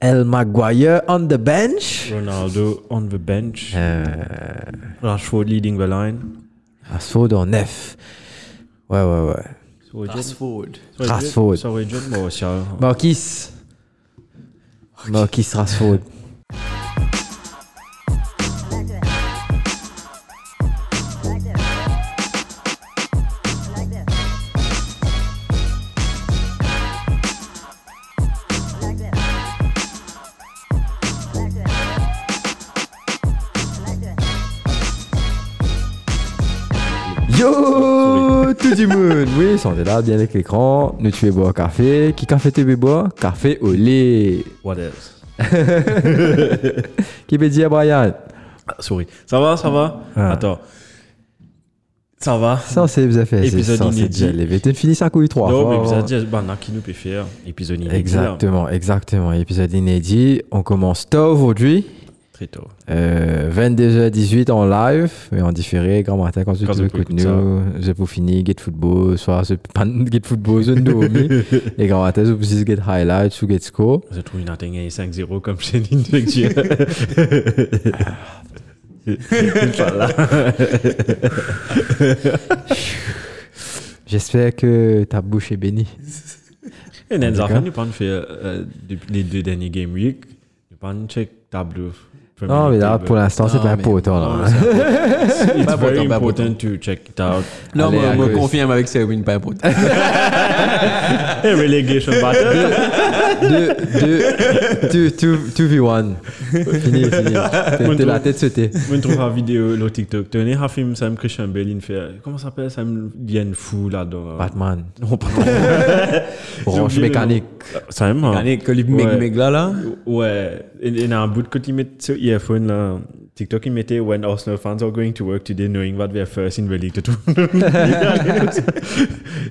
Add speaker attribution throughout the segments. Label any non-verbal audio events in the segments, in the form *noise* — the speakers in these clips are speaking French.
Speaker 1: El Maguire on the bench.
Speaker 2: Ronaldo on the bench.
Speaker 1: Euh,
Speaker 2: Rashford leading the line.
Speaker 1: Rashford en F. Ouais, ouais, ouais.
Speaker 2: Ça aurait dû-
Speaker 3: Rashford.
Speaker 2: ça aurait dû-
Speaker 1: Rashford.
Speaker 2: Ça aurait dû être moi aussi, hein.
Speaker 1: Marquis. Marquis
Speaker 2: *laughs*
Speaker 1: Rashford. Yo tout du monde Oui, on est là, bien avec l'écran. Nous tuer boire café. Qui café tu boire Café au lait.
Speaker 2: What else?
Speaker 1: Qui veut dire Brian
Speaker 2: Ah, Sorry. Ça va, ça va?
Speaker 1: Ah.
Speaker 2: Attends. Ça va?
Speaker 1: Ça, c'est vous avez fait.
Speaker 2: Épisode
Speaker 1: ça, c'est
Speaker 2: inédit.
Speaker 1: déjà levé. T'as fini ça couille 3.
Speaker 2: Non, mais vous avez dit, bah, non, qui nous peut faire? Épisode inédit, là.
Speaker 1: Exactement, exactement. Épisode inédit. On commence tôt aujourd'hui.
Speaker 2: Très tôt.
Speaker 1: Euh, 22h18 en live, mais en différé, grand matin quand tu
Speaker 2: Quand
Speaker 1: te
Speaker 2: vous
Speaker 1: écoutes
Speaker 2: écoutez ça.
Speaker 1: nous. Je pour finir, get football, soit je pas *laughs* get football, zone de homie. Et grand matin, je vous get highlights ou get score.
Speaker 2: Vous avez trouvé une antenne 5-0 comme chez Nintendo.
Speaker 1: *laughs* J'espère que ta bouche est bénie.
Speaker 2: Et
Speaker 1: D'accord.
Speaker 2: Nenza, nous pas fait euh, depuis les deux derniers game week. Nous pas check tableau. Premier
Speaker 1: Non, mais là,
Speaker 2: table.
Speaker 1: pour l'instant, c'est
Speaker 3: Non,
Speaker 1: pas
Speaker 3: mais-
Speaker 1: important. là. *laughs*
Speaker 2: It's
Speaker 3: pas
Speaker 2: very
Speaker 3: important, pas
Speaker 2: important to check it out. *laughs*
Speaker 3: Non,
Speaker 1: Allez,
Speaker 3: mais
Speaker 1: à
Speaker 3: on me
Speaker 1: gauche.
Speaker 3: confirme avec Serwin, pas *laughs* important.
Speaker 2: Et relegation battle.
Speaker 1: Deux, deux, two, two, two v one. Fini, fini. T'es- T'es la tête sautée.
Speaker 2: Je trouve la vidéo sur TikTok. Tenez, un film Sam Christian Bale, il fait. Comment ça s'appelle Sam Lien Fou là-dedans.
Speaker 1: Batman.
Speaker 2: Non, pas
Speaker 1: *laughs* Orange
Speaker 2: oublié le nom.
Speaker 1: mécanique.
Speaker 2: Sam. hein.
Speaker 3: Regardez, que les
Speaker 2: Ouais.
Speaker 3: mecs mecs là, là.
Speaker 2: Ouais, il il y a un bout de côté, il met sur earphone là. TikTok, il mettait When Arsenal fans are going to work today knowing that they are first in the
Speaker 1: *laughs*
Speaker 2: league to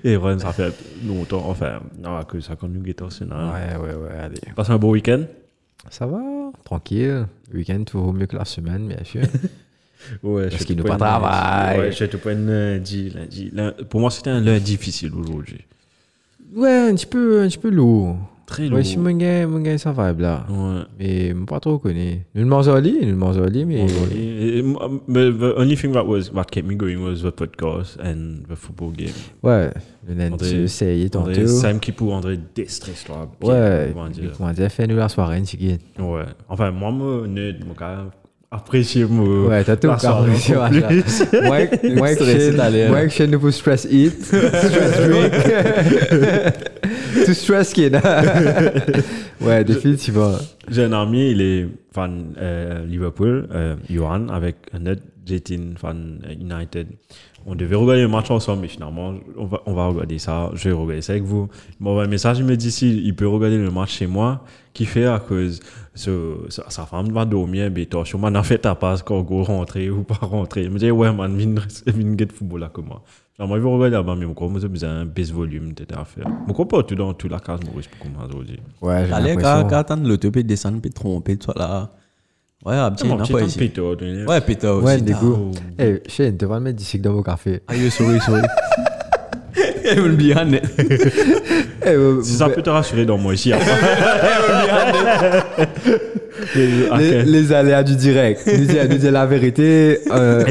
Speaker 2: Et Ron, ça fait longtemps, enfin, non, que ça quand nous guettons, c'est normal.
Speaker 1: Ouais, ouais, ouais, allez.
Speaker 2: hein. Passe un beau week-end.
Speaker 1: Ça va, tranquille. Week-end, toujours mieux que la semaine, bien sûr.
Speaker 2: Ouais,
Speaker 1: Parce
Speaker 2: je
Speaker 1: qu'il
Speaker 2: te
Speaker 1: nous pas
Speaker 2: prenne lundi.
Speaker 1: travail.
Speaker 2: Ouais, je te prenne lundi, lundi. Lun- Pour moi, c'était un lundi difficile aujourd'hui.
Speaker 1: ouais, un petit peu, un petit peu lourd.
Speaker 2: Très lourd.
Speaker 1: Ouais, si mon gars, mon gars, ça vibe là.
Speaker 2: Ouais.
Speaker 1: Mais m'ai pas trop connu. Nous le mangeons au lit, nous le mangeons au lit, mais.
Speaker 2: Et- et- mais The only thing that was what kept me going was the podcast and the football game.
Speaker 1: Ouais, le nain,
Speaker 2: André-
Speaker 1: tu essayes tantôt.
Speaker 2: André, Sam qui pour André déstresse là. bien,
Speaker 1: Ouais,
Speaker 2: comment dire.
Speaker 1: comment dire, fais-nous la soirée, une petite.
Speaker 2: Ouais. Enfin, moi, moi, nerd, moi, quand même, apprécié, moi.
Speaker 1: Ouais, t'as tout
Speaker 2: Oh. la
Speaker 1: encore
Speaker 2: soirée
Speaker 1: réussi,
Speaker 2: encore
Speaker 1: voilà.
Speaker 2: plus. hein.
Speaker 1: Moi,
Speaker 2: *laughs*
Speaker 1: moi, que
Speaker 3: Stressé
Speaker 1: je-
Speaker 3: d'aller, là.
Speaker 1: moi, que je ne vous stress eat, stress
Speaker 2: *laughs*
Speaker 1: drink. Tout stress qui est là. Ouais, définitivement.
Speaker 2: J'ai un ami, il est fan euh, Liverpool, euh, Johan, avec un autre Jetin, fan euh, United. On devait regarder le match ensemble, mais finalement, on va, on va regarder ça. Je vais regarder ça avec vous. Il m'envoie un message, il me dit si il peut regarder le match chez moi, qui fait à cause ce, sa, sa femme va dormir, mais toi, sûrement, n'a fait ta passe quand go rentrer ou pas rentrer. Il me dit ouais, man, viens, *laughs* viens get football là que moi. Finalement, il veut regarder là-bas, mais mon corps, moi, j'ai besoin d'un baisse volume, t'étais à faire. Mon corps, pas tout dans tout la case, Maurice, pour comment aujourd'hui.
Speaker 1: Ouais, j'ai
Speaker 3: Allez,
Speaker 1: l'impression.
Speaker 3: quand attendre l'auto, puis descendre, puis tromper, toi là. Ouais, ah,
Speaker 2: C'est
Speaker 3: tiens,
Speaker 2: mon
Speaker 3: n'a
Speaker 2: petit
Speaker 3: pas
Speaker 2: temps
Speaker 3: ici.
Speaker 2: Peter, tu sais.
Speaker 3: Ouais, pétard aussi.
Speaker 1: Ouais,
Speaker 3: t'as-
Speaker 1: des goûts.
Speaker 2: Oh.
Speaker 1: Hey, Shane, tu vas le mettre du sucre dans mon café.
Speaker 3: Ah, yo, sorry, *laughs* sorry. Elle me le dit, *laughs* Anne.
Speaker 1: Eh, euh,
Speaker 2: Si ça peut te rassurer dans
Speaker 1: *laughs*
Speaker 2: moi ici. hein. Les- ok.
Speaker 1: les, les aléas du direct. Nous dire, nous dire la vérité euh,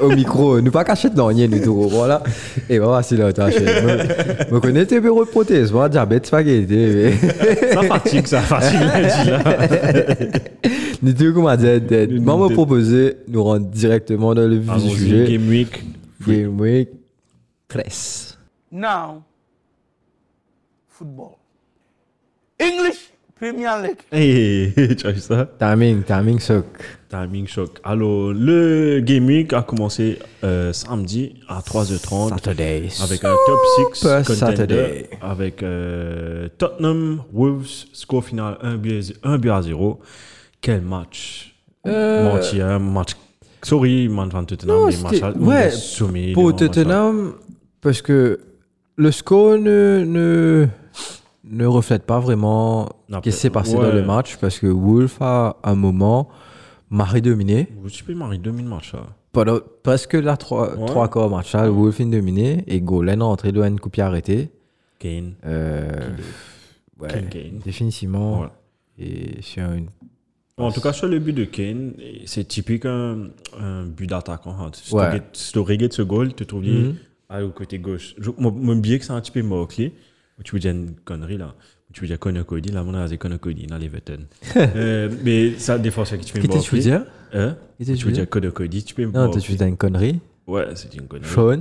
Speaker 1: au micro. Nous pas cacher de rien du tout. Voilà. Et ben, voilà, c'est là, t'as Je me connais tes bureaux de prothèse. Moi, hein, diabète, spaghetti.
Speaker 2: Ça fatigue,
Speaker 1: *laughs*
Speaker 2: ça fatigue lundi, là.
Speaker 1: Nous disons comment dire. de-
Speaker 2: Nous-
Speaker 1: Moi,
Speaker 2: nous-
Speaker 1: me proposer, nous rentre directement dans le vif
Speaker 2: Allons-y,
Speaker 1: du sujet.
Speaker 2: Game week.
Speaker 1: Game Week 13.
Speaker 4: Now, football. English Premier League.
Speaker 2: Hey, Eh, tu as vu ça
Speaker 1: Timing, timing soc.
Speaker 2: Timing choc. Alors, le Game Week a commencé euh, samedi à 3h30
Speaker 1: Saturday.
Speaker 2: avec un top 6
Speaker 1: Super
Speaker 2: contender
Speaker 1: Saturday.
Speaker 2: avec euh, Tottenham, Wolves, score final 1 but, 0. Quel match Menti, hein, match. Sorry, man, fan Tottenham,
Speaker 1: Euh. Non,
Speaker 2: mais
Speaker 1: c'était-
Speaker 2: match à-
Speaker 1: ouais,
Speaker 2: soumis,
Speaker 1: Pour
Speaker 2: devant, match à-
Speaker 1: Tottenham, parce que le score ne, ne, ne reflète pas vraiment
Speaker 2: Non,
Speaker 1: ce qui s'est passé
Speaker 2: ouais.
Speaker 1: dans le match, parce que Wolf a un moment maré dominé.
Speaker 2: Je suis marié 2000 matchs, ça.
Speaker 1: Pendant presque la trois,
Speaker 2: Ouais.
Speaker 1: trois quarts de match, là, Wolf est dominé et Golen est entré de une coupé arrêté.
Speaker 2: Kane.
Speaker 1: Euh, ouais,
Speaker 2: Kane, Kane.
Speaker 1: définitivement.
Speaker 2: Ouais.
Speaker 1: et sur une.
Speaker 2: En tout cas, sur le but de Kane, c'est typique un, un but d'attaquant. hein. Si
Speaker 1: Ouais. Mhm.
Speaker 2: tu regardes ce goal, tu trouves
Speaker 1: Hmm.
Speaker 2: lui à au côté gauche. Je me que c'est un petit peu mort clé. Tu peux dire une connerie là. Tu peux dire Connor Cody. Là, mon a dit Connor Cody dans
Speaker 1: *laughs*
Speaker 2: les vétérans. Euh, Mais ça, des fois, c'est que tu peux
Speaker 1: Qu'est-ce que tu veux dire
Speaker 2: Hein
Speaker 1: Qu'est-ce que
Speaker 2: Tu peux dire Connor Cody. Tu peux
Speaker 1: Non,
Speaker 2: mort
Speaker 1: tu tu dis une connerie.
Speaker 2: Ouais, c'est une connerie.
Speaker 1: Sean.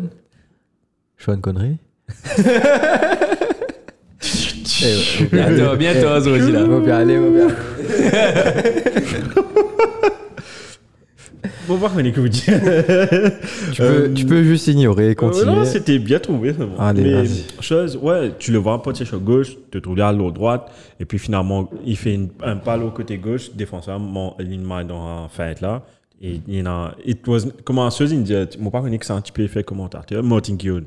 Speaker 1: Sean
Speaker 2: *laughs*
Speaker 1: Connery. Eh,
Speaker 2: Eh,
Speaker 1: eh,
Speaker 3: Bientôt, bientôt, Zoé, là.
Speaker 1: Bon, bien, allez, bon, bien.
Speaker 2: Bon, voir, mais que
Speaker 1: *laughs*
Speaker 2: vous dire.
Speaker 1: Tu peux, tu peux juste ignorer et
Speaker 2: Euh, non,
Speaker 1: continuer.
Speaker 2: c'était bien trouvé. vraiment.
Speaker 1: Allez,
Speaker 2: mais
Speaker 1: vas-y.
Speaker 2: chose, ouais, tu le vois un potier sur gauche, tu trouves là à l'eau droite, et puis finalement, il fait une- un pas au côté gauche, défenseur, mon lineman dans la fête là. Et il y en a. It was, comment ça se dit Moi, pas connu que c'est un petit peu fait commentateur. Martin Guillaume.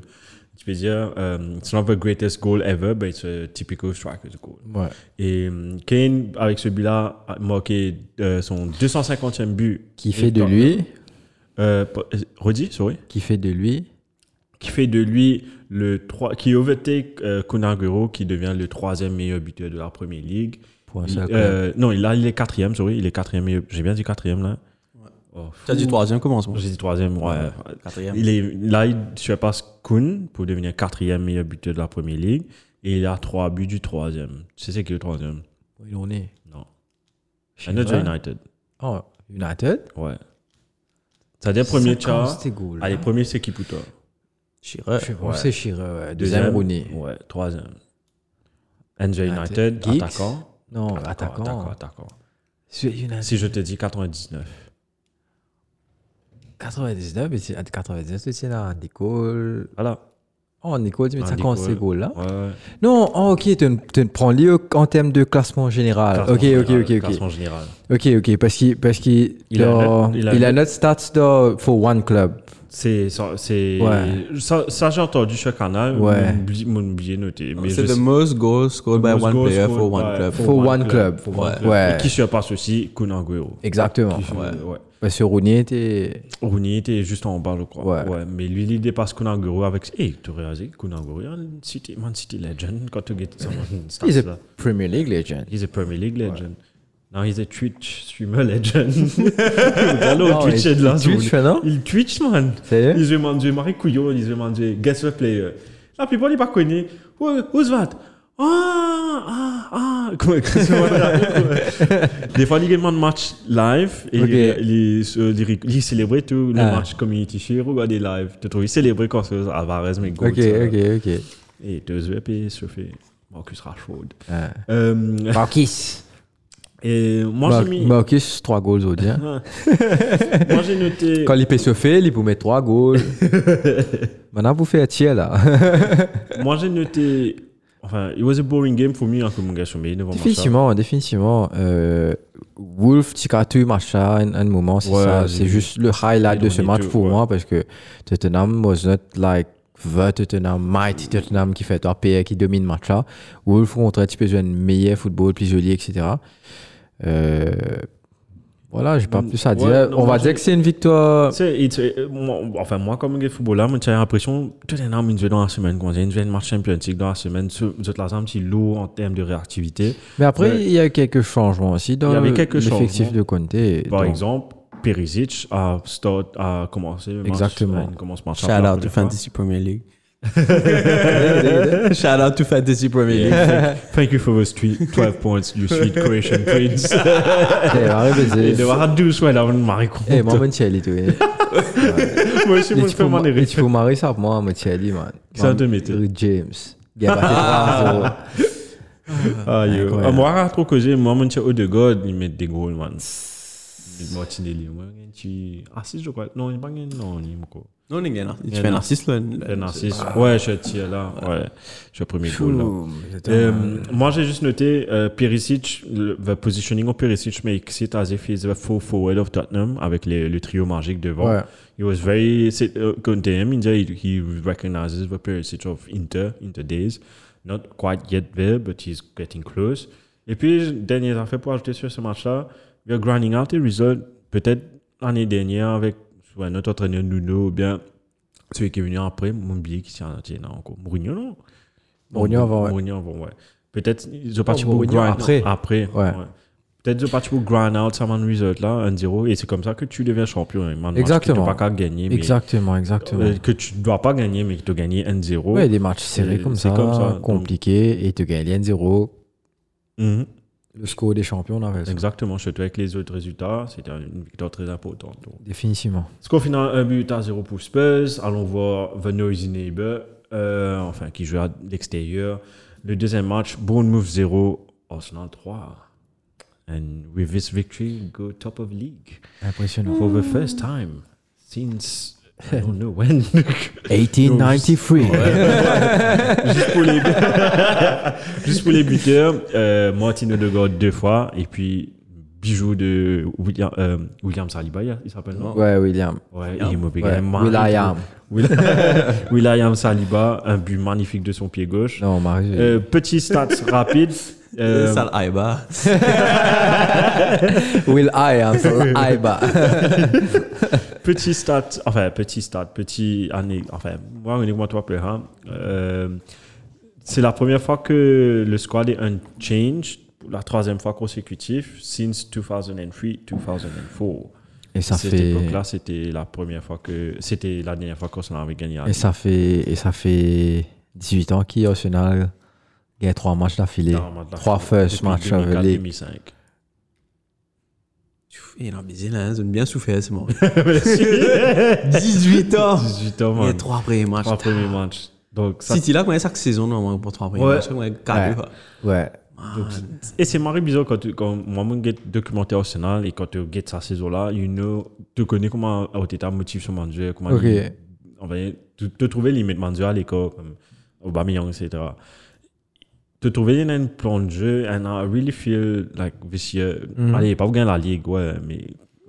Speaker 2: Tu peux dire, euh, it's not the greatest goal ever, but it's a typical striker's goal.
Speaker 1: Ouais.
Speaker 2: Et euh, Kane, avec ce but-là, a marqué euh, son 250e but.
Speaker 1: Qui fait de lui,
Speaker 2: euh, po- euh, Redis, sorry
Speaker 1: qui fait de lui,
Speaker 2: qui fait de lui le 3, qui overtake euh, Kunaguro, qui devient le troisième meilleur buteur de la première ligue.
Speaker 1: pour un
Speaker 2: Il-
Speaker 1: seul club.
Speaker 2: euh, non, là, il est quatrième, sorry, il est quatrième meilleur. J'ai bien dit quatrième, là. Oh,
Speaker 3: Tu as dit
Speaker 2: fou.
Speaker 3: troisième commencement.
Speaker 2: J'ai dit troisième, ouais.
Speaker 3: Quatrième.
Speaker 2: Il est, là, il surpasse Kun pour devenir quatrième meilleur buteur de la première ligue. Et il a trois buts du troisième. Tu sais c'est qui le troisième
Speaker 1: Il en est.
Speaker 2: Non.
Speaker 1: Je sais
Speaker 2: Another
Speaker 1: pas.
Speaker 2: United.
Speaker 1: Oh, United.
Speaker 2: Ouais. C'est-à-dire, premier, tu
Speaker 1: Comment
Speaker 2: as.
Speaker 1: C'était goal.
Speaker 2: Allez, premier, c'est Kiputo.
Speaker 3: Chireur.
Speaker 1: Je pense c'est Shearer, ouais. Deuxième Rooney.
Speaker 2: Ouais, troisième. Enzo United,
Speaker 1: United. Giggs.
Speaker 2: attaquant.
Speaker 1: Non, attaquant.
Speaker 2: Ah, attaquant, attaquant. Ah,
Speaker 1: C'est United.
Speaker 2: Si je te dis 99.
Speaker 1: 99, mais c'est à 99, c'est là, Nicole.
Speaker 2: Voilà.
Speaker 1: Oh, Nicole, tu mets
Speaker 2: Ah,
Speaker 1: 50
Speaker 2: Nicole.
Speaker 1: ces goals là.
Speaker 2: Ouais, ouais.
Speaker 1: Non, oh, ok, tu ne- tu ne prends lieu en termes de classement général.
Speaker 2: Classement
Speaker 1: ok,
Speaker 2: général,
Speaker 1: ok, ok, ok.
Speaker 2: Classement général.
Speaker 1: Ok, ok, parce qu'il parce qu'il
Speaker 2: Il a
Speaker 1: dans-
Speaker 2: notre- il
Speaker 1: il
Speaker 2: a
Speaker 1: a notre stats dans- for one club.
Speaker 2: C'est. Ça, c'est-
Speaker 1: Ouais.
Speaker 2: ça, ça, j'ai entendu sur Canal.
Speaker 1: Ouais.
Speaker 2: Mon oublié- mon oublié de noter. Mais
Speaker 3: C'est
Speaker 2: je
Speaker 3: the
Speaker 2: sais-
Speaker 3: most goals scored by
Speaker 2: Most
Speaker 3: one
Speaker 2: goals
Speaker 3: player
Speaker 2: scored
Speaker 3: for
Speaker 2: by-
Speaker 3: one club.
Speaker 1: For one club.
Speaker 2: For one
Speaker 1: Ouais.
Speaker 2: club.
Speaker 1: Ouais.
Speaker 2: Et qui surpasse aussi Kunan Guerrero.
Speaker 1: Exactement.
Speaker 2: Qui-
Speaker 3: Ouais.
Speaker 2: ouais.
Speaker 1: Parce que Rooney était.
Speaker 2: Rooney était juste en bas, je crois.
Speaker 1: Ouais.
Speaker 2: Ouais. mais lui, il dépasse Kunan Guerrero avec. Hey, tu réalises, Kunan Guerrero, il est un City- Man City Legend quand tu gagnes son stats
Speaker 1: He's
Speaker 2: là.
Speaker 1: a Premier League legend.
Speaker 2: He's a Premier League legend. Non, he's a Twitch streamer legend.
Speaker 1: *laughs*
Speaker 2: Allô,
Speaker 1: Non,
Speaker 2: Twitch
Speaker 1: il-
Speaker 2: est de la
Speaker 1: il Twitch,
Speaker 2: zone.
Speaker 1: non
Speaker 2: Il Twitch, man.
Speaker 1: Sérieux
Speaker 2: Il se demande, Marie Couillon, il se demande, guess the player. La plupart, il pas connu. Who- Who's that? Ah, ah, ah. Comment- comment ça
Speaker 1: *laughs*
Speaker 2: va Des fois, il demande match live et euh,
Speaker 1: Ok.
Speaker 2: il- il se- il ré- il célèbre tout le
Speaker 1: Ah.
Speaker 2: match community share ou des live. Tu trouves, il célèbre quand c'est Alvarez, mais
Speaker 1: Ok, ok, ok.
Speaker 2: Et deux EP, se fait Marcus Rashford.
Speaker 1: Ah.
Speaker 2: Euh,
Speaker 1: Marcus.
Speaker 2: et moi,
Speaker 1: Mar-
Speaker 2: j'ai mis.
Speaker 1: Marcus, 3 goals au dia.
Speaker 2: Moi, j'ai
Speaker 1: *laughs*
Speaker 2: noté.
Speaker 1: Quand il peut se faire, il peut mettre 3
Speaker 2: *laughs*
Speaker 1: goals. Maintenant, vous faites tiers là.
Speaker 2: Moi, j'ai noté. Enfin, it was a boring game for me hein, en communication, mais il ne va pas faire.
Speaker 1: Définitivement, définitivement. euh, Wolf, Tikatu, machin, un moment, c'est
Speaker 2: Ouais,
Speaker 1: ça.
Speaker 2: j'ai
Speaker 1: C'est
Speaker 2: vu.
Speaker 1: juste le highlight
Speaker 2: Ils
Speaker 1: de
Speaker 2: ont
Speaker 1: ce
Speaker 2: mis
Speaker 1: match
Speaker 2: tout,
Speaker 1: pour
Speaker 2: ouais.
Speaker 1: moi parce que Tottenham was not like the Tottenham, mighty Tottenham qui fait un PR qui domine le match là. Wolf contre un petit peu un meilleur football, plus joli, etc. Euh, voilà, j'ai pas
Speaker 2: Mm,
Speaker 1: plus à
Speaker 2: ouais,
Speaker 1: dire.
Speaker 2: non,
Speaker 1: On
Speaker 2: moi,
Speaker 1: va
Speaker 2: j'ai-
Speaker 1: dire que c'est une victoire.
Speaker 2: Tu sais, it's- euh, moi- enfin, moi, comme footballeur, j'ai l'impression que tout est dans la semaine, qu'on vient de match Champions League dans la semaine, ce- vous êtes là, c'est un petit lourd en termes de réactivité.
Speaker 1: Mais après,
Speaker 2: Mais-
Speaker 1: il y a eu quelques changements aussi dans
Speaker 2: Il y avait
Speaker 1: le-
Speaker 2: quelques
Speaker 1: l'effectif
Speaker 2: changements.
Speaker 1: de Conte.
Speaker 2: Par
Speaker 1: Donc,
Speaker 2: exemple, Perisic a, start, a commencé le match.
Speaker 1: Exactement.
Speaker 2: euh, Il commence match
Speaker 3: Shout out to Fantasy
Speaker 2: *laughs*
Speaker 3: Premier League. Shout out to Fantasy Premier League.
Speaker 2: Thank you for those tweet- 12 points, you sweet Croatian prince.
Speaker 1: *laughs* eh,
Speaker 2: *laughs*
Speaker 1: arrête de-
Speaker 2: Et de voir à 12, ouais, là, on marie
Speaker 1: Eh, moi, mon Thierry, tu connais.
Speaker 2: Moi aussi,
Speaker 1: Et
Speaker 2: moi,
Speaker 1: tu
Speaker 2: je fais
Speaker 1: peux
Speaker 2: mon
Speaker 1: ma- et
Speaker 2: erreur.
Speaker 1: tu peux marrer ça pour moi, mon Thierry, man.
Speaker 2: Qui ça te mettait
Speaker 1: Rue James. Il a battu 3
Speaker 2: Ah, yo.
Speaker 1: Incroyable.
Speaker 2: Ah, moi, à trop causé, moi, mon cher Odegaard, il met des goals, man. Il met Martinelli. Moi, un petit- Ah, si, je crois. Non, il n'y a pas un- Non, il y a quoi.
Speaker 3: Non, il y en a. Tu
Speaker 2: Il y
Speaker 3: fais
Speaker 2: en
Speaker 3: un
Speaker 2: a.
Speaker 3: narcisse, là. une-
Speaker 2: Un assist. Ouais, je tire là. Ouais. Je premier goal, là. Euh, moi, j'ai juste noté euh, Perisic, le the positioning of Perisic makes it as if he's the full forward of Tottenham avec les- le trio magique devant.
Speaker 1: Ouais.
Speaker 2: He was very c'est, euh, Conte him. In he, he recognizes the Perisic of Inter, Inter days. Not quite yet there, but he's getting close. Et puis, dernier affaire pour ajouter sur ce match-là, we are grinding out the result. Peut-être l'année dernière avec soit notre entraîneur Nuno ou bien celui qui est venu après, mon billet qui s'est arrêté, non, encore. Mourinho, non
Speaker 1: Mourinho avant, ouais.
Speaker 2: Mourinho avant, ouais. Peut-être ils ont parti
Speaker 1: Non,
Speaker 2: pour
Speaker 1: Mourinho
Speaker 2: grind
Speaker 1: après.
Speaker 2: Après,
Speaker 1: Ouais.
Speaker 2: Peut-être pas parti pour grind out ça man result là, 1-0, et c'est comme ça que tu deviens champion. hein, man, match
Speaker 1: Exactement.
Speaker 2: Que tu pas qu'à gagner, mais-
Speaker 1: Exactement, exactement.
Speaker 2: euh, que tu ne dois pas gagner, mais que tu as gagné 1-0.
Speaker 1: Ouais, des matchs serrés
Speaker 2: c'est-
Speaker 1: comme
Speaker 2: c'est
Speaker 1: ça,
Speaker 2: comme ça, donc-
Speaker 1: compliqués, et te gagner 1-0.
Speaker 2: Mhm.
Speaker 1: Le score des champions, on avait ça.
Speaker 2: Exactement, surtout avec les autres résultats, c'était une victoire très importante. donc.
Speaker 1: Définitivement.
Speaker 2: Score final, un but à 0 pour Spurs. Allons voir The Noisy Neighbor, euh, enfin, qui joue à l'extérieur. Le deuxième match, Bournemouth 0, Arsenal 3. And with this victory, go top of league *laughs*
Speaker 1: Impressionnant.
Speaker 2: for the first time since I don't know when. *laughs*
Speaker 1: 1893.
Speaker 2: Juste pour les, *laughs* Juste pour les buteurs, euh, Martin Odegaard deux fois et puis bijou de William, euh, William Saliba, il s'appelle non
Speaker 1: Ouais, William.
Speaker 2: Ouais, il est mauvais.
Speaker 1: Ouais.
Speaker 2: quand même.
Speaker 1: Will.i.am.
Speaker 2: *laughs* Will- Will.i.am Saliba, un but magnifique de son pied gauche.
Speaker 1: Non, Marie.
Speaker 2: Euh, petit stats rapide. euh,
Speaker 3: Sale Aïba.
Speaker 1: *laughs* Will I am
Speaker 2: *laughs*
Speaker 1: from Aiba.
Speaker 2: petit stat, enfin, petit stat, petit année, enfin, moi, uniquement toi, Perrin, euh, c'est la première fois que le squad est unchanged, pour la troisième fois consécutive, since 2003-2004.
Speaker 1: Et ça
Speaker 2: Cette
Speaker 1: fait.
Speaker 2: époque-là, c'était la première fois que, c'était la dernière fois qu'on avait gagné. la
Speaker 1: Et ça fait. Et ça fait 18 ans qu'Arsenal gagne 3 matchs d'affilée.
Speaker 2: dernière match de la
Speaker 1: 3
Speaker 2: finale,
Speaker 1: first
Speaker 2: depuis
Speaker 1: match of the league.
Speaker 2: 2004-2005.
Speaker 3: hein, Il a baisé là, ils ont bien souffert, c'est mort.
Speaker 2: *laughs* Merci.
Speaker 3: 18 ans
Speaker 1: *laughs*
Speaker 2: 18 ans,
Speaker 3: Il y a
Speaker 2: man.
Speaker 3: trois premiers matchs.
Speaker 2: Trois premiers matchs. Donc, ça,
Speaker 3: City là, quand il y a chaque saison, normalement, pour trois premiers
Speaker 2: Ouais.
Speaker 3: matchs, on a quatre
Speaker 1: Ouais.
Speaker 3: fois.
Speaker 1: Ouais.
Speaker 2: Et c'est marrant bizarre quand, tu- quand moi-même get documentaire Arsenal et quand tu get sa saison-là, you know, tu connais comment Arteta motive son manager, comment
Speaker 1: Ok.
Speaker 2: il- on va dire, te, te trouver les manager à l'école, comme Aubameyang, etc. Te trouver dans un plan de jeu, and I really feel like this year, allez, pas vous gagner la ligue, ouais, mais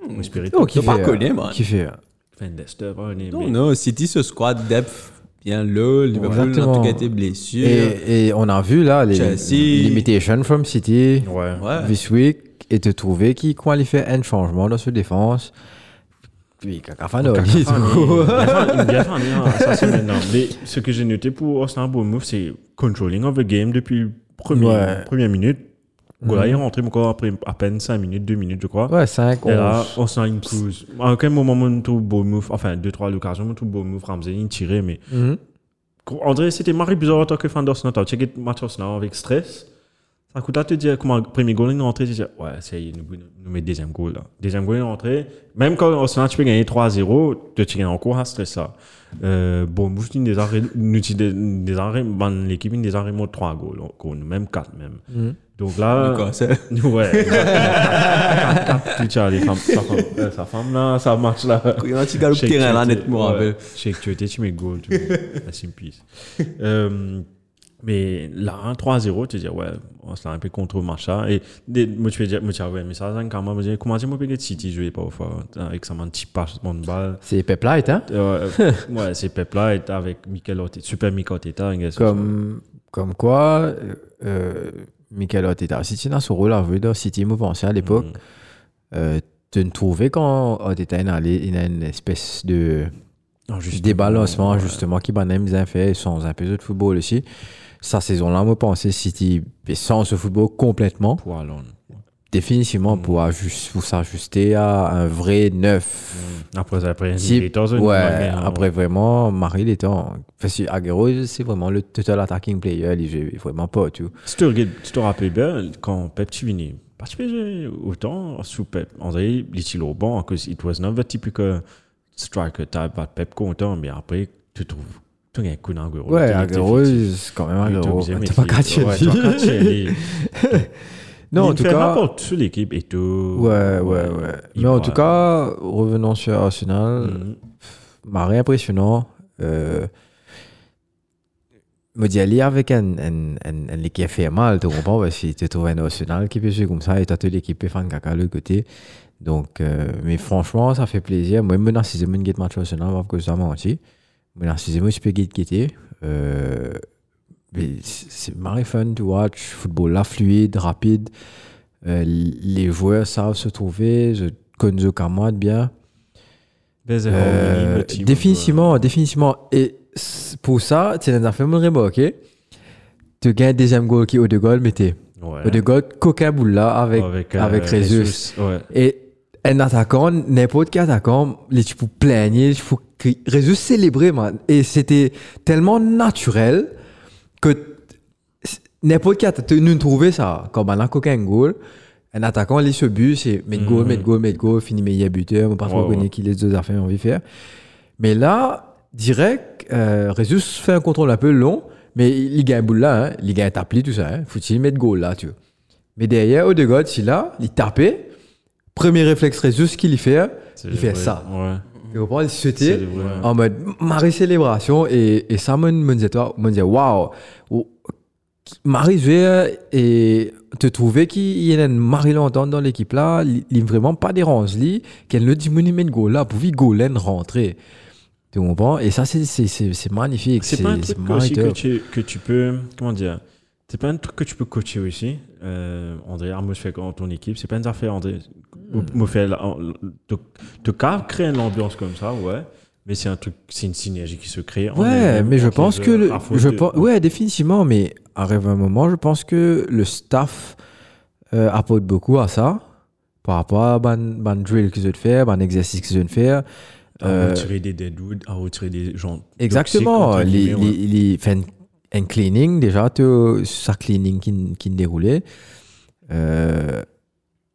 Speaker 3: Mm.
Speaker 2: mon spirit,
Speaker 1: Oh,
Speaker 2: oh,
Speaker 1: qui
Speaker 3: Ils ont pas
Speaker 1: fait.
Speaker 3: connu, man.
Speaker 1: Qui fait. euh,
Speaker 2: hein,
Speaker 3: Non, non, City, ce squad depth bien low, Liverpool, en
Speaker 1: Exactement.
Speaker 3: tout cas, était blessure.
Speaker 1: Et, et on a vu là les
Speaker 3: Chelsea.
Speaker 1: limitations from City
Speaker 2: Ouais.
Speaker 3: Ouais.
Speaker 1: this week et te trouver qui qualifie un changement dans sa défense. Puis Cacafano.
Speaker 3: Oh,
Speaker 1: dis donc.
Speaker 2: Bien, bien fermé, hein, ça c'est maintenant. Mais ce que j'ai noté pour Arsenal Bournemouth, c'est controlling of the game depuis premier,
Speaker 1: Ouais. Mhm.
Speaker 2: première minute. Gola est rentré encore après à peine 5 minutes, 2 minutes, je crois.
Speaker 1: *laughs* Ouais, 5,
Speaker 2: Et là,
Speaker 1: 11.
Speaker 2: Arsenal une cruise. À quel moment, on trouve Bournemouth, enfin, 2-3 occasions, on trouve Bournemouth, Ramsey, il tirait, mais.
Speaker 1: Mhm.
Speaker 2: André, c'était marré bizarre en tant que fan d'Arsenal. T'as checké le match Arsenal avec stress. Ça coûte à te dire comment le premier goal est rentré. Tu dis, ouais, c'est nous, nous met deuxième goal. Là. Deuxième goal est rentré. Même quand Arsenal, tu peux gagner 3-0, tu te gagnes encore à stress ça. Euh, bon, nous, nous, des arrêts, nous, tu des- des arrêts, ben, l'équipe, nous, des arrêts, moi, 3 goals, encore, nous, même 4 même. Donc là.
Speaker 3: Quoi, c'est-
Speaker 2: Ouais, exactement. tu as les femmes, sa femme, euh, sa femme là, ça marche là.
Speaker 3: Il y a un petit gars au
Speaker 2: Shake
Speaker 3: terrain là,
Speaker 2: Tuesday,
Speaker 3: nettement, un
Speaker 2: ouais.
Speaker 3: peu.
Speaker 2: Shake Tuesday, tu mets goal,
Speaker 1: *laughs*
Speaker 2: tu mets rest in peace. Euh, mais là, un 3-0, tu dis, ouais, on se l'a un peu contre machin. Et des- moi, tu veux dire, moi, tu as ouais, mais ça, ça, quand même, je dis, comment tu peux être City, je vais pas au fond, avec ça, man, petit passement de balle.
Speaker 1: C'est Pep Light, hein? *laughs*
Speaker 2: Euh, ouais, c'est Pep là, et avec Mikel Orteta, super Mikel Orteta, un gars,
Speaker 1: Comme, comme quoi, euh, euh, Michael Arteta, si tu n'as ce rôle à jouer dans City Move ancien à l'époque,
Speaker 3: Mm.
Speaker 1: euh, tu ne trouvais quand Arteta il a il a une espèce de
Speaker 2: Non, juste-
Speaker 1: débalancement justement qui m'a même bien fait sans un peu de football aussi. Sa saison-là, moi, pensais City mais sans ce football complètement,
Speaker 2: Pour Allon.
Speaker 1: définitivement
Speaker 2: Mm.
Speaker 1: pour, ajus- pour s'ajuster à un vrai neuf.
Speaker 2: Après, après,
Speaker 1: Si-
Speaker 2: Mm. il est dans une-
Speaker 1: ouais,
Speaker 2: mais, euh,
Speaker 1: après vraiment, Marie, il était en. Parce que Aguero, c'est vraiment le total attacking player, il joue vraiment pas, tu vois.
Speaker 2: Si tu regardes- tu te rappelles bien, quand Pep tu venais participer autant sous Pep, on dirait il était au banc, parce que it was not the typical striker type but Pep content, mais après, tu trouves, tu as un coup d'angle.
Speaker 1: Ouais, Aguero, c'est quand même Aguero. T'as pas qu'à tirer. *laughs* Non, en tout cas.
Speaker 2: n'importe sur l'équipe et tout.
Speaker 1: Ouais, ouais, ouais.
Speaker 2: Il
Speaker 1: Mais en
Speaker 2: va-
Speaker 1: tout cas, euh, revenons sur Arsenal.
Speaker 2: Mhm.
Speaker 1: Marie impressionnant. Euh, me dit aller avec un, un, un, un l'équipe qui fait mal, tu comprends? Parce que tu trouves un national qui peut jouer comme ça et t'as toute l'équipe qui fait un caca de l'autre côté. Donc, euh, mais franchement, ça fait plaisir. Moi, maintenant, si je me guette match national, parce que ça m'a menti. Maintenant, si je me suis guette guetté, euh, mais c'est c'est marrant fun to watch. Football là, fluide, rapide. Euh, les joueurs savent se trouver. Je connais le camarade bien.
Speaker 2: There's a
Speaker 1: Euh,
Speaker 2: whole team of, euh.
Speaker 1: définitivement, définitivement. Et c- pour ça, c'est dans un film de ok Tu gagnes un deuxième goal qui est au de goal, mais t'es.
Speaker 2: euh, Ouais.
Speaker 1: De goal, coquin boule là avec, avec,
Speaker 2: euh,
Speaker 1: Jesus.
Speaker 2: Jesus, Ouais.
Speaker 1: Et un attaquant, n'importe quel attaquant, les tu peux plaigner, tu peux résoudre célébrer, man. Et c'était tellement naturel que t- n'importe quel atta- nous trouvait ça. Quand on a coquin goal, un attaquant, il se but, c'est mettre
Speaker 2: Mm.
Speaker 1: goal, mettre goal, mettre goal, finir meilleur buteur, on pas
Speaker 2: Ouais,
Speaker 1: trop connaît
Speaker 2: ouais.
Speaker 1: qui les deux affaires on veut faire. Mais là, direct, euh, Résus fait un contrôle un peu long, mais il il gagne boule là, hein. il gagne tapli, tout ça. Hein. Faut-il mettre goal là, tu vois. Mais derrière, Odegaard, il là, il tapait. Premier réflexe Résus qu'il y fait, il fait
Speaker 2: Célébrer.
Speaker 1: ça.
Speaker 2: Ouais.
Speaker 1: Il comprend, il sautait
Speaker 2: Célébrer.
Speaker 1: en mode Marie célébration et, et ça me me disait toi me disait waouh ou- Marie je vais, euh, et te trouver qu'il y a une Marie longtemps dans l'équipe là il il vraiment pas dérange lui qu'elle ne dit monument de goal là pour vie goalen rentrer tu comprends et ça c'est c'est c'est c'est magnifique
Speaker 2: C'est pas un
Speaker 1: c'est
Speaker 2: truc aussi
Speaker 1: mériteur.
Speaker 2: que tu, que tu peux. Comment dire C'est pas un truc que tu peux coacher aussi. Euh, André Armos fait quand ton équipe. C'est pas une affaire, André.
Speaker 1: Hmm.
Speaker 2: Mo fait la- en- te- Te cas créer une ambiance comme ça, ouais. Mais c'est un truc, c'est une synergie qui se crée. en
Speaker 1: Ouais,
Speaker 2: elle-même,
Speaker 1: mais je
Speaker 2: entre les
Speaker 1: pense
Speaker 2: deux,
Speaker 1: que le,
Speaker 2: à faute
Speaker 1: je
Speaker 2: de-
Speaker 1: pense, ouais, définitivement, mais arrive un moment, je pense que le staff euh, apporte beaucoup à ça par rapport à ban, ban drill qu'ils veulent faire, ban exercice qu'ils veulent faire.
Speaker 2: À
Speaker 1: Euh,
Speaker 2: retirer des deadwood, à retirer des gens.
Speaker 1: Exactement,
Speaker 2: toxiques, entre
Speaker 1: les,
Speaker 2: guillemets, ouais.
Speaker 1: les, les- fait un- un cleaning déjà, tu- ça cleaning qui, qui déroulait euh,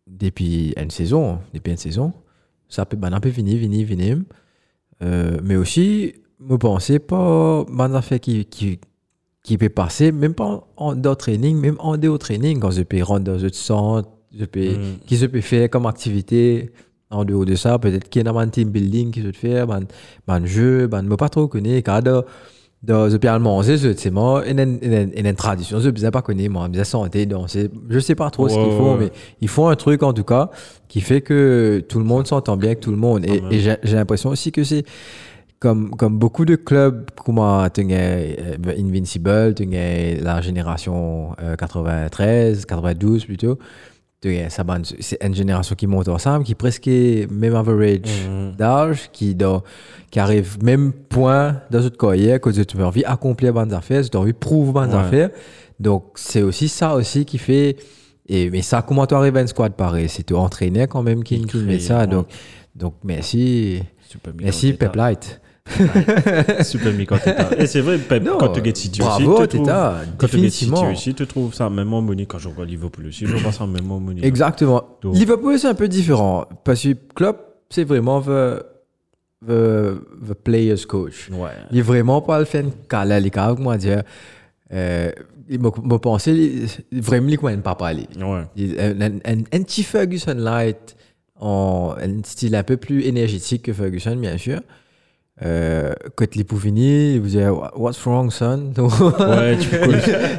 Speaker 1: depuis une saison, depuis une saison, ça peut, ben, un peu fini, fini, fini. Euh, mais aussi, me penser pas, ben, un fait qui, qui, qui peut passer, même pas en, en dehors training, même en dehors training, quand je peux rentrer dans un centre, je peux
Speaker 2: Mm.
Speaker 1: qui se peut faire comme activité en dehors de ça, peut-être qu'il y a un team building qui se peut faire, un jeu, ben, je pas trop connaître, car dans dans le pays allemand, c'est ça, c'est moi, et une- et une et une tradition, je ne pas connaître, moi, je santé, donc c'est- je sais pas trop ce
Speaker 2: Ouais,
Speaker 1: qu'ils
Speaker 2: ouais,
Speaker 1: font,
Speaker 2: ouais.
Speaker 1: mais ils font un truc en tout cas qui fait que tout le monde s'entend bien avec tout le monde. Et,
Speaker 2: Quand même.
Speaker 1: et j'ai j'ai l'impression aussi que c'est comme, comme beaucoup de clubs, comme euh, tu as, euh, Invincible, tu as la génération euh, 93, 92 plutôt, tu as Saban, c'est une génération qui monte ensemble, qui presque est même average
Speaker 2: Mhm.
Speaker 1: d'âge, qui, dans- qui arrive même point dans notre carrière, que tu as envie d'accomplir bonnes affaires, tu as envie de prouver bonnes
Speaker 2: Ouais.
Speaker 1: affaires. Donc, c'est aussi ça aussi qui fait. Et, mais ça, comment tu arrives à une squad pareil C'est tu entraîner quand même qui
Speaker 2: Il
Speaker 1: qui
Speaker 2: crée,
Speaker 1: met ça.
Speaker 2: ouais.
Speaker 1: Donc, donc merci,
Speaker 2: Super Mick
Speaker 1: merci
Speaker 2: Arteta.
Speaker 1: Pep Light.
Speaker 2: *laughs* Super Mick Arteta. Et c'est vrai, Pep,
Speaker 1: Non, euh,
Speaker 2: quand tu gagnes City aussi,
Speaker 1: bravo,
Speaker 2: tu trouves-
Speaker 1: Arteta,
Speaker 2: quand tu gagnes City
Speaker 1: définitivement.
Speaker 2: aussi, tu trouves ça même en monnaie. Quand je regarde Liverpool aussi, je vois ça même en monnaie.
Speaker 1: Exactement.
Speaker 2: Donc-
Speaker 1: Liverpool, c'est un peu différent. Parce que Klopp, c'est vraiment the, the, the player's coach.
Speaker 2: Ouais.
Speaker 1: Il est vraiment pas le fan calé, les gars, comment dire. Euh, il m'a m'a pensé, il- vraiment, il connaît pas parler.
Speaker 2: Ouais.
Speaker 1: Il- Un, un, un, un petit Ferguson light, en, un style un peu plus énergétique que Ferguson, bien sûr. Euh, quand il pour finir, il vous dit What's wrong, son? *laughs* Donc,
Speaker 2: Ouais, tu
Speaker 1: *laughs*
Speaker 2: peux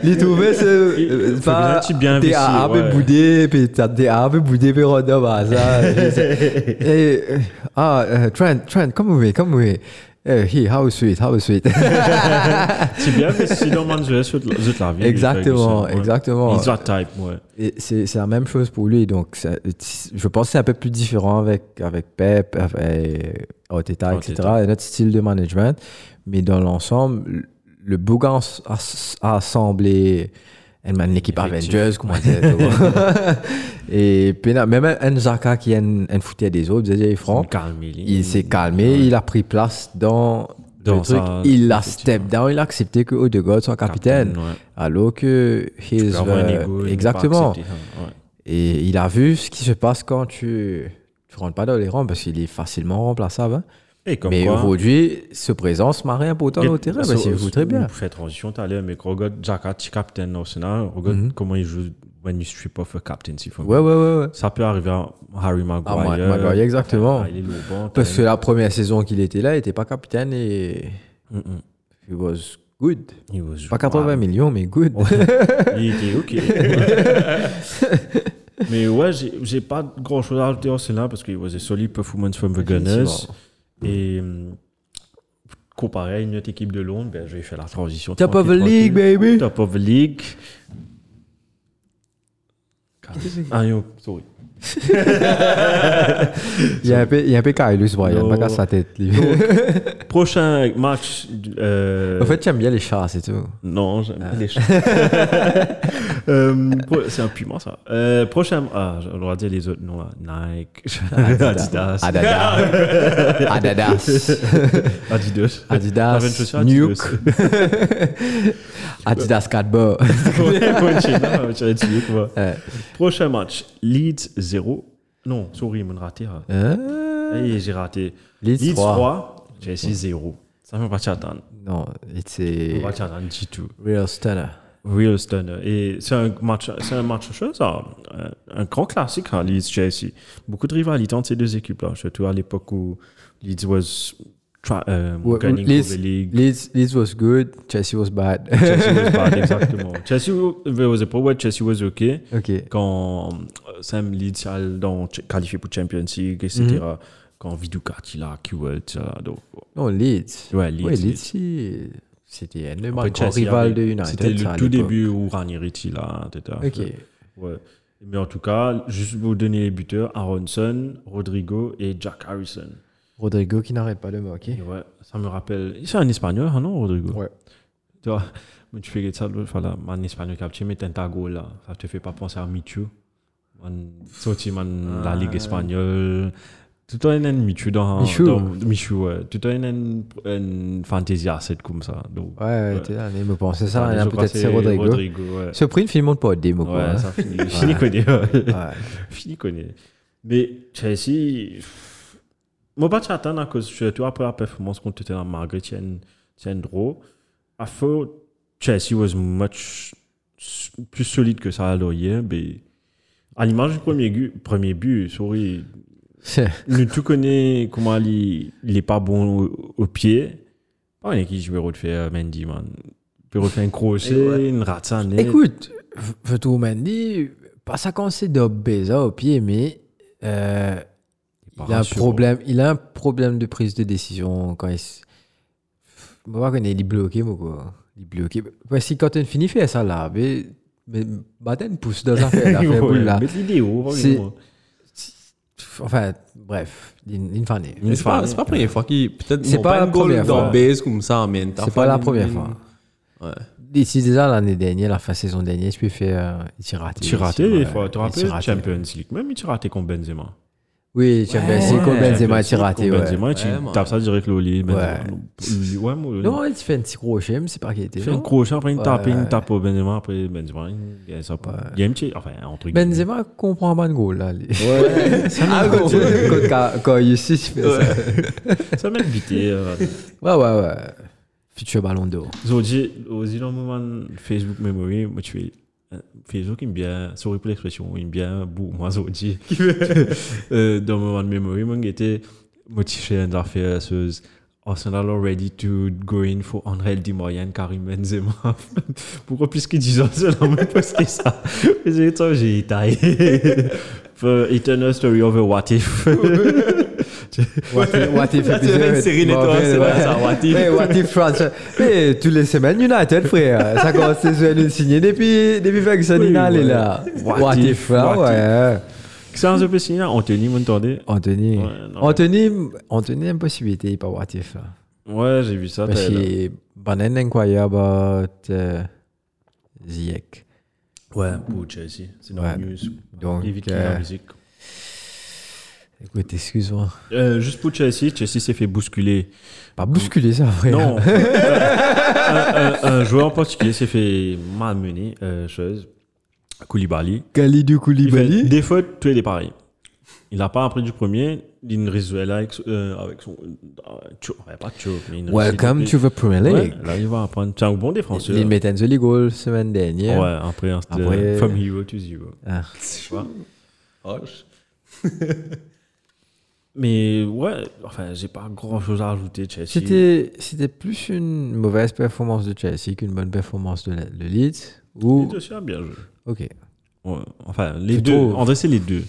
Speaker 1: il trouvait ce.
Speaker 2: Il-
Speaker 1: euh,
Speaker 2: Ferguson, tu bien
Speaker 1: T'es
Speaker 2: investi,
Speaker 1: arabe
Speaker 2: ouais.
Speaker 1: boudé, puis t'as des arabes boudé, puis Roda, bah ça. je
Speaker 2: *laughs*
Speaker 1: sais. Et. euh, Ah, euh, Trent, Trent, come with me, come with me. Euh, he, how sweet, how sweet.
Speaker 2: C'est bien, mais c'est dans Manzuet, c'est de la
Speaker 1: *laughs*
Speaker 2: vie.
Speaker 1: Exactement,
Speaker 2: Ferguson, ouais.
Speaker 1: exactement.
Speaker 2: It's that type, ouais.
Speaker 1: Et c'est c'est la même chose pour lui. Donc, ça- je pense que c'est un peu plus différent avec, avec Pep, avec Arteta, etc.
Speaker 2: Arteta.
Speaker 1: Et notre style de management. Mais dans l'ensemble, le Bougan s- a, s- a assemblé elle mène l'équipe
Speaker 2: Effectif.
Speaker 1: Avengers, comment dire. tu
Speaker 2: *laughs*
Speaker 1: vois. et puis, là, même un- un Zaka qui est un, un foutu des autres, vous savez, franc,
Speaker 2: Carmilly.
Speaker 1: il s'est calmé, il a pris place dans,
Speaker 2: Dans
Speaker 1: le truc.
Speaker 2: sa-
Speaker 1: il a
Speaker 2: effectivement.
Speaker 1: step down, il a accepté que Odegaard soit capitaine.
Speaker 2: Ouais.
Speaker 1: Alors que
Speaker 2: Tu
Speaker 1: his,
Speaker 2: peux avoir un
Speaker 1: euh,
Speaker 2: ego et ne pas
Speaker 1: exactement.
Speaker 2: accepter ça, ouais.
Speaker 1: Et il a vu ce qui se passe quand tu tu rentres pas dans les rangs parce qu'il est facilement remplaçable. hein.
Speaker 2: Et comme
Speaker 1: Mais
Speaker 2: quoi,
Speaker 1: aujourd'hui, ce présence m'a rien pour autant
Speaker 2: Get-
Speaker 1: au terrain.
Speaker 2: so-
Speaker 1: Bah, c'est vous
Speaker 2: so-
Speaker 1: très bien.
Speaker 2: Vous faites transition, tout à l'heure, mais regarde Jaka, petit capitaine d'Arsenal, regarde
Speaker 1: Mhm.
Speaker 2: comment il joue when you strip off a captaincy from
Speaker 1: Ouais, ouais,
Speaker 2: him.
Speaker 1: ouais. ouais.
Speaker 2: Ça peut arriver à Harry Maguire.
Speaker 1: Ah, Ma- Maguire, exactement.
Speaker 2: Ah, il est lourd, bon,
Speaker 1: Parce que
Speaker 2: t'as-
Speaker 1: la première saison qu'il était là, il était pas capitaine et
Speaker 2: Mhm.
Speaker 1: he was good.
Speaker 2: Il was-
Speaker 1: Pas 80
Speaker 2: Ouais.
Speaker 1: millions, mais good.
Speaker 2: Ah, Il était ok. mais ouais, j'ai j'ai pas grand chose à ajouter à Arsenal parce qu'il was a solid performance from the Gunners. Et hum, comparé à une autre équipe de Londres, ben, je vais faire la
Speaker 1: *laughs*
Speaker 2: transition.
Speaker 1: Top of the
Speaker 2: tranquille,
Speaker 1: league,
Speaker 2: tranquille.
Speaker 1: baby.
Speaker 2: Top of the league. Ah, yo, sorry.
Speaker 1: Il y a un peu, il y a un peu Karius, bro, il y a
Speaker 2: Non.
Speaker 1: pas qu'à sa tête. *laughs* lui.
Speaker 2: Prochain match. euh,
Speaker 1: En fait, j'aime bien les chats, c'est tout.
Speaker 2: non, j'aime pas les chats. Ah. *laughs* Euh, pro- c'est un piment, ça. Euh, prochain. Ah, on doit dire les autres noms. là. Nike, Adidas. *laughs*
Speaker 1: Adidas. Adidas.
Speaker 2: Adidas. La même
Speaker 1: Adidas.
Speaker 2: chaussure,
Speaker 1: Nuke.
Speaker 2: Adidas. *laughs*
Speaker 1: Adidas 4 bas.
Speaker 2: Continue, tu vas être Nuke, moi.
Speaker 1: Ouais.
Speaker 2: Prochain match. Leeds 0. Non, souris, ils m'ont raté. hein. Hey, j'ai raté.
Speaker 1: Euh. Leeds
Speaker 2: Leeds
Speaker 1: 3.
Speaker 2: 3, Chelsea 0. Ça ne va pas t'attendre.
Speaker 1: Non,
Speaker 2: Ça
Speaker 1: c'est
Speaker 2: ne va pas t'attendre du tout.
Speaker 1: Real Stunner.
Speaker 2: Real stunner. Et c'est un match, c'est un match chaud, ça. Un, un grand classique, hein, Leeds Chelsea. Beaucoup de rivalité entre ces deux équipes-là, surtout à l'époque où Leeds was try, um,
Speaker 1: Ouais,
Speaker 2: gunning
Speaker 1: Leeds-
Speaker 2: for the league.
Speaker 1: Leeds, Leeds was good, Chelsea was bad. *laughs*
Speaker 2: Chelsea was bad, exactement. Chelsea wa- was a pro, ouais, Chelsea was okay.
Speaker 1: ok.
Speaker 2: Quand euh, Sam Leeds a donc ch- qualifié pour Champions League, etc.
Speaker 1: Mm-hmm.
Speaker 2: Quand Viducat, il a QL, euh, donc
Speaker 1: Non, Leeds.
Speaker 2: Ouais, Leeds,
Speaker 1: Ouais,
Speaker 2: Leeds.
Speaker 1: Leeds, c'est- c'était un des
Speaker 2: Après,
Speaker 1: meilleurs grands
Speaker 2: Chelsea
Speaker 1: rivales de
Speaker 2: avait-
Speaker 1: United.
Speaker 2: C'était
Speaker 1: ça, à
Speaker 2: le tout
Speaker 1: l'époque.
Speaker 2: début où Ranieri était là, etc.
Speaker 1: Ok.
Speaker 2: Ouais. Mais en tout cas, juste pour vous donner les buteurs, Aronson, Rodrigo et Jack Harrison.
Speaker 1: Rodrigo qui n'arrête pas de marquer.
Speaker 2: Et ouais, ça me rappelle. C'est un espagnol, hein, non, Rodrigo
Speaker 1: Ouais.
Speaker 2: Tu vois, *laughs* mais tu fais ça, l'autre fois, là, man espagnol capté, mais t'as un tago là. Ça te fait pas penser à Michu. Man, sorti, man, la Ligue espagnole. Tout le temps, il y a Michu dans.
Speaker 1: Ah. Michu.
Speaker 2: dans- Michu, ouais. Tout le temps, il y a une- une fantasy asset comme ça. Donc, bah,
Speaker 1: Ouais, ouais, t'es là, mais me pensait ça, il y en
Speaker 2: je
Speaker 1: a
Speaker 2: crois que
Speaker 1: peut-être c'est Rodrigo.
Speaker 2: Rodrigo ouais.
Speaker 1: Ce prix ne filme pas des mots. quoi, hein.
Speaker 2: Ouais,
Speaker 1: *laughs*
Speaker 2: ça finit. Fini connaît.
Speaker 1: Ouais.
Speaker 2: *laughs* Fini connaît. Mais Chelsea, pff, moi pas t'attendre à cause surtout après la performance contre Tottenham malgré Tien Tien Draw. I thought Chelsea was much s- plus solide que ça à l'Orient, mais à l'image du premier, gu- premier but, sorry,
Speaker 1: *laughs* C'est-
Speaker 2: nous tout connaît comment il n'est pas bon au, au pied. Pas une équipe qui peut refaire euh, Mendy, man. Peut refaire un crochet, une rate ça, net.
Speaker 1: Écoute, Fatou Mendy, pas ça quand c'est de baiser au pied, mais euh,
Speaker 2: Pas
Speaker 1: il, a un
Speaker 2: rassurant.
Speaker 1: problème, il a un problème de prise de décision quand il. s- Je vois qu'on est bloqué, moi, quoi. Il est bloqué. Parce que quand on finit faire ça là, mais. Mais Baden pousse dans la
Speaker 2: *laughs*
Speaker 1: fait, la fait boule, là.
Speaker 2: Mettre l'idée haut, par
Speaker 1: C'est-
Speaker 2: exemple.
Speaker 1: Enfin, bref, une, une fanée.
Speaker 3: Mais C'est pas, c'est pas la première fois qu'il. Peut-être
Speaker 1: C'est
Speaker 3: bon,
Speaker 1: pas la
Speaker 3: une goal
Speaker 1: première
Speaker 3: dans
Speaker 1: fois.
Speaker 3: base comme ça, mais t'as
Speaker 1: C'est
Speaker 3: fait
Speaker 1: pas la
Speaker 3: une-
Speaker 1: première
Speaker 3: une-
Speaker 1: fois.
Speaker 3: Ouais.
Speaker 1: D'ici déjà l'année dernière, la fin de saison dernière, je peux faire. Euh, il tire raté.
Speaker 2: Tu
Speaker 1: il
Speaker 2: raté
Speaker 1: tire,
Speaker 2: des
Speaker 1: euh,
Speaker 2: fois. Tu
Speaker 1: il
Speaker 2: rappelles
Speaker 1: tire raté.
Speaker 2: Champions League, même tu raté contre Benzema.
Speaker 1: Oui, Champions League, contre Benzema, il tire raté.
Speaker 2: Contre
Speaker 1: ouais.
Speaker 2: Benzema, tu
Speaker 3: Ouais, moi.
Speaker 2: tapes ça direct le lit. Benzema.
Speaker 1: Ouais.
Speaker 2: Lui, Ouais, moi,
Speaker 1: Non, il fait un petit crochet, mais c'est pas qui était.
Speaker 2: il fait
Speaker 1: non
Speaker 2: un crochet, après une
Speaker 1: Ouais.
Speaker 2: tape, une tape au Benzema, après Benzema, il y a ça. Il y a un petit, enfin, entre guillemets.
Speaker 1: Benzema comprend pas de goal là. Ouais, ah, quand, quand, quand, quand il suit, il fait ça.
Speaker 2: Ça m'a bité. euh,
Speaker 1: Ouais, ouais, ouais. Futur ballon d'or.
Speaker 2: Aujourd'hui, aujourd'hui, dans le moment Facebook Memory, moi, tu fais. euh, Facebook, il me bien, sorry pour l'expression, il me bien, bou, moi,
Speaker 3: *laughs*
Speaker 2: aujourd'hui. *laughs* Euh, dans le moment de memory, moi, j'étais motivé à faire ce Arsenal are ready to go in for André Di Marian, Karim Benzema. *laughs* Pourquoi plus qu'ils disent Arsenal, même parce que
Speaker 3: *laughs*
Speaker 2: ça. Mais c'est ça, j'ai taillé. For Eternal Story of a What
Speaker 3: *laughs*
Speaker 2: If. *laughs*
Speaker 1: What if, what if
Speaker 3: Là, tu avais une série d'étoiles, c'est vrai, ça, what if.
Speaker 1: Mais what if France. Mais toutes les semaines, United, frère. Ça commence les semaines signer depuis, depuis Ferguson,
Speaker 2: Oui,
Speaker 1: il est
Speaker 2: ouais.
Speaker 1: là.
Speaker 2: What
Speaker 1: What,
Speaker 2: if,
Speaker 1: if, ah,
Speaker 2: what
Speaker 1: ouais.
Speaker 2: Ça, un peu signé, Anthony, vous m'entendez?
Speaker 1: Anthony.
Speaker 2: Ouais, non,
Speaker 1: Anthony, Anthony, impossibilité, il est pas what if, là.
Speaker 2: Ouais, j'ai vu ça.
Speaker 1: Parce
Speaker 2: t'as-
Speaker 1: que, banane incroyable, euh, Ziyech.
Speaker 2: Ouais, pour Chelsea. C'est dans
Speaker 1: Ouais.
Speaker 2: la news.
Speaker 1: Donc,
Speaker 2: Évite
Speaker 1: euh,
Speaker 2: la musique.
Speaker 1: Écoute, excuse-moi.
Speaker 2: Euh, juste pour Chelsea, Chelsea s'est
Speaker 1: *laughs*
Speaker 2: fait bousculer.
Speaker 1: Pas bousculer ça, frère.
Speaker 2: Non. Euh, un, un- un joueur en particulier s'est fait malmener, euh, chose. Koulibaly.
Speaker 1: Khalidou
Speaker 2: Il fait
Speaker 1: Koulibaly.
Speaker 2: des fautes, tous les pareils. Il n'a pas appris du premier. Il ne résout avec, euh, avec son. euh, Tcho- ouais, pas Tcho, mais il ne
Speaker 1: Welcome
Speaker 2: résout
Speaker 1: to the Premier
Speaker 2: plus.
Speaker 1: League.
Speaker 2: Ouais, là, il va apprendre. C'est un bon défenseur.
Speaker 1: Il met un joli goal semaine dernière.
Speaker 2: Ouais, après, un style, euh,
Speaker 1: Après-
Speaker 2: From hero to zero.
Speaker 1: Ah.
Speaker 2: Tu vois Mais ouais, enfin, j'ai pas grand chose à ajouter, Chelsea.
Speaker 1: C'était, c'était plus une mauvaise performance de Chelsea qu'une bonne performance de, la- de Leeds. Ou...
Speaker 2: Les deux, c'est bien joué.
Speaker 1: Ok.
Speaker 2: Ouais, enfin, les
Speaker 1: Plutôt-
Speaker 2: deux. En vrai, c'est les deux.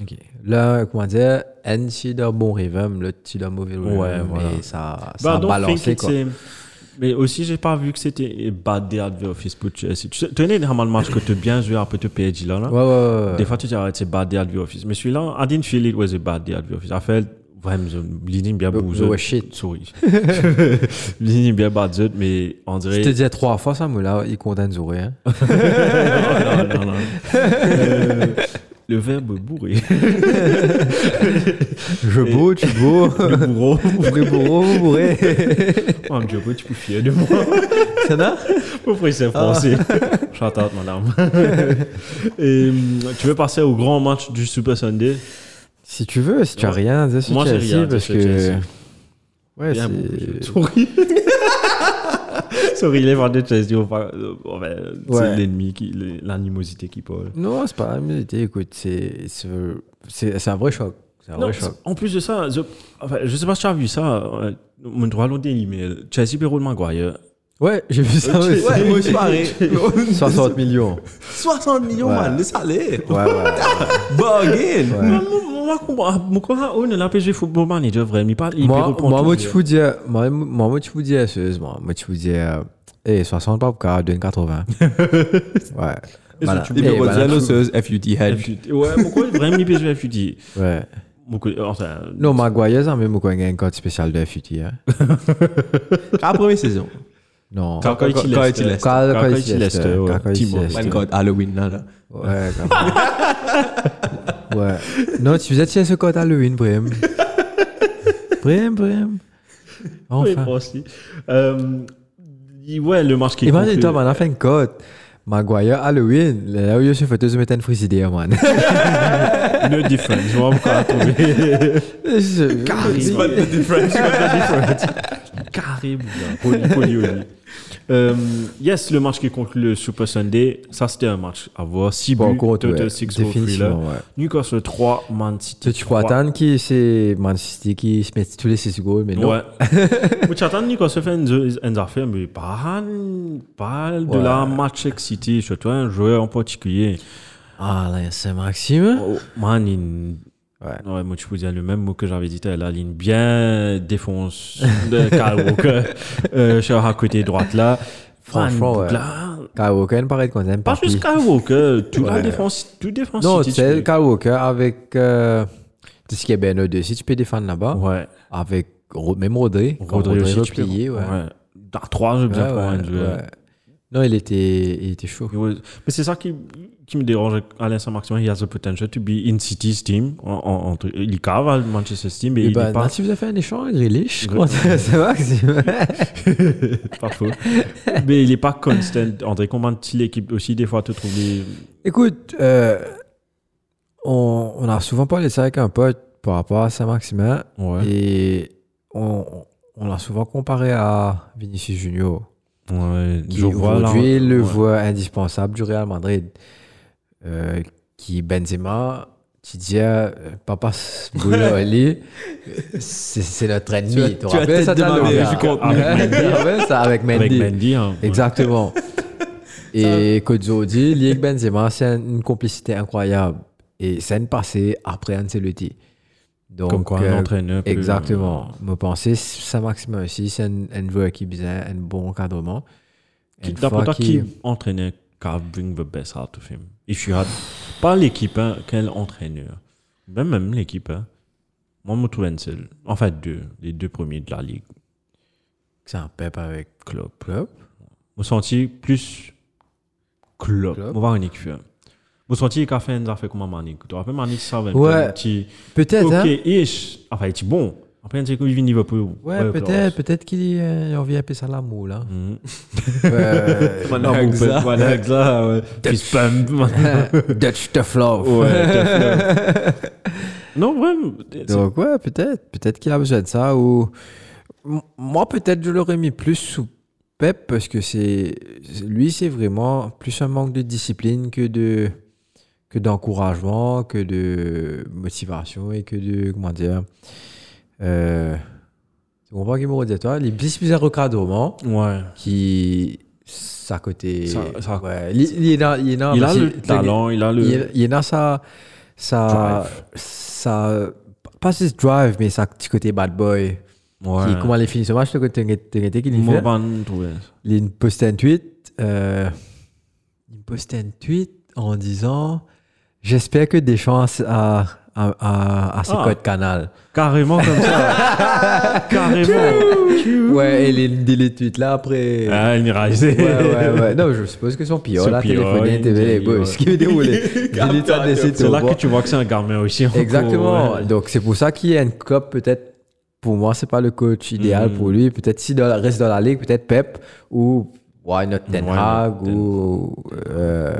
Speaker 1: ok. Là, comment dire, un petit d'un bon rhythm, l'autre petit d'un mauvais rhythm.
Speaker 2: Ouais, voilà.
Speaker 1: Et ça, ça
Speaker 2: Bah,
Speaker 1: a
Speaker 2: don't think
Speaker 1: balancé
Speaker 2: it's
Speaker 1: quoi.
Speaker 2: a- Mais aussi, j'ai pas vu que c'était bad day office pour Chelsea. Tu sais, tu connais normalement match que tu bien joué après te PSG là, là.
Speaker 1: Ouais, ouais, ouais. ouais.
Speaker 2: Des fois, tu dis, ah, c'est bad day at the office. Mais celui-là, I didn't feel it was a bad day at the office. I felt, vraiment, l'idée bien
Speaker 1: Oh,
Speaker 2: bouseux.
Speaker 1: ouais, shit.
Speaker 2: *laughs* Souris. L'idée bien badzeut, mais on
Speaker 1: Je te
Speaker 2: dirait.
Speaker 1: disais trois fois ça, mais là, il condamne Zouré.
Speaker 2: *laughs*
Speaker 1: Hein.
Speaker 2: non, *laughs* non, non, non. Euh, le verbe bourré. *laughs*
Speaker 1: Je beau, tu
Speaker 2: *laughs*
Speaker 1: beau.
Speaker 2: Le bourreau.
Speaker 1: Bourré, bourreau, bourré.
Speaker 2: Oh, Dieu, tu peux fier de moi. *laughs*
Speaker 1: Ça va
Speaker 2: Pourquoi c'est français
Speaker 1: Ah.
Speaker 2: *laughs* Shout out, madame. Et, hum, tu veux passer au grand match du Super Sunday
Speaker 1: Si tu veux, si tu as
Speaker 2: Ouais.
Speaker 1: rien à dire sur
Speaker 2: Moi, j'ai
Speaker 1: Chelsea,
Speaker 2: rien à dire
Speaker 1: parce
Speaker 2: sur
Speaker 1: que.
Speaker 2: Chelsea.
Speaker 1: Ouais,
Speaker 2: Bien,
Speaker 1: c'est-
Speaker 2: *laughs* Sorry. Sorry, les fans de Chelsea, on va- on va-
Speaker 1: Ouais.
Speaker 2: c'est l'ennemi, qui- l'animosité qui parle.
Speaker 1: Non, c'est pas la vérité, écoute, c'est- c'est c'est- c'est un vrai choc. C'est un
Speaker 2: Non,
Speaker 1: vrai choc.
Speaker 2: en plus de ça, je, enfin, je sais pas si tu as vu ça, euh, mon droit à l'autre mais Chelsea Péroul Maguire.
Speaker 1: Ouais, j'ai vu ça aussi. *laughs*
Speaker 3: Ouais, moi aussi, pareil.
Speaker 1: 60 millions.
Speaker 3: 60 millions,
Speaker 1: Ouais.
Speaker 3: man, laisse aller.
Speaker 1: Ouais, ouais.
Speaker 3: Bargain.
Speaker 2: Moi, moi, moi, moi, moi, moi, on est là, PSG Football Manager, vraiment, il parle, *laughs* il peut
Speaker 1: moi,
Speaker 2: reprendre
Speaker 1: moi,
Speaker 2: tout,
Speaker 1: moi,
Speaker 2: je
Speaker 1: tu
Speaker 2: veux
Speaker 1: vous dis, moi, moi, moi, tu vous dis, sérieusement, moi, tu vous dis, euh, eh, 60 pas pour 42,
Speaker 2: *laughs*
Speaker 1: 80. ouais. Voilà.
Speaker 2: tu
Speaker 1: Eh,
Speaker 2: peux
Speaker 3: Et puis,
Speaker 1: voilà,
Speaker 3: Bozziano,
Speaker 1: tu-
Speaker 3: c'est FUT
Speaker 2: dire.
Speaker 3: head.
Speaker 2: FUT. Ouais, pourquoi vraiment il peut jouer FUT
Speaker 1: Ouais.
Speaker 2: Beaucoup- euh, Enfin,
Speaker 1: Non, Maguire, ça, même, quoi, il y a un code spécial de FUT,
Speaker 2: *laughs*
Speaker 1: hein.
Speaker 3: À première saison.
Speaker 1: Non.
Speaker 2: Quand- quand-
Speaker 3: Quand-
Speaker 2: quand-
Speaker 3: quand
Speaker 2: quand-
Speaker 3: est-il est-
Speaker 1: Quand- quand
Speaker 2: Kakai
Speaker 1: il s'y
Speaker 2: Leicester,
Speaker 1: est,
Speaker 2: ouais.
Speaker 1: quand il s'y
Speaker 2: Timo.
Speaker 1: est.
Speaker 3: Man, God, Halloween, là, là.
Speaker 1: Ouais, grave. Ouais. Non, tu faisais tiens ce code Halloween, Brem. Brem, Brem.
Speaker 2: *laughs* Oui,
Speaker 1: Enfin.
Speaker 2: moi aussi. Euh, il- ouais, le match qui est
Speaker 1: Imagine-toi,
Speaker 2: conclu-
Speaker 1: man, on a fait un code. Maguire Halloween. Là où je suis fait, je mettre une frigidaire,
Speaker 2: *laughs*
Speaker 1: man.
Speaker 2: No difference. Je vois pourquoi on a trouvé.
Speaker 1: Je-
Speaker 2: Carrément.
Speaker 3: the difference.
Speaker 2: Carrément. Poli, poli, poli. Euh, yes, le match qui conclut le Super Sunday, ça c'était un match à voir. 6
Speaker 1: Bon,
Speaker 2: buts,
Speaker 1: contre, ouais,
Speaker 2: total 6 goals thriller.
Speaker 1: définitivement, ouais.
Speaker 2: Newcastle 3, Man City
Speaker 1: Tu, tu crois
Speaker 2: 3.
Speaker 1: attendre qui c'est Man City qui se met tous les 6 goals, mais non.
Speaker 2: Ouais. *laughs* Mais tu attends Newcastle fait une, une affaire, mais pas, pas de la match avec City, surtout un joueur en particulier.
Speaker 1: Ah, là, c'est Maxime.
Speaker 2: Oh, man, il-
Speaker 1: Ouais.
Speaker 2: Ouais, moi, tu peux dire le même mot que j'avais dit, la ligne bien défonce de Kyle
Speaker 1: *laughs*
Speaker 2: Walker, euh, sur à côté droite là.
Speaker 1: Franchement,
Speaker 2: Man,
Speaker 1: ouais.
Speaker 2: là,
Speaker 1: Kyle Walker, il paraît qu'on aime
Speaker 2: Pas
Speaker 1: pas.
Speaker 2: juste Kyle Walker, tout la défense, tout défense.
Speaker 1: Non, tu
Speaker 2: City, tu
Speaker 1: sais,
Speaker 2: peux-
Speaker 1: Kyle Walker avec. euh, Tout ce qui est Ben O2, si tu peux défendre là-bas.
Speaker 2: Ouais,
Speaker 1: Avec Ro- même Rodri. quand
Speaker 2: Rodri aussi, tu peux-
Speaker 1: replié, ouais.
Speaker 2: ouais. Dans trois jeux,
Speaker 1: Ouais,
Speaker 2: bien pour un
Speaker 1: ouais,
Speaker 2: joueur.
Speaker 1: ouais. Non, il était, il était chaud.
Speaker 2: He was- Mais c'est ça qui, qui me dérange avec Alain Saint-Maximin. He has the potential to be in City's team. En, en- entre- il cave à Manchester City, mais
Speaker 1: Et
Speaker 2: il n'est
Speaker 1: ben,
Speaker 2: pas,
Speaker 1: Natif a fait un échange, Grealish,
Speaker 2: Gre-
Speaker 1: comment ça *laughs* ça va, Maxime
Speaker 2: pas faux. mais il n'est pas constant. André, comment tu l'équipe aussi, des fois, te trouve des-
Speaker 1: Écoute, euh, on, on a souvent parlé de ça avec un pote par rapport à Saint-Maximin.
Speaker 2: Ouais.
Speaker 1: Et on, on l'a souvent comparé à Vinicius Junior,
Speaker 2: Ouais,
Speaker 1: qui
Speaker 2: je vois là.
Speaker 1: aujourd'hui est le
Speaker 2: ouais.
Speaker 1: voix indispensable du Real Madrid, euh, qui Benzema, qui dit euh, Papa Bruno Ali, c'est c'est notre
Speaker 3: Tu as-
Speaker 1: ennemi. te
Speaker 3: tu as
Speaker 1: rappelles ça,
Speaker 3: tête
Speaker 1: t'as
Speaker 3: de ma
Speaker 1: le
Speaker 3: mère,
Speaker 1: regard.
Speaker 3: je compte.
Speaker 1: Ouais, *laughs* tu te rappelles ça avec
Speaker 2: Avec
Speaker 1: Mendy.
Speaker 2: Mendy. hein, ouais.
Speaker 1: Exactement. Et Kozo dit, lié avec Benzema, c'est un- une complicité incroyable. Et scène passée après Ancelotti. Donc,
Speaker 2: Comme quoi,
Speaker 1: euh,
Speaker 2: un entraîneur. peut-
Speaker 1: Exactement. Me penser, ça maximum aussi, c'est un, un joueur qui a un bon encadrement.
Speaker 2: Qui,
Speaker 1: Une
Speaker 2: d'après
Speaker 1: fois
Speaker 2: toi,
Speaker 1: qu'il-
Speaker 2: qui entraîneur can bring the best out of him? If you had, pas l'équipe, hein, quel entraîneur? Même, même l'équipe, hein. Moi, je me trouve un seul. En fait, deux. Les deux premiers de la ligue.
Speaker 1: C'est un pep avec
Speaker 2: Klopp.
Speaker 1: Klopp.
Speaker 2: Je me senti plus Klopp.
Speaker 1: Klopp.
Speaker 2: On va voir une équipe. hein. Je me senti qu'il a fait une affaire comme un Manic. Tu te rappelles Manic, ça, avec
Speaker 1: Ouais.
Speaker 2: un petit,
Speaker 1: Peut-être,
Speaker 2: ok,
Speaker 1: hein.
Speaker 2: ish. Enfin, il était bon. Après, il dit qu'il vient Liverpool.
Speaker 1: Ouais, peut-être, peut-être qu'il euh, on vient appeler ça l'amour, là.
Speaker 2: Mhm.
Speaker 1: Euh,
Speaker 2: *laughs* Non, vous pouvez- voilà, Hexa, ouais. Fist *laughs* pump.
Speaker 1: *laughs* Dutch tough love. *laughs*
Speaker 2: non, vraiment. c'est-
Speaker 1: Donc ouais, peut-être, peut-être qu'il a besoin de ça ou M- moi peut-être je l'aurais mis plus sous Pep parce que c'est lui c'est vraiment plus un manque de discipline que de que d'encouragement, que de motivation et que de comment dire. Euh, tu comprends qu'il me dit toi, les plus plus un recadrement
Speaker 2: Ouais.
Speaker 1: qui ça côté.
Speaker 2: Ça- ça-
Speaker 1: ouais, il, il est dans- il est dans-
Speaker 2: Il a
Speaker 1: Ah, ben, c'est-
Speaker 2: le talent, il a le.
Speaker 1: il, il y en a ça, ça,
Speaker 2: Drive.
Speaker 1: ça, pas juste drive, mais ça petit côté bad boy.
Speaker 2: Ouais.
Speaker 1: Qui- comment elle finit ce match Tu as qu'il y
Speaker 2: Moi, bah.
Speaker 1: fait
Speaker 2: pas en tout, ouais.
Speaker 1: Il a posté un tweet. euh, il postait un tweet en disant J'espère que Deschamps a, a, a, a ses
Speaker 2: Ah.
Speaker 1: codes canal.
Speaker 2: Carrément comme ça.
Speaker 1: *laughs*
Speaker 2: Carrément.
Speaker 1: Ouais, et les, les- les tweets là après.
Speaker 2: Ah, il réalisait.
Speaker 1: Ouais, ouais,
Speaker 2: *laughs*
Speaker 1: ouais. Non, je suppose que son pire,
Speaker 2: Son
Speaker 1: là,
Speaker 2: pire,
Speaker 1: téléphoné,
Speaker 2: il
Speaker 1: TV,
Speaker 2: dit,
Speaker 1: bon,
Speaker 2: ouais.
Speaker 1: ce qui est
Speaker 2: *laughs*
Speaker 1: déroulé. J'ai dit ça, des sites
Speaker 2: C'est
Speaker 1: au
Speaker 2: là
Speaker 1: bois.
Speaker 2: que tu vois que c'est un gamin aussi. en gros,
Speaker 1: Exactement.
Speaker 2: ouais.
Speaker 1: Donc c'est pour ça qu'il y a une cop peut-être. Pour moi, c'est pas le coach idéal
Speaker 2: Mhm.
Speaker 1: pour lui. Peut-être s'il doit- reste dans la ligue, peut-être Pep ou why not Ten
Speaker 2: Why not
Speaker 1: Hag
Speaker 2: Ten-
Speaker 1: ou euh,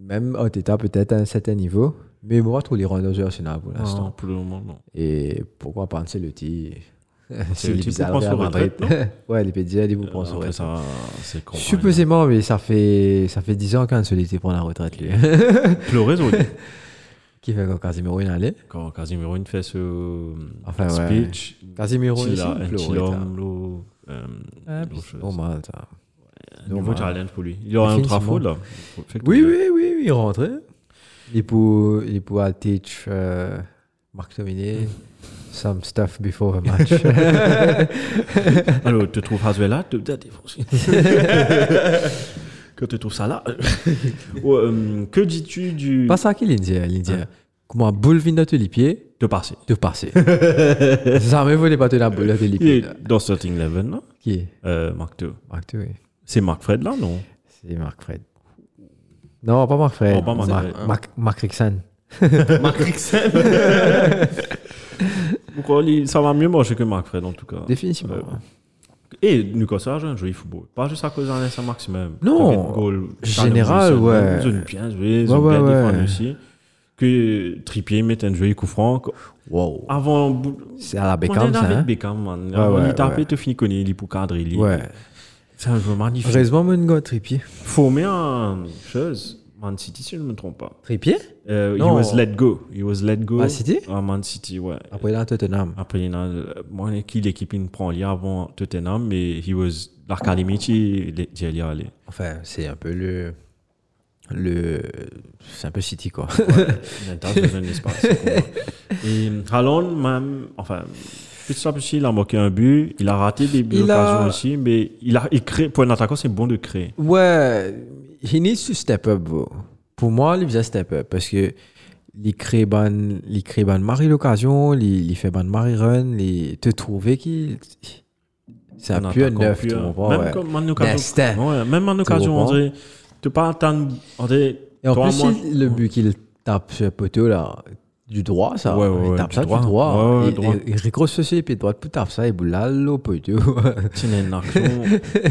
Speaker 1: même Oteta peut-être à un certain niveau. Mais moi, tous les rendez Arsenal pour
Speaker 2: Non,
Speaker 1: l'instant.
Speaker 2: pour le moment, non.
Speaker 1: Et pourquoi pas Ancelotti *laughs* C'est
Speaker 2: Ancelotti
Speaker 1: bizarre.
Speaker 2: pour prendre
Speaker 1: Real
Speaker 2: son
Speaker 1: Madrid. *laughs* ouais, les PDG, ils vous
Speaker 2: Euh, Après,
Speaker 1: prendre son retraite.
Speaker 2: ça, c'est con.
Speaker 1: Supposément, mais ça fait ça fait 10 ans qu'Ancelotti prend la retraite lui. *laughs*
Speaker 2: Pleurer, ils ont dit.
Speaker 1: Qui fait quand Casemiro il est allé.
Speaker 2: Quand Casimiro il fait ce
Speaker 1: Ah, Enfin, ouais.
Speaker 2: speech,
Speaker 1: Casemiro il
Speaker 2: il
Speaker 1: est
Speaker 2: a un
Speaker 1: allé,
Speaker 2: petit
Speaker 1: Florida.
Speaker 2: homme, là, euh,
Speaker 1: Ah,
Speaker 2: l'autre chose.
Speaker 1: Normal, ça.
Speaker 2: Un nouveau
Speaker 1: normal.
Speaker 2: challenge pour lui. Il aura un
Speaker 1: Définitivement.
Speaker 2: trafo là.
Speaker 1: Oui, oui, oui, oui, il rentrait. Il pour, il pour teach euh, Marc Dominé some stuff before a
Speaker 2: *laughs*
Speaker 1: match. *laughs*
Speaker 2: Alors, tu trouves Hazuela, tu
Speaker 1: *laughs*
Speaker 2: te défoncer. Quand tu trouves ça là. *laughs* Ouais, euh, que dis-tu du.
Speaker 1: Pas ça qu'il dit, il dit.
Speaker 2: Ah.
Speaker 1: Comment boule vient de te les pieds,
Speaker 2: De passer.
Speaker 1: de
Speaker 2: *laughs*
Speaker 1: passer. ça me voulait pas te la boule de te les
Speaker 2: Il
Speaker 1: pieds.
Speaker 2: est dans starting 11, là.
Speaker 1: Qui est
Speaker 2: Euh, Mark II.
Speaker 1: Marc Dominé.
Speaker 2: C'est Mark Fred, là, non
Speaker 1: C'est Marc Fred. Non, pas Marc Fred.
Speaker 2: Oh, pas Marc
Speaker 1: Marc,
Speaker 2: Fred.
Speaker 1: Marc, Marc Rixon.
Speaker 3: Marc Rixen.
Speaker 2: Pourquoi il- ça va mieux manger que Mark Fred, en tout cas.
Speaker 1: Définitivement.
Speaker 2: Euh, Et Newcastle a joué un joli football. Pas juste à cause d'un essai maximum.
Speaker 1: Non. Général, ouais.
Speaker 2: Ils ont bien joué, ils
Speaker 1: Ouais,
Speaker 2: ont bien
Speaker 1: ouais,
Speaker 2: défendu
Speaker 1: ouais.
Speaker 2: aussi. Que Trippier mette un joli coup franc.
Speaker 1: wow.
Speaker 2: Avant. bou-
Speaker 1: C'est à la
Speaker 2: on est
Speaker 1: Beckham, ça.
Speaker 2: avec
Speaker 1: hein?
Speaker 2: Beckham, man.
Speaker 1: Ouais, ouais,
Speaker 2: il tapait,
Speaker 1: ouais.
Speaker 2: tu finis connu, il est pour cadrer. il est-
Speaker 1: Ouais.
Speaker 2: C'est un jeu magnifique.
Speaker 1: Heureusement, Mungo, Tripier.
Speaker 2: Formé en chose, Man City, si je ne me trompe pas.
Speaker 1: Tripier
Speaker 2: Euh, he
Speaker 1: Non.
Speaker 2: was let go. He was let go.
Speaker 1: Man City
Speaker 2: À Man City, ouais.
Speaker 1: Après, il est à Tottenham.
Speaker 2: Après, il y en a, euh, moi, qui l'équipe il me prend lié avant Tottenham, mais he was l'académie, il est il est allé.
Speaker 1: Enfin, c'est un peu le. le c'est un peu City, quoi.
Speaker 2: Nathan, je donne l'espace, c'est pour moi.
Speaker 1: *laughs*
Speaker 2: Et Haaland, même, enfin, petit à petit, il a manqué un but, il a raté des buts
Speaker 1: Il a-
Speaker 2: d'occasion aussi, mais il a, il crée, pour un attaquant, c'est bon de créer.
Speaker 1: *laughs* ouais, il needs to step up, bro. Pour moi, il faisait step up parce que il crée ban, il crée ban Marie l'occasion, il il fait ban Marie run, il te trouver qu'il. C'est un pur
Speaker 2: attaquant
Speaker 1: neuf, tu
Speaker 2: pur.
Speaker 1: comprends,
Speaker 2: hein. Même
Speaker 1: ouais.
Speaker 2: comme en occasion.
Speaker 1: Nasty.
Speaker 2: ouais, même en occasion,
Speaker 1: comprends.
Speaker 2: André, tu pas atteindre, André,
Speaker 1: Et en
Speaker 2: toi,
Speaker 1: plus,
Speaker 2: moi,
Speaker 1: il- le
Speaker 2: *laughs*
Speaker 1: but qu'il tape sur le poteau, là, du droit, ça.
Speaker 2: Ouais, ouais,
Speaker 1: il
Speaker 2: ouais,
Speaker 1: tape
Speaker 2: du
Speaker 1: ça
Speaker 2: droit.
Speaker 1: du droit.
Speaker 2: Ouais, ouais,
Speaker 1: il,
Speaker 2: droit.
Speaker 1: il, il recroche ceci, puis droite, puis tape ça, et boule là, le poteau.
Speaker 2: Tiens, il y a une action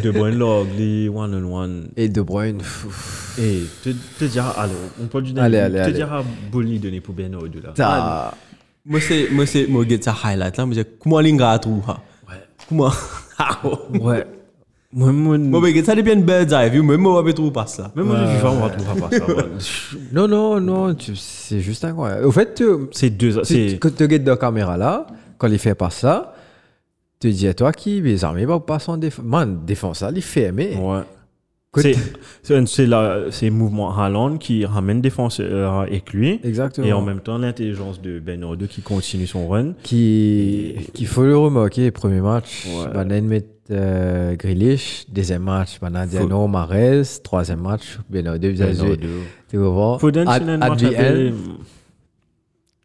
Speaker 2: de Brian Log, les one on one.
Speaker 1: et De Bruyne, pff,
Speaker 2: Et te, te dira, allez, on peut du
Speaker 1: Allez,
Speaker 2: dernier,
Speaker 1: allez,
Speaker 2: te
Speaker 1: allez.
Speaker 2: dira Bolny de pour Beno au-delà.
Speaker 1: t'as-
Speaker 3: Moi, c'est, moi, c'est, moi, get ça highlight, là. Moi, c'est, comment l'inga a trouvé, hein? Comment? Ah, ouais.
Speaker 1: Ouais.
Speaker 2: Moi, moi,
Speaker 3: Moi,
Speaker 2: même
Speaker 3: mais get ça, depuis une belle dive, you, mais moi, je vais trouver pas ça.
Speaker 2: moi, le vivant, on va trouver pas ça. ouais.
Speaker 1: *laughs* Non, non, non, tu- c'est juste incroyable. Au fait, tu-
Speaker 2: C'est deux,
Speaker 1: tu-
Speaker 2: c'est
Speaker 1: quand tu regardes dans la caméra là, quand il fait pas ça, tu dis à toi qui, les armées vont pas s'en défendre. Man, défense là, il fait aimer.
Speaker 2: Ouais.
Speaker 1: Écoute.
Speaker 2: C'est- C'est un- c'est la- c'est le mouvement Haaland qui ramène défenseur avec lui.
Speaker 1: Exactement.
Speaker 2: Et en même temps, l'intelligence de Ben Rodeux qui continue son run.
Speaker 1: Qui, qu'il faut le remarquer, premier match,
Speaker 2: Ouais.
Speaker 1: Banan met euh, Grealish, deuxième match, Banan Diano, Marez, troisième match, Benoît de
Speaker 2: Ben
Speaker 1: Vizazu,
Speaker 2: Rodeux.
Speaker 1: tu comprends?
Speaker 2: Foden,
Speaker 1: At-
Speaker 2: c'est un
Speaker 1: at
Speaker 2: match
Speaker 1: the
Speaker 2: à
Speaker 1: end,
Speaker 2: payer.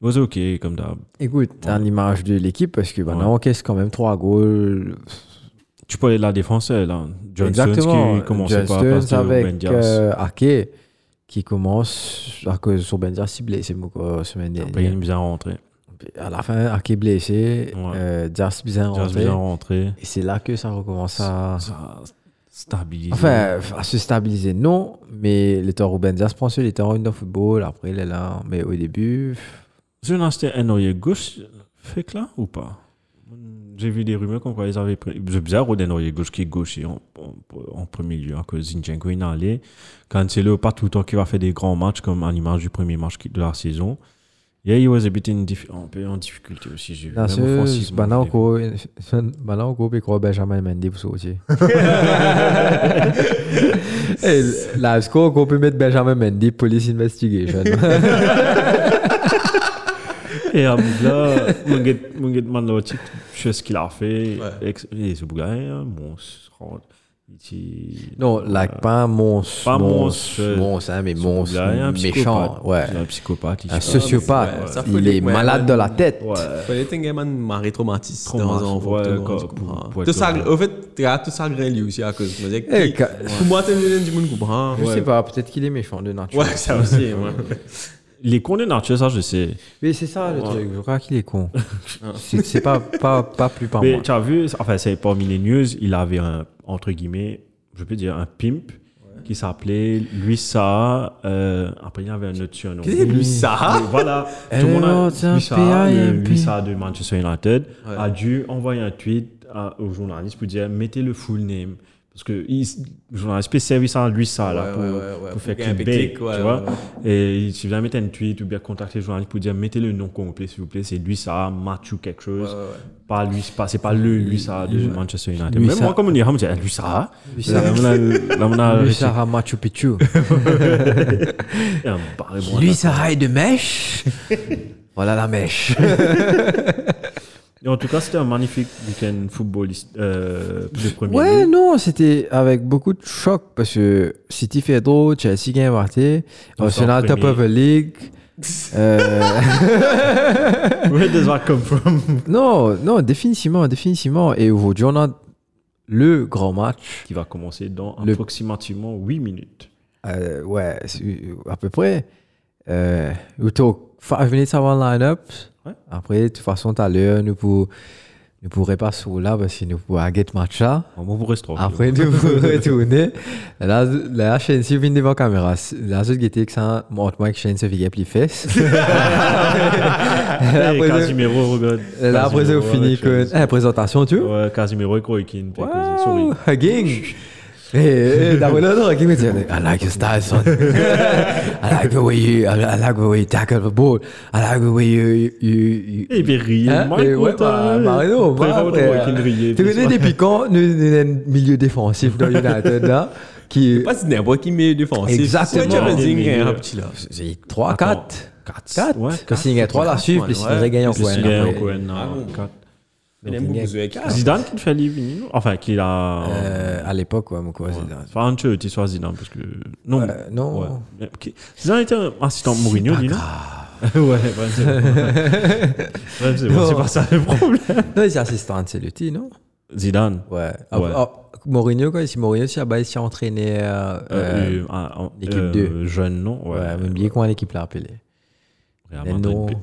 Speaker 2: Was ok, comme d'hab.
Speaker 1: Écoute, à l'image de l'équipe, parce que Banan
Speaker 2: Ouais.
Speaker 1: encaisse quand même trois goals,
Speaker 2: Tu parlais de la défense, là. Johnson
Speaker 1: Exactement.
Speaker 2: qui commençait par
Speaker 1: Johnston
Speaker 2: passer au
Speaker 1: avec
Speaker 2: Bendias.
Speaker 1: euh, Ake qui commence à cause sur Bendias il est blessé beaucoup euh, semaine
Speaker 2: Après, il est
Speaker 1: dernière.
Speaker 2: bien rentré.
Speaker 1: À la fin, Ake est blessé,
Speaker 2: Ouais.
Speaker 1: euh, Dias bien
Speaker 2: Bendias
Speaker 1: rentré.
Speaker 2: bien rentré.
Speaker 1: Et c'est là que ça recommence à,
Speaker 2: Ça stabilise.
Speaker 1: enfin, à se stabiliser. Non, mais le temps où Bendias prend sur les temps dans le football, après il est là. Mais au début,
Speaker 2: Je n'ai acheté un oreiller gauche fake là ou pas J'ai vu des rumeurs comme quoi ils avaient pris. C'est bizarre, d'un oreiller gauche qui est gaucher en, en- en premier lieu, hein, que Zinchenko il est allé. Cancelo, pas tout le temps qu'il va faire des grands matchs comme à l'image du premier match qui- de la saison. Yeah, he was a bit in dif- un peu en difficulté aussi, j'ai vu.
Speaker 1: là,
Speaker 2: Même
Speaker 1: c'est eh,
Speaker 2: offensivement,
Speaker 1: Banan
Speaker 2: je l'ai vu.
Speaker 1: encore, Banan encore, puis quoi, Benjamin Mendy pour
Speaker 2: *laughs*
Speaker 1: sortir. Et là, est-ce Eh, qu'on
Speaker 2: *laughs*
Speaker 1: qu'on peut mettre Benjamin Mendy, police investigation?
Speaker 2: Et à Mougla, *laughs* mon get- mon get man, là, tu sais ce qu'il a fait.
Speaker 3: Ouais.
Speaker 2: Ex- Et ce bouga, hein, bon, c'est grand. Il dit-
Speaker 1: Non, like, pas monstre.
Speaker 2: Pas
Speaker 1: monstre.
Speaker 2: monstre.
Speaker 1: Monstre, hein, mais
Speaker 2: ce
Speaker 1: monstre
Speaker 2: bouga, hein, euh, un
Speaker 1: méchant.
Speaker 2: psychopathe.
Speaker 1: Ouais.
Speaker 2: C'est Un psychopathe. il
Speaker 1: Un
Speaker 2: fait-
Speaker 1: sociopathe.
Speaker 3: Ouais, ça
Speaker 1: Il
Speaker 3: fout les-
Speaker 1: est
Speaker 3: ouais,
Speaker 1: malade
Speaker 3: ouais.
Speaker 1: de la tête.
Speaker 2: Ouais.
Speaker 3: Fallait que man marre traumatise
Speaker 2: Traumatise,
Speaker 3: dans un
Speaker 2: ouais,
Speaker 3: photo,
Speaker 2: quoi,
Speaker 3: tu
Speaker 2: pour-
Speaker 3: comprends.
Speaker 2: pour être
Speaker 3: Tout ça,
Speaker 2: heureux.
Speaker 3: au fait, t'as tout ça grêle lui aussi à cause. Moi, j'ai-
Speaker 1: Eh,
Speaker 3: qui-
Speaker 1: ca-
Speaker 3: Pour moi, t'es une du monde comprend.
Speaker 1: Je sais pas, peut-être qu'il est méchant de nature.
Speaker 3: Ouais, ça aussi, ouais.
Speaker 2: Il est condé naturel, ça, je sais.
Speaker 1: Mais c'est ça le truc, je crois qu'il est con. c'est c'est pas, pas, pas plus
Speaker 3: Ah,
Speaker 1: par
Speaker 2: Mais
Speaker 1: moi.
Speaker 2: tu as vu, enfin, c'est parmi les news, il avait un, entre guillemets, je peux dire, un pimp qui s'appelait Luis Saha. euh, après, il avait un autre surnom.
Speaker 3: Qu'est-ce que c'est, lui, ça?
Speaker 2: Et Voilà.
Speaker 1: Eh
Speaker 2: Tout le monde
Speaker 1: non,
Speaker 2: a.
Speaker 1: c'est un
Speaker 2: Luis Saha, le
Speaker 1: PIMP.
Speaker 2: Luis Saha de Manchester United,
Speaker 3: Ouais.
Speaker 2: a dû envoyer un tweet à- au journaliste pour dire mettez le full name. Parce que il, le journaliste peut servir ça à Luis Saha, là,
Speaker 3: Ouais,
Speaker 2: pour,
Speaker 3: ouais, ouais, ouais,
Speaker 2: pour
Speaker 3: pour
Speaker 2: faire
Speaker 3: gagner un peu de
Speaker 2: clickbait.
Speaker 3: clics,
Speaker 2: tu
Speaker 3: ouais,
Speaker 2: vois.
Speaker 3: ouais, ouais.
Speaker 2: Et si vous avez mettre un tweet ou bien contacter le journaliste pour dire mettez le nom complet, s'il vous plaît, c'est lui ça, Mathieu quelque chose.
Speaker 3: ouais, ouais.
Speaker 2: Pas lui, c'est pas, c'est pas le lui ça de Manchester United.
Speaker 1: Lui
Speaker 2: Même
Speaker 1: ça.
Speaker 2: moi, comme on dit, on me dit Ah, lui ça.
Speaker 1: Lui
Speaker 2: Là,
Speaker 1: ça.
Speaker 2: on a- là, on a
Speaker 1: Lui,
Speaker 2: réussi
Speaker 1: Sarah Machu Picchu.
Speaker 2: un barré bon.
Speaker 1: Lui, Sarah est de mèche. *laughs* voilà la mèche.
Speaker 2: Et En tout cas, c'était un magnifique week-end footballiste euh, de premier.
Speaker 1: Ouais,
Speaker 2: ligue.
Speaker 1: non, c'était avec beaucoup de choc parce que City fait drôle, Chelsea gagne Marté,
Speaker 2: Ils
Speaker 1: Arsenal
Speaker 2: sont
Speaker 1: top of the *laughs* league. Euh,
Speaker 2: Where does that come from?
Speaker 1: non, non, définitivement, définitivement. Et aujourd'hui, on a le grand match.
Speaker 2: Qui va commencer dans
Speaker 1: Le-
Speaker 2: approximativement 8 minutes.
Speaker 1: Euh, ouais, c'est- à peu près. Euh, you talk five minutes avant le line-up.
Speaker 2: Ouais.
Speaker 1: Après, de toute façon, tout à l'heure, nous pour, nous pourrons pas sur là parce que nous pourrons get match là.
Speaker 2: On vous reste tranquille.
Speaker 1: Après, nous
Speaker 2: *laughs*
Speaker 1: pourrons retourner. Là, là, Shane Sylvie devant caméra. Là, je guettais que ça, montre-moi que Shane Sylvie gap les
Speaker 2: *laughs*
Speaker 1: fesses.
Speaker 2: Eh,
Speaker 1: Après,
Speaker 2: Casimiro, regarde.
Speaker 1: Là, après,
Speaker 2: Casimiro
Speaker 1: on finit
Speaker 2: avec Chelsea.
Speaker 1: avec la Eh, présentation, tu vois. Oh,
Speaker 2: Ouais, Casimiro et Kroikin. fait que c'est- sorry.
Speaker 1: Ah, Wow, hugging. Hey, hey, that way, no, no, give me the- I like your style, son. *laughs* I like the way you, I, I like the way you tackle the ball. I like the way you, you, you-
Speaker 2: Et puis riez,
Speaker 1: Hein?
Speaker 2: Mike
Speaker 1: Mais ouais,
Speaker 2: Watt,
Speaker 1: bah,
Speaker 2: euh,
Speaker 1: Marino,
Speaker 2: après,
Speaker 1: bah,
Speaker 2: Raoul
Speaker 1: après,
Speaker 2: Joaquin
Speaker 1: euh,
Speaker 2: riait,
Speaker 1: Tu
Speaker 2: puis
Speaker 1: connais
Speaker 2: ça. *laughs*
Speaker 1: des piquants, nous, nous, nous, un milieu défensif dans United, là, qui,
Speaker 3: Pas si n'importe qui met défensif.
Speaker 1: Exactement.
Speaker 3: Ouais, tu avais dit,
Speaker 2: Ouais.
Speaker 3: un petit là.
Speaker 1: c'est 3,
Speaker 2: Attends,
Speaker 1: 4.
Speaker 2: quatre,
Speaker 1: 4?
Speaker 2: ouais,
Speaker 1: Parce qu'il y a 3 là,
Speaker 3: quatre,
Speaker 1: suivent,
Speaker 3: ouais,
Speaker 1: puis s'il
Speaker 3: ouais.
Speaker 1: y a gagné en
Speaker 2: Parce qu'il y a un
Speaker 1: Cohen.
Speaker 2: Cohen,
Speaker 3: Ah
Speaker 2: euh,
Speaker 3: bon.
Speaker 2: quatre.
Speaker 3: Il aime
Speaker 1: Donc,
Speaker 3: beaucoup
Speaker 1: il y a-
Speaker 3: jouer avec
Speaker 2: Ah. Zidane qui le fait livre, non enfin qu'il a.
Speaker 1: Euh, à l'époque, ouais, mon cousin, c'est-
Speaker 2: Enfin, un peu, tu sois Zidane parce que non.
Speaker 1: Euh, non.
Speaker 2: Ouais. Mais, ok. Zidane était un assistant de Mourinho, dis non. *laughs* ouais, bah, c'est bon.
Speaker 1: *laughs*
Speaker 2: Ouais, c'est bon, c'est pas ça le problème.
Speaker 1: Non, il est assistant de Celotti, non?
Speaker 2: Zidane.
Speaker 1: Ouais.
Speaker 2: Ouais.
Speaker 1: Ah, ah, Mourinho, quoi, si Mourinho, si, ah, bah, il s'est entraîné. euh, euh,
Speaker 2: Euh, ah, en-
Speaker 1: l'équipe
Speaker 2: euh,
Speaker 1: deux.
Speaker 2: Jeune, non.
Speaker 1: ouais, mais bien comment l'équipe l'a appelé.
Speaker 2: Real
Speaker 1: Mais
Speaker 2: Madrid,
Speaker 1: non.
Speaker 2: euh,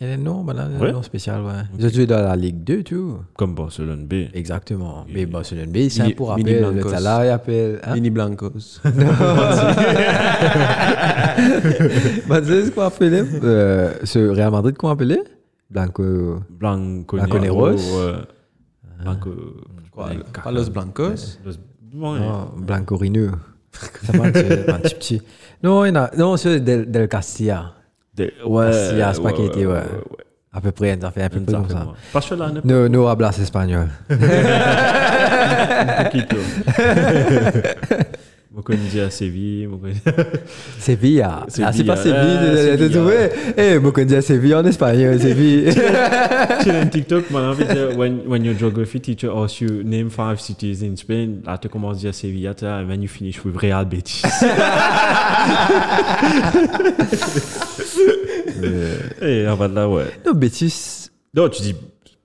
Speaker 1: Elle est non, madame, elle
Speaker 2: Ouais.
Speaker 1: est non spéciale, ouais. Ils ont joué dans la Ligue 2, tu vois.
Speaker 2: Comme Barcelone B.
Speaker 1: Exactement.
Speaker 2: Oui.
Speaker 1: Mais bon, c'est une B, c'est un
Speaker 3: Mini-
Speaker 1: pour
Speaker 3: Mini
Speaker 1: appel, le
Speaker 3: Blancos.
Speaker 1: Tala, il appelle. Hein?
Speaker 3: Mini Blancos.
Speaker 1: Bah, tu sais ce qu'on appelait euh, Ce Real Madrid qu'on appelait Blanco. Euh,
Speaker 2: Blanco
Speaker 1: Blanconeros.
Speaker 2: Blanco.
Speaker 3: Quoi,
Speaker 2: Ouais,
Speaker 3: Pas Los Blancos.
Speaker 2: Los- Ouais.
Speaker 1: Non, Blanco Rino. Ça va, c'est *laughs* un petit petit. Non, il y en a. Non, c'est Del, Del Castilla.
Speaker 2: Des-
Speaker 1: Castilla, c'est pas qui était, ouais.
Speaker 2: ouais.
Speaker 1: À peu près, ça fait un peu près comme ça.
Speaker 2: Exactement. Parce que là, ne
Speaker 1: No, no hablas *laughs* espagnol.
Speaker 2: Quito. *laughs* Vous connaissez à Séville, vous connaissez- *laughs*
Speaker 1: Sevilla. Ah, c'est
Speaker 2: Sevilla.
Speaker 1: pas Séville,
Speaker 2: Ah,
Speaker 1: euh, t'as
Speaker 2: Sevilla.
Speaker 1: trouvé Eh, moi, quand je dis Séville en espagnol, Séville.
Speaker 2: Sur un TikTok, mon ami disait, when, when your geography teacher asks you name five cities in Spain, là tu commences à dire Sevilla, tu sais, and then you finish with Real *laughs* Betis. Et en bas de là, ouais.
Speaker 1: *laughs* Non, Betis.
Speaker 2: Non, tu dis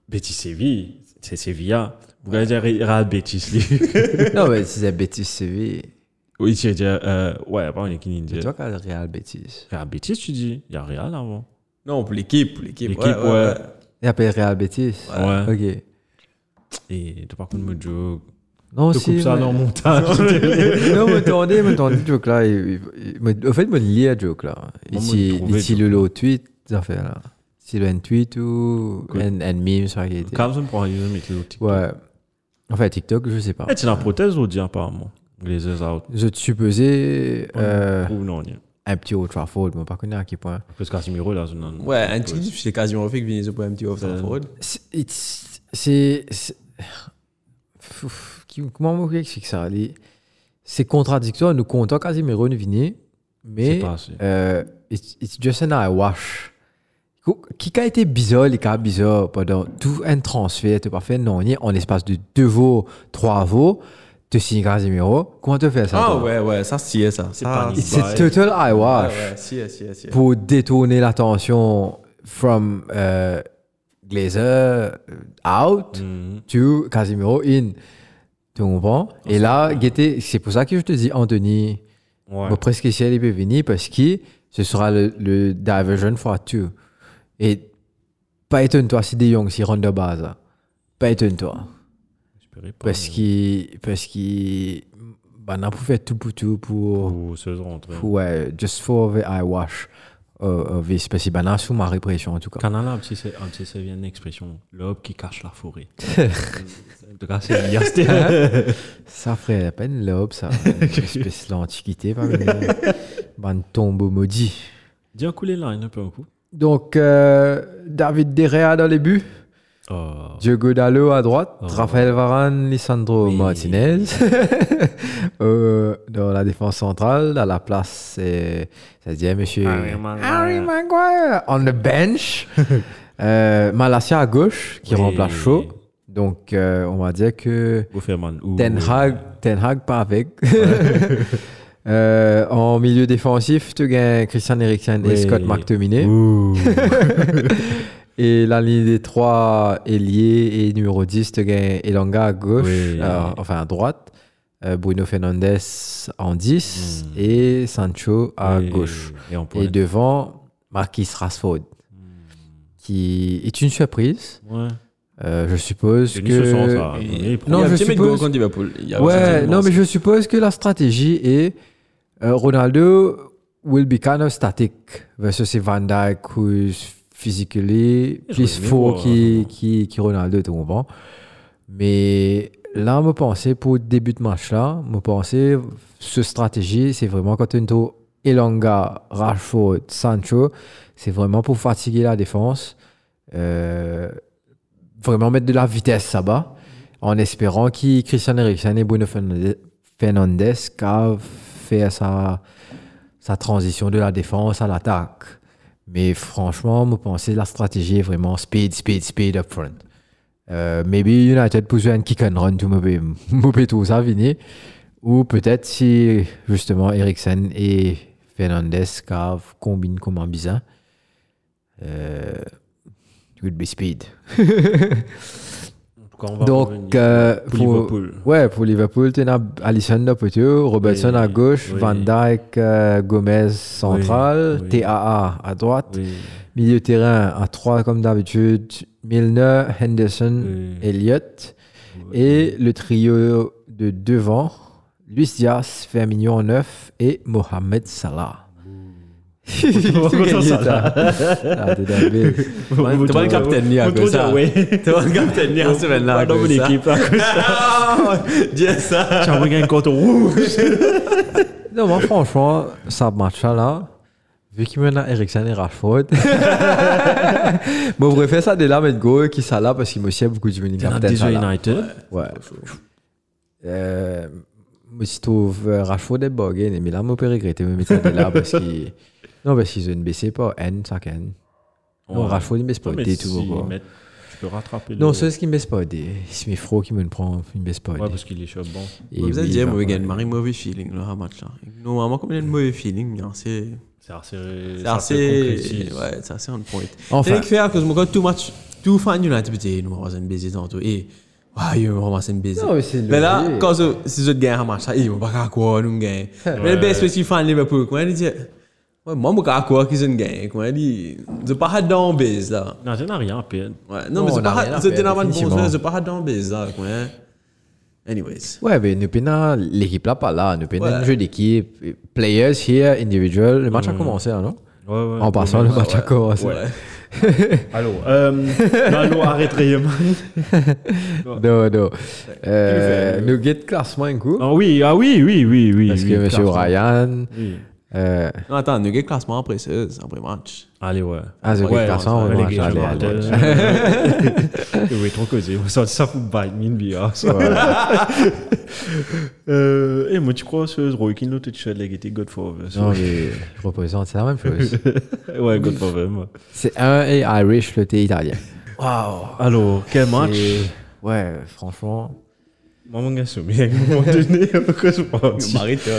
Speaker 2: Betis Séville, c'est Sevilla. Vous allez dire Real Betis, lui. *laughs*
Speaker 1: Non, mais si c'est Betis Séville.
Speaker 2: Oui, tu veux dire, euh, ouais, pas une qui
Speaker 1: C'est
Speaker 2: dit.
Speaker 1: toi qui as le Real Betis.
Speaker 2: Real Betis, tu dis, il y a Real avant.
Speaker 3: Non, pour l'équipe, pour l'équipe.
Speaker 2: L'équipe,
Speaker 3: ouais, ouais,
Speaker 2: ouais.
Speaker 1: Il appelle Real Betis.
Speaker 2: Ouais.
Speaker 1: Ok.
Speaker 2: Et t'as par contre Mojo.
Speaker 1: Non,
Speaker 2: Tu
Speaker 1: si,
Speaker 2: coupes ça
Speaker 1: mais-
Speaker 2: dans le montage.
Speaker 1: non, mais attendez, mais attendez, joke là. il- il- mais- Au fait, moi, lié à joke là.
Speaker 2: Moi,
Speaker 1: Ici,
Speaker 2: moi, trouvé,
Speaker 1: ici
Speaker 2: joke.
Speaker 1: le lot tweet, ça fait là. Si le tweet ou.
Speaker 2: Cool.
Speaker 1: Un meme, ça qui était.
Speaker 2: Carlson pour aller mettre le TikTok.
Speaker 1: Ouais. Enfin, TikTok, je sais pas.
Speaker 2: Eh, tu la prothèse ou dit apparemment Les heures out.
Speaker 1: Je te supposais euh,
Speaker 2: Ou non, non.
Speaker 1: un petit Old Trafford, mais pas connaît à quel point.
Speaker 2: Parce que Casimiro, là, c'est non.
Speaker 3: Ouais, un petit c'est quasiment fait que Vinicius pour un petit off
Speaker 2: Euh,
Speaker 3: forward.
Speaker 1: C'est- it's- C'est. c'est- Fouf, qui- Comment on explique ça les- C'est contradictoire. Nous comptons Casimiro nous venir,
Speaker 2: C'est
Speaker 1: mais
Speaker 2: pas assez.
Speaker 1: euh, it's, it's just an eye wash. Qui a été bizarre, les cas bizarres, pendant tout un transfert, tu pas fait non, ni en l'espace de deux votes, trois votes, tu signes Casemiro. Comment tu fais ça
Speaker 3: Ah
Speaker 1: toi
Speaker 3: ouais, ouais, ça, si est ça.
Speaker 2: C'est
Speaker 3: Ça,
Speaker 2: pas nice.
Speaker 1: C'est
Speaker 2: Ouais.
Speaker 1: total
Speaker 3: Ah
Speaker 1: eyewash
Speaker 3: ouais, si est, si est, si est.
Speaker 1: pour détourner l'attention from euh, Glazer euh, out
Speaker 3: Mm.
Speaker 2: Mhm.
Speaker 1: to Casemiro in. Tu comprends Et là, Guetté, c'est pour ça que je te dis, Anthony,
Speaker 2: Ouais.
Speaker 1: Bon, presque ici, il peut venir parce que ce sera le, le diversion fois 2. Et pas étonne-toi si De Jong s'y rentre de base. hein. Pas étonne-toi.
Speaker 2: J'espérais pas,
Speaker 1: Parce
Speaker 2: mais-
Speaker 1: qu'il. Parce qu'il. Bah, on peut faire tout pour tout pour.
Speaker 2: Ou se hein. rentrer.
Speaker 1: pour, ouais, just for the eyewash. Euh, euh, vis- parce qu'il bah, là, sous ma répression en tout cas.
Speaker 2: Canal, un petit, c'est un petit, c'est bien une expression. L'aube qui cache
Speaker 1: *laughs*
Speaker 2: la forêt. en tout cas, c'est bien. c'était-
Speaker 1: Ça ferait à peine l'aube, ça. Une espèce l'antiquité, pas Bah, Ban tombeau maudit.
Speaker 2: Dis un coup les lines un peu un coup.
Speaker 1: Donc, euh, David Derrea dans les buts.
Speaker 2: Oh.
Speaker 1: Diogo Dallo à droite,
Speaker 2: Oh.
Speaker 1: Rafael Varane, Lisandro
Speaker 2: Oui.
Speaker 1: Martinez. *laughs* Euh, dans la défense centrale, à la place, c'est, ça se dit, hein, monsieur
Speaker 2: Harry Maguire.
Speaker 1: Harry Maguire. On the
Speaker 2: *laughs*
Speaker 1: bench. euh, Malacia à gauche, qui
Speaker 2: Oui.
Speaker 1: remplace Shaw. Donc, euh, on va dire que
Speaker 2: Bofferman, ou-
Speaker 1: Ten Hag, Ten Hag pas avec. *laughs* Euh, en milieu défensif, tu gagnes Christian Eriksen et
Speaker 2: Oui.
Speaker 1: Scott McTominay.
Speaker 2: Ouh.
Speaker 1: Et la ligne des trois ailiers et numéro 10, tu gagnes Elanga à gauche,
Speaker 2: Oui.
Speaker 1: euh, enfin à droite, euh, Bruno Fernandez en 10
Speaker 2: Hmm.
Speaker 1: et Sancho *laughs* à
Speaker 2: Et-
Speaker 1: gauche.
Speaker 2: Et on
Speaker 1: Et
Speaker 2: pourrait.
Speaker 1: devant, Marquis Rashford,
Speaker 2: Hmm.
Speaker 1: qui est une surprise.
Speaker 2: Ouais.
Speaker 1: Euh, je suppose
Speaker 2: C'est
Speaker 1: que...
Speaker 2: une sauce, ça. Oui,
Speaker 1: Non,
Speaker 3: Il y a
Speaker 1: je
Speaker 3: un petit mec
Speaker 1: suppose-
Speaker 3: gros contre Liverpool. Il y a-
Speaker 1: Ouais,
Speaker 2: certainement,
Speaker 1: non, mais
Speaker 2: c'est-
Speaker 1: je suppose que la stratégie est euh, Ronaldo will be kind of static versus Van Dijk who's physically
Speaker 2: Je
Speaker 1: plus
Speaker 2: vais
Speaker 1: fort
Speaker 2: voir,
Speaker 1: qui,
Speaker 2: hein.
Speaker 1: qui, qui Ronaldo, tu comprends? Mais là, me penser pour début de match là, me penser ce stratégie, c'est vraiment quand tu Elanga, Rashford, Sancho, c'est vraiment pour fatiguer la défense. Euh, vraiment mettre de la vitesse là-bas en espérant que Christian Eriksen et Bruno Fernandez- Fernandes qu'a fait sa, sa transition de la défense à l'attaque. Mais franchement, je pensais que la stratégie est vraiment speed, speed, speed up front. Euh, maybe United pousse un kick and run tout mauvais, *laughs* mauvais tout ça venir. Ou peut-être si justement Eriksen et Fernandez cave combinent comme un bizarre. Euh, it would be speed.
Speaker 2: En tout cas, on va
Speaker 1: Donc,
Speaker 2: revenir
Speaker 1: euh,
Speaker 2: pour Liverpool.
Speaker 1: Ouais, pour Liverpool, tu as Alisson de poteau, Robertson
Speaker 2: Oui,
Speaker 1: à gauche,
Speaker 2: oui.
Speaker 1: Van Dijk, euh, Gomez central,
Speaker 2: oui.
Speaker 1: TAA à droite,
Speaker 2: Oui.
Speaker 1: milieu terrain à 3 comme d'habitude, Milner, Henderson,
Speaker 2: Oui.
Speaker 1: Elliott et le trio de devant, Luis Diaz, Firmino en 9 et Mohamed Salah. *laughs* Tu
Speaker 2: Comment ça,
Speaker 1: gagnes
Speaker 2: ça,
Speaker 1: ça. Ah, t'es
Speaker 2: *laughs*
Speaker 1: dingue.
Speaker 3: T'es pas le capitaine, ni à cause de ça. *laughs* T'es pas le capitaine, ni à cette semaine-là.
Speaker 2: Pas
Speaker 3: à
Speaker 2: dans
Speaker 3: cause
Speaker 2: mon
Speaker 3: de ça.
Speaker 2: équipe.
Speaker 3: Ah,
Speaker 2: *laughs*
Speaker 3: Dis ça.
Speaker 2: Tu as regagné un compte *laughs* rouge.
Speaker 1: Non, moi, franchement, ça match là, vu qu'il mène à Eriksen et Rashford,
Speaker 2: *laughs*
Speaker 1: moi, je préfère ça de là, mettre go, qui ça là, parce qu'il me sait beaucoup du menu capitaine. ça,
Speaker 2: Déjà
Speaker 1: là.
Speaker 2: United.
Speaker 1: Ouais. Euh, moi, je trouve euh, Rashford est bogué, mais là, moi, je peux regretter de mettre ça de là, parce
Speaker 2: *laughs*
Speaker 1: qu'il. Non, parce qu'ils ne baissé pas, N, ça N. Non,
Speaker 2: Ouais.
Speaker 1: Rashford, il ne baisse pas,
Speaker 2: Non, mais
Speaker 1: D,
Speaker 2: si,
Speaker 1: tout, quoi.
Speaker 2: mais Tu peux rattraper.
Speaker 1: Non,
Speaker 2: le-
Speaker 1: c'est ce qui ne baisse pas, D. C'est mes frocs qui me le prend, il ne baisse pas, D.
Speaker 2: Ouais, parce qu'il est chaud bon.
Speaker 1: Et
Speaker 3: Vous avez
Speaker 1: oui,
Speaker 3: dit,
Speaker 1: bah,
Speaker 3: moi,
Speaker 1: ouais.
Speaker 3: il y a un mauvais feeling, là, un match, là. Normalement, comme il y a un mauvais feeling, hein, c'est.
Speaker 2: C'est assez.
Speaker 3: C'est
Speaker 2: ça
Speaker 3: assez.
Speaker 2: se concrétise.
Speaker 3: Ouais, c'est assez on point.
Speaker 1: Enfin.
Speaker 3: Enfin. C'est parce que quand tout match, tout fan United, putain, nous, on va se baiser tantôt. Et, ouais, yo, on va se baiser.
Speaker 1: Non, mais c'est
Speaker 3: Mais là,
Speaker 1: logique.
Speaker 3: quand ce- ces autres gagnent un match, là, ils vont pas qu'à quoi, nous gagnons. Mais le best, parce qu'ils fan Liverpool, comment ils disent, ouais, moi, moi, qu'à quoi qu'ils ont gagné, comment ils disent, ils ont pas hâte d'en baiser, là.
Speaker 2: Non, j'en ai rien à perdre.
Speaker 3: Ouais,
Speaker 1: Non,
Speaker 3: non, mais
Speaker 1: on
Speaker 3: ils ont
Speaker 1: a
Speaker 3: pas
Speaker 1: rien à
Speaker 3: hâte, ils ont
Speaker 1: perdre,
Speaker 3: été dans la bonne
Speaker 1: définitivement.
Speaker 3: bonne, ils ont pas hâte d'en baiser, là, comment. Anyways.
Speaker 1: Ouais, mais nous peinons l'équipe là pas là, nous peinons
Speaker 3: Ouais.
Speaker 1: un jeu d'équipe, players here, individual. Le match a commencé là, non
Speaker 2: Ouais, Mm. ouais.
Speaker 1: En passant, le match a commencé.
Speaker 3: Ouais.
Speaker 2: Allô. Euh, non, allô, arrêtez.
Speaker 1: Non, non. Euh, nous get classement un coup,
Speaker 2: Ah oui, ah oui, oui, oui, oui.
Speaker 1: parce
Speaker 2: oui,
Speaker 1: que monsieur
Speaker 2: clairement.
Speaker 1: Ryan.
Speaker 2: Oui.
Speaker 1: euh,
Speaker 3: Non, attends, nous gagnons classement après ça, après match.
Speaker 2: Allez, ouais.
Speaker 1: Ah, c'est
Speaker 2: Ouais,
Speaker 1: quelque façon,
Speaker 2: on
Speaker 1: ouais,
Speaker 2: s'en
Speaker 1: moi,
Speaker 2: relègue,
Speaker 1: j'allais,
Speaker 2: je me rappelle. *laughs* Je vais trop causer. On sortit ça pour bite, mine bière. ça. *laughs* Euh, Et moi, tu crois ce Roy King, l'autre, tu fais de la gaieté God Forever. ça.
Speaker 1: Non, mais je représente, c'est la même
Speaker 2: *laughs*
Speaker 1: chose.
Speaker 2: Ouais, God Forever, moi.
Speaker 1: C'est un et Irish, le thé italien.
Speaker 2: Waouh. Alors, quel match
Speaker 1: Et ouais, franchement,
Speaker 2: Moi, mon gars, soumis à un moment donné, *laughs* parce que je m'en
Speaker 3: Marie, toi.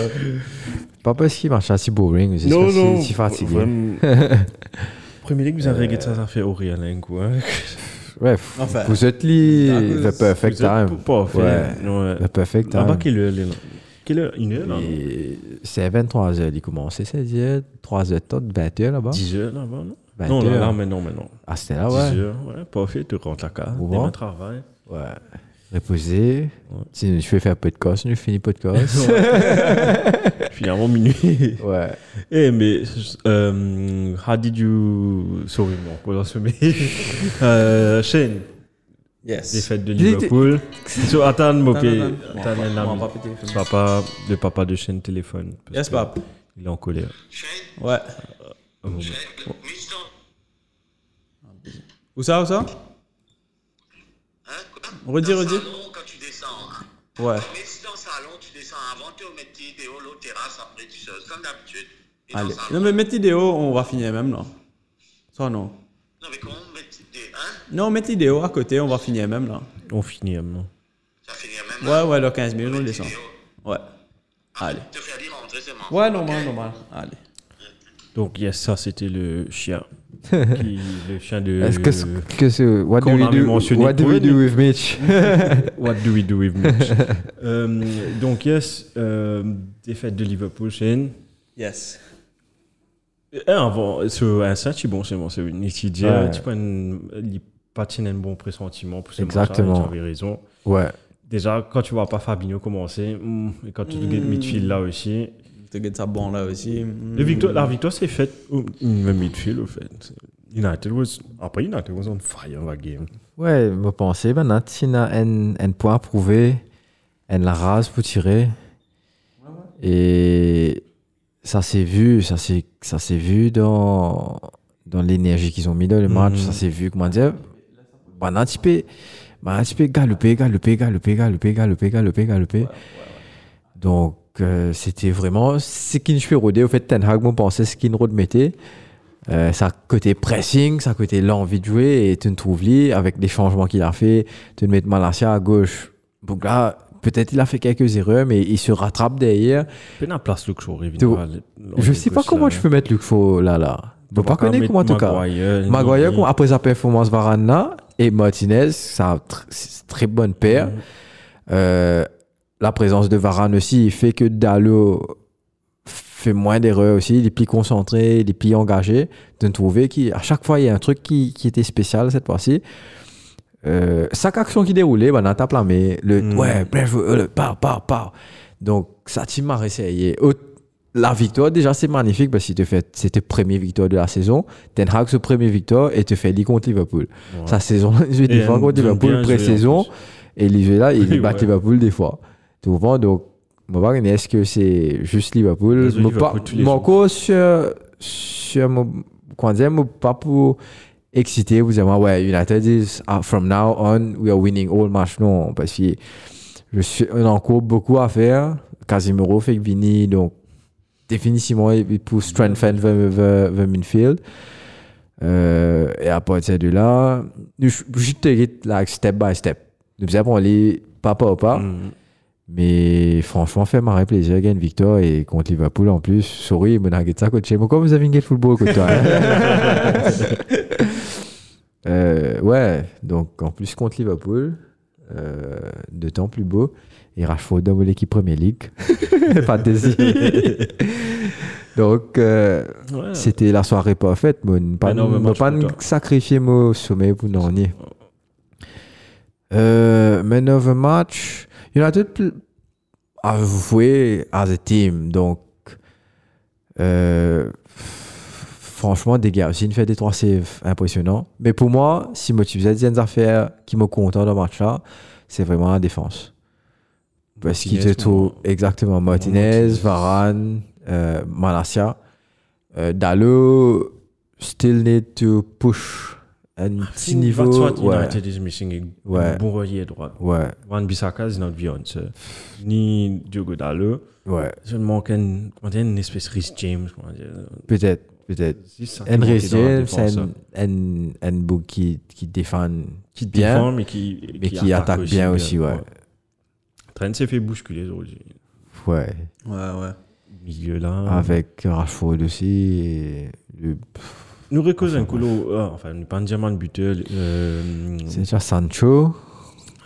Speaker 1: pas parce qu'il marche assez boring, c'est
Speaker 2: Non,
Speaker 1: parce
Speaker 2: non.
Speaker 1: qu'il est si fatigué. *laughs*
Speaker 2: vraiment. Euh. Premier ligue, vous avez ça, ça fait Aurélien, un coup. hein. *laughs*
Speaker 1: Ouais,
Speaker 3: Enfin,
Speaker 1: vous êtes les
Speaker 3: d'accord,
Speaker 1: The Perfect
Speaker 2: Vous êtes
Speaker 1: Time.
Speaker 2: Pas fait. hein. Ouais.
Speaker 1: The Perfect
Speaker 2: Là-bas,
Speaker 1: Time.
Speaker 2: quelle heure, Léna Quelle heure Une heure, là
Speaker 1: Et C'est 23h, il commence, c'est 16h, 3h, 20h là-bas.
Speaker 2: 10 heures, là-bas, non
Speaker 1: Vingt
Speaker 2: Non, là,
Speaker 1: heures.
Speaker 2: là, maintenant, maintenant.
Speaker 1: Ah, c'était là,
Speaker 2: 10
Speaker 1: ouais.
Speaker 2: heures, ouais, parfait, tu rentres à la case,
Speaker 1: Au
Speaker 2: tu
Speaker 1: revoir.
Speaker 2: travail.
Speaker 1: Ouais. Reposer. Si je fais faire podcast, je finis
Speaker 2: *laughs*
Speaker 1: podcast. *laughs*
Speaker 2: Finalement, minuit.
Speaker 1: ouais.
Speaker 2: Eh, mais, euh, how did you. Sorry, mon quoi, ce mais.
Speaker 1: *laughs*
Speaker 2: Euh, Shane, des
Speaker 3: Yes.
Speaker 2: fêtes de
Speaker 1: Dis-
Speaker 2: Liverpool. So, attends, Mopé.
Speaker 3: Attends, attends.
Speaker 2: Attends,
Speaker 3: Moi,
Speaker 2: Nami.
Speaker 3: moi, pas pété, fais-moi.
Speaker 2: Papa, le papa de Shane téléphone. parce
Speaker 3: Yes,
Speaker 2: que
Speaker 3: pap.
Speaker 2: Il est en colère.
Speaker 3: Ouais.
Speaker 2: Oh, bon.
Speaker 3: Où ça, où ça
Speaker 5: hein,
Speaker 3: Redis, redis. Ah.
Speaker 5: salon, quand tu descends. hein.
Speaker 3: Ouais.
Speaker 5: Mais si dans le salon, tu descends avant, tu remets tes idéaux, l'eau terrasse, après tu sors, comme d'habitude. Et dans le
Speaker 3: Allez.
Speaker 5: salon-
Speaker 3: Non, mais mets vidéo, on va finir même, non Ça, non.
Speaker 5: Non, mais comment on met tes idées, hein
Speaker 3: Non, mets vidéo à côté, on va finir même, là.
Speaker 2: On finit maintenant.
Speaker 5: Ça finit même là.
Speaker 3: Ouais, ouais, là, 15 minutes, on descend. Ouais. Allez.
Speaker 5: Ah, Te faire dire rentrer, c'est mort.
Speaker 3: Ouais, normal, normal. Allez.
Speaker 2: Donc, yes, ça, c'était le
Speaker 1: *laughs*
Speaker 2: chien. qui, le chien de.
Speaker 1: Est-ce que ce- que ce what do
Speaker 2: Qu'on
Speaker 1: we
Speaker 2: avait
Speaker 1: do
Speaker 2: mentionné
Speaker 1: what do
Speaker 2: pour
Speaker 1: we
Speaker 2: une-
Speaker 1: do with
Speaker 2: *laughs*
Speaker 1: Mitch?
Speaker 2: What do we do
Speaker 1: *laughs*
Speaker 2: with Mitch? Euh, donc, yes, euh, défaite de Liverpool, Shane.
Speaker 3: Yes.
Speaker 2: Eh, avant, ce un ça, tu bon, c'est bon, c'est une étude.
Speaker 1: Ouais.
Speaker 2: Tu prends une. Il patine un bon pressentiment pour ce
Speaker 1: Exactement.
Speaker 2: match-là, et Tu avais raison.
Speaker 1: Ouais.
Speaker 2: Déjà, quand tu vois pas Fabinho commencer, hmm, et quand tu gagnes midfield là aussi.
Speaker 3: Tu get ça bon, là, aussi. Mm.
Speaker 1: Hmm.
Speaker 2: Le victoire, la victoire s'est faite au même midfield, au fait. United was. Après, United was on fire la game.
Speaker 1: Ouais, me penser, ben, là, si n'a un, un point prouvé, un la race pour tirer. Et ça s'est vu, ça s'est, ça s'est vu dans, dans l'énergie qu'ils ont mis dans le match, ça s'est vu, comment dire, ben, là, tu peux, ben, là, tu peux galoper, galoper, galoper, galoper, galoper, galoper, galoper. Donc, euh, c'était vraiment ce qu'il suis rodé. Au fait, Ten Hag, mon pensait ce qu'il rôde mettait. Euh, ça côté pressing, ça côté l'envie de jouer et tu ne trouves li avec des changements qu'il a fait, tu ne mets Malasia à gauche. Donc là, peut-être il a fait quelques erreurs, mais il se rattrape derrière.
Speaker 2: Peine à place Luke Shaw,
Speaker 1: Tu vois, je sais pas comment je peux mettre Luke Faux là là. Je peux pas connaître comment en tout cas.
Speaker 2: Maguire,
Speaker 1: Maguire,
Speaker 2: Nini.
Speaker 1: qu'on- après sa performance Varana et Martinez, ça a tr- c'est très bonne paire. Euh, la présence de Varane aussi il fait que Dalo fait moins d'erreurs aussi, il est plus concentré, il est plus engagé. De trouver qu'à chaque fois, il y a un truc qui, qui était spécial cette fois-ci. Euh, chaque action qui déroulait, ben, on tape là, mais le
Speaker 2: Mhm.
Speaker 1: ouais, bref, euh, le pow, pow, pow. Donc, ça, tu m'as essayé. Au- La victoire, déjà, c'est magnifique parce que tu fais- c'était première victoire de la saison. Ten Hag, ce premier victoire, et te fait lit contre Liverpool.
Speaker 2: Ouais.
Speaker 1: Sa saison, *laughs* je
Speaker 2: Et
Speaker 1: défends contre
Speaker 2: elle joue bien
Speaker 1: Liverpool,
Speaker 2: joué, en
Speaker 1: pré-saison,
Speaker 2: plus.
Speaker 1: et il est là, il
Speaker 2: *laughs* Oui,
Speaker 1: bat
Speaker 2: ouais.
Speaker 1: Liverpool des fois. Tu comprends Donc, on va regarder, est-ce que c'est juste Liverpool
Speaker 2: Ils ont Liverpool tous les
Speaker 1: Mon
Speaker 2: jours.
Speaker 1: cours sur, sur mon, comment dire, mon- pas pour exciter, vous dire, ouais, United is, ah, from now on, we are winning all match. Non, parce que je suis, on a encore beaucoup à faire. Casimiro fait que Vini, donc, définitivement, il il pousse strengthen the, the, the midfield. Euh, et à partir de là, nous, je je te guide, like, step by step. Nous avons les pas pas au pas.
Speaker 2: Mhm.
Speaker 1: Mais franchement, fait marrer plaisir, gagne victoire et contre Liverpool en plus. Sorry, mon argument ça coach. Moi, comment vous avez gagné le football, coach toi, hein? Euh, Ouais, donc en plus contre Liverpool, euh, de temps plus beau. Et Rashford double l'équipe Premier League. *laughs* Fantasy. donc, euh,
Speaker 2: Ouais.
Speaker 1: c'était la soirée pas faite, mais on pas,
Speaker 2: Ah non, mais
Speaker 1: on
Speaker 2: match
Speaker 1: pas
Speaker 2: pour toi.
Speaker 1: sacrifier mon sommet pour nous renier. Euh, man of the match, United pl- a joué Ah, as a team, donc euh, franchement, des gars, j'ai une fait des trois saves impressionnant. Mais pour moi, si moi tu faisais des affaires qui me content dans le match là, c'est vraiment la défense. Parce qu'il te
Speaker 2: Martinez,
Speaker 1: trouve exactement Martinez,
Speaker 2: Martinez.
Speaker 1: Varane, euh, Malasia. Euh, Dalo, still need to push un
Speaker 2: Ah,
Speaker 1: petit niveau.
Speaker 2: That's what
Speaker 1: ouais,
Speaker 2: United is missing. un
Speaker 1: Ouais.
Speaker 2: Bon relier droit.
Speaker 1: ouais,
Speaker 2: Van Bissaka is not Beyoncé. Ni Diogo Dalo.
Speaker 1: ouais.
Speaker 2: Seulement qu'un- comment dire, une espèce Rhys James. Comment dire.
Speaker 1: Peut-être, peut-être.
Speaker 2: C'est ça qui manque dans la
Speaker 1: Henry James, c'est
Speaker 2: défense,
Speaker 1: un, un, un bouc qui, qui défend
Speaker 2: qui
Speaker 1: bien,
Speaker 2: défend, mais qui,
Speaker 1: mais qui attaque bien aussi, ouais.
Speaker 2: Trent s'est fait bousculer aujourd'hui.
Speaker 1: Ouais.
Speaker 3: Ouais, ouais.
Speaker 2: Milieu là.
Speaker 1: Avec Rashford aussi. et le-
Speaker 2: Nous recose un coulo, euh, enfin, nous pas un diamant de buteur, euh,
Speaker 1: C'est déjà Sancho.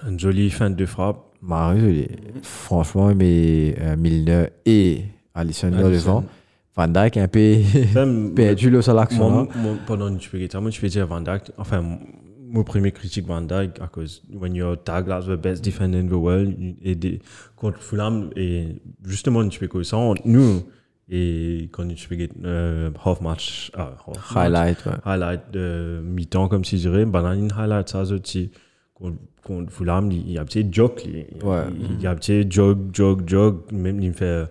Speaker 2: une jolie fin de frappe.
Speaker 1: Marius, il est- franchement, mais euh, Milner et Alisson dans le
Speaker 2: Alisson.
Speaker 1: vent. Van Dijk un peu
Speaker 2: Ça, m-
Speaker 1: *laughs* perdu le seul action.
Speaker 2: Moi,
Speaker 1: là.
Speaker 2: moi, pendant tu peux dire, moi, tu peux dire Van Dijk. Enfin, mon premier critique Van Dijk, à cause when you're tagged as the best defender in the world, et des- contre Fulham et justement tu peux que ça, on- nous et quand tu peux dire euh, half match, ah, half match,
Speaker 1: Highlight, ouais.
Speaker 2: highlight de mi-temps comme si je dirais, banane highlight ça aussi. Contre- Contre Fulham, il il y a un petit joke, il
Speaker 1: Ouais.
Speaker 2: il y a un petit jog, jog, jog, même il me fait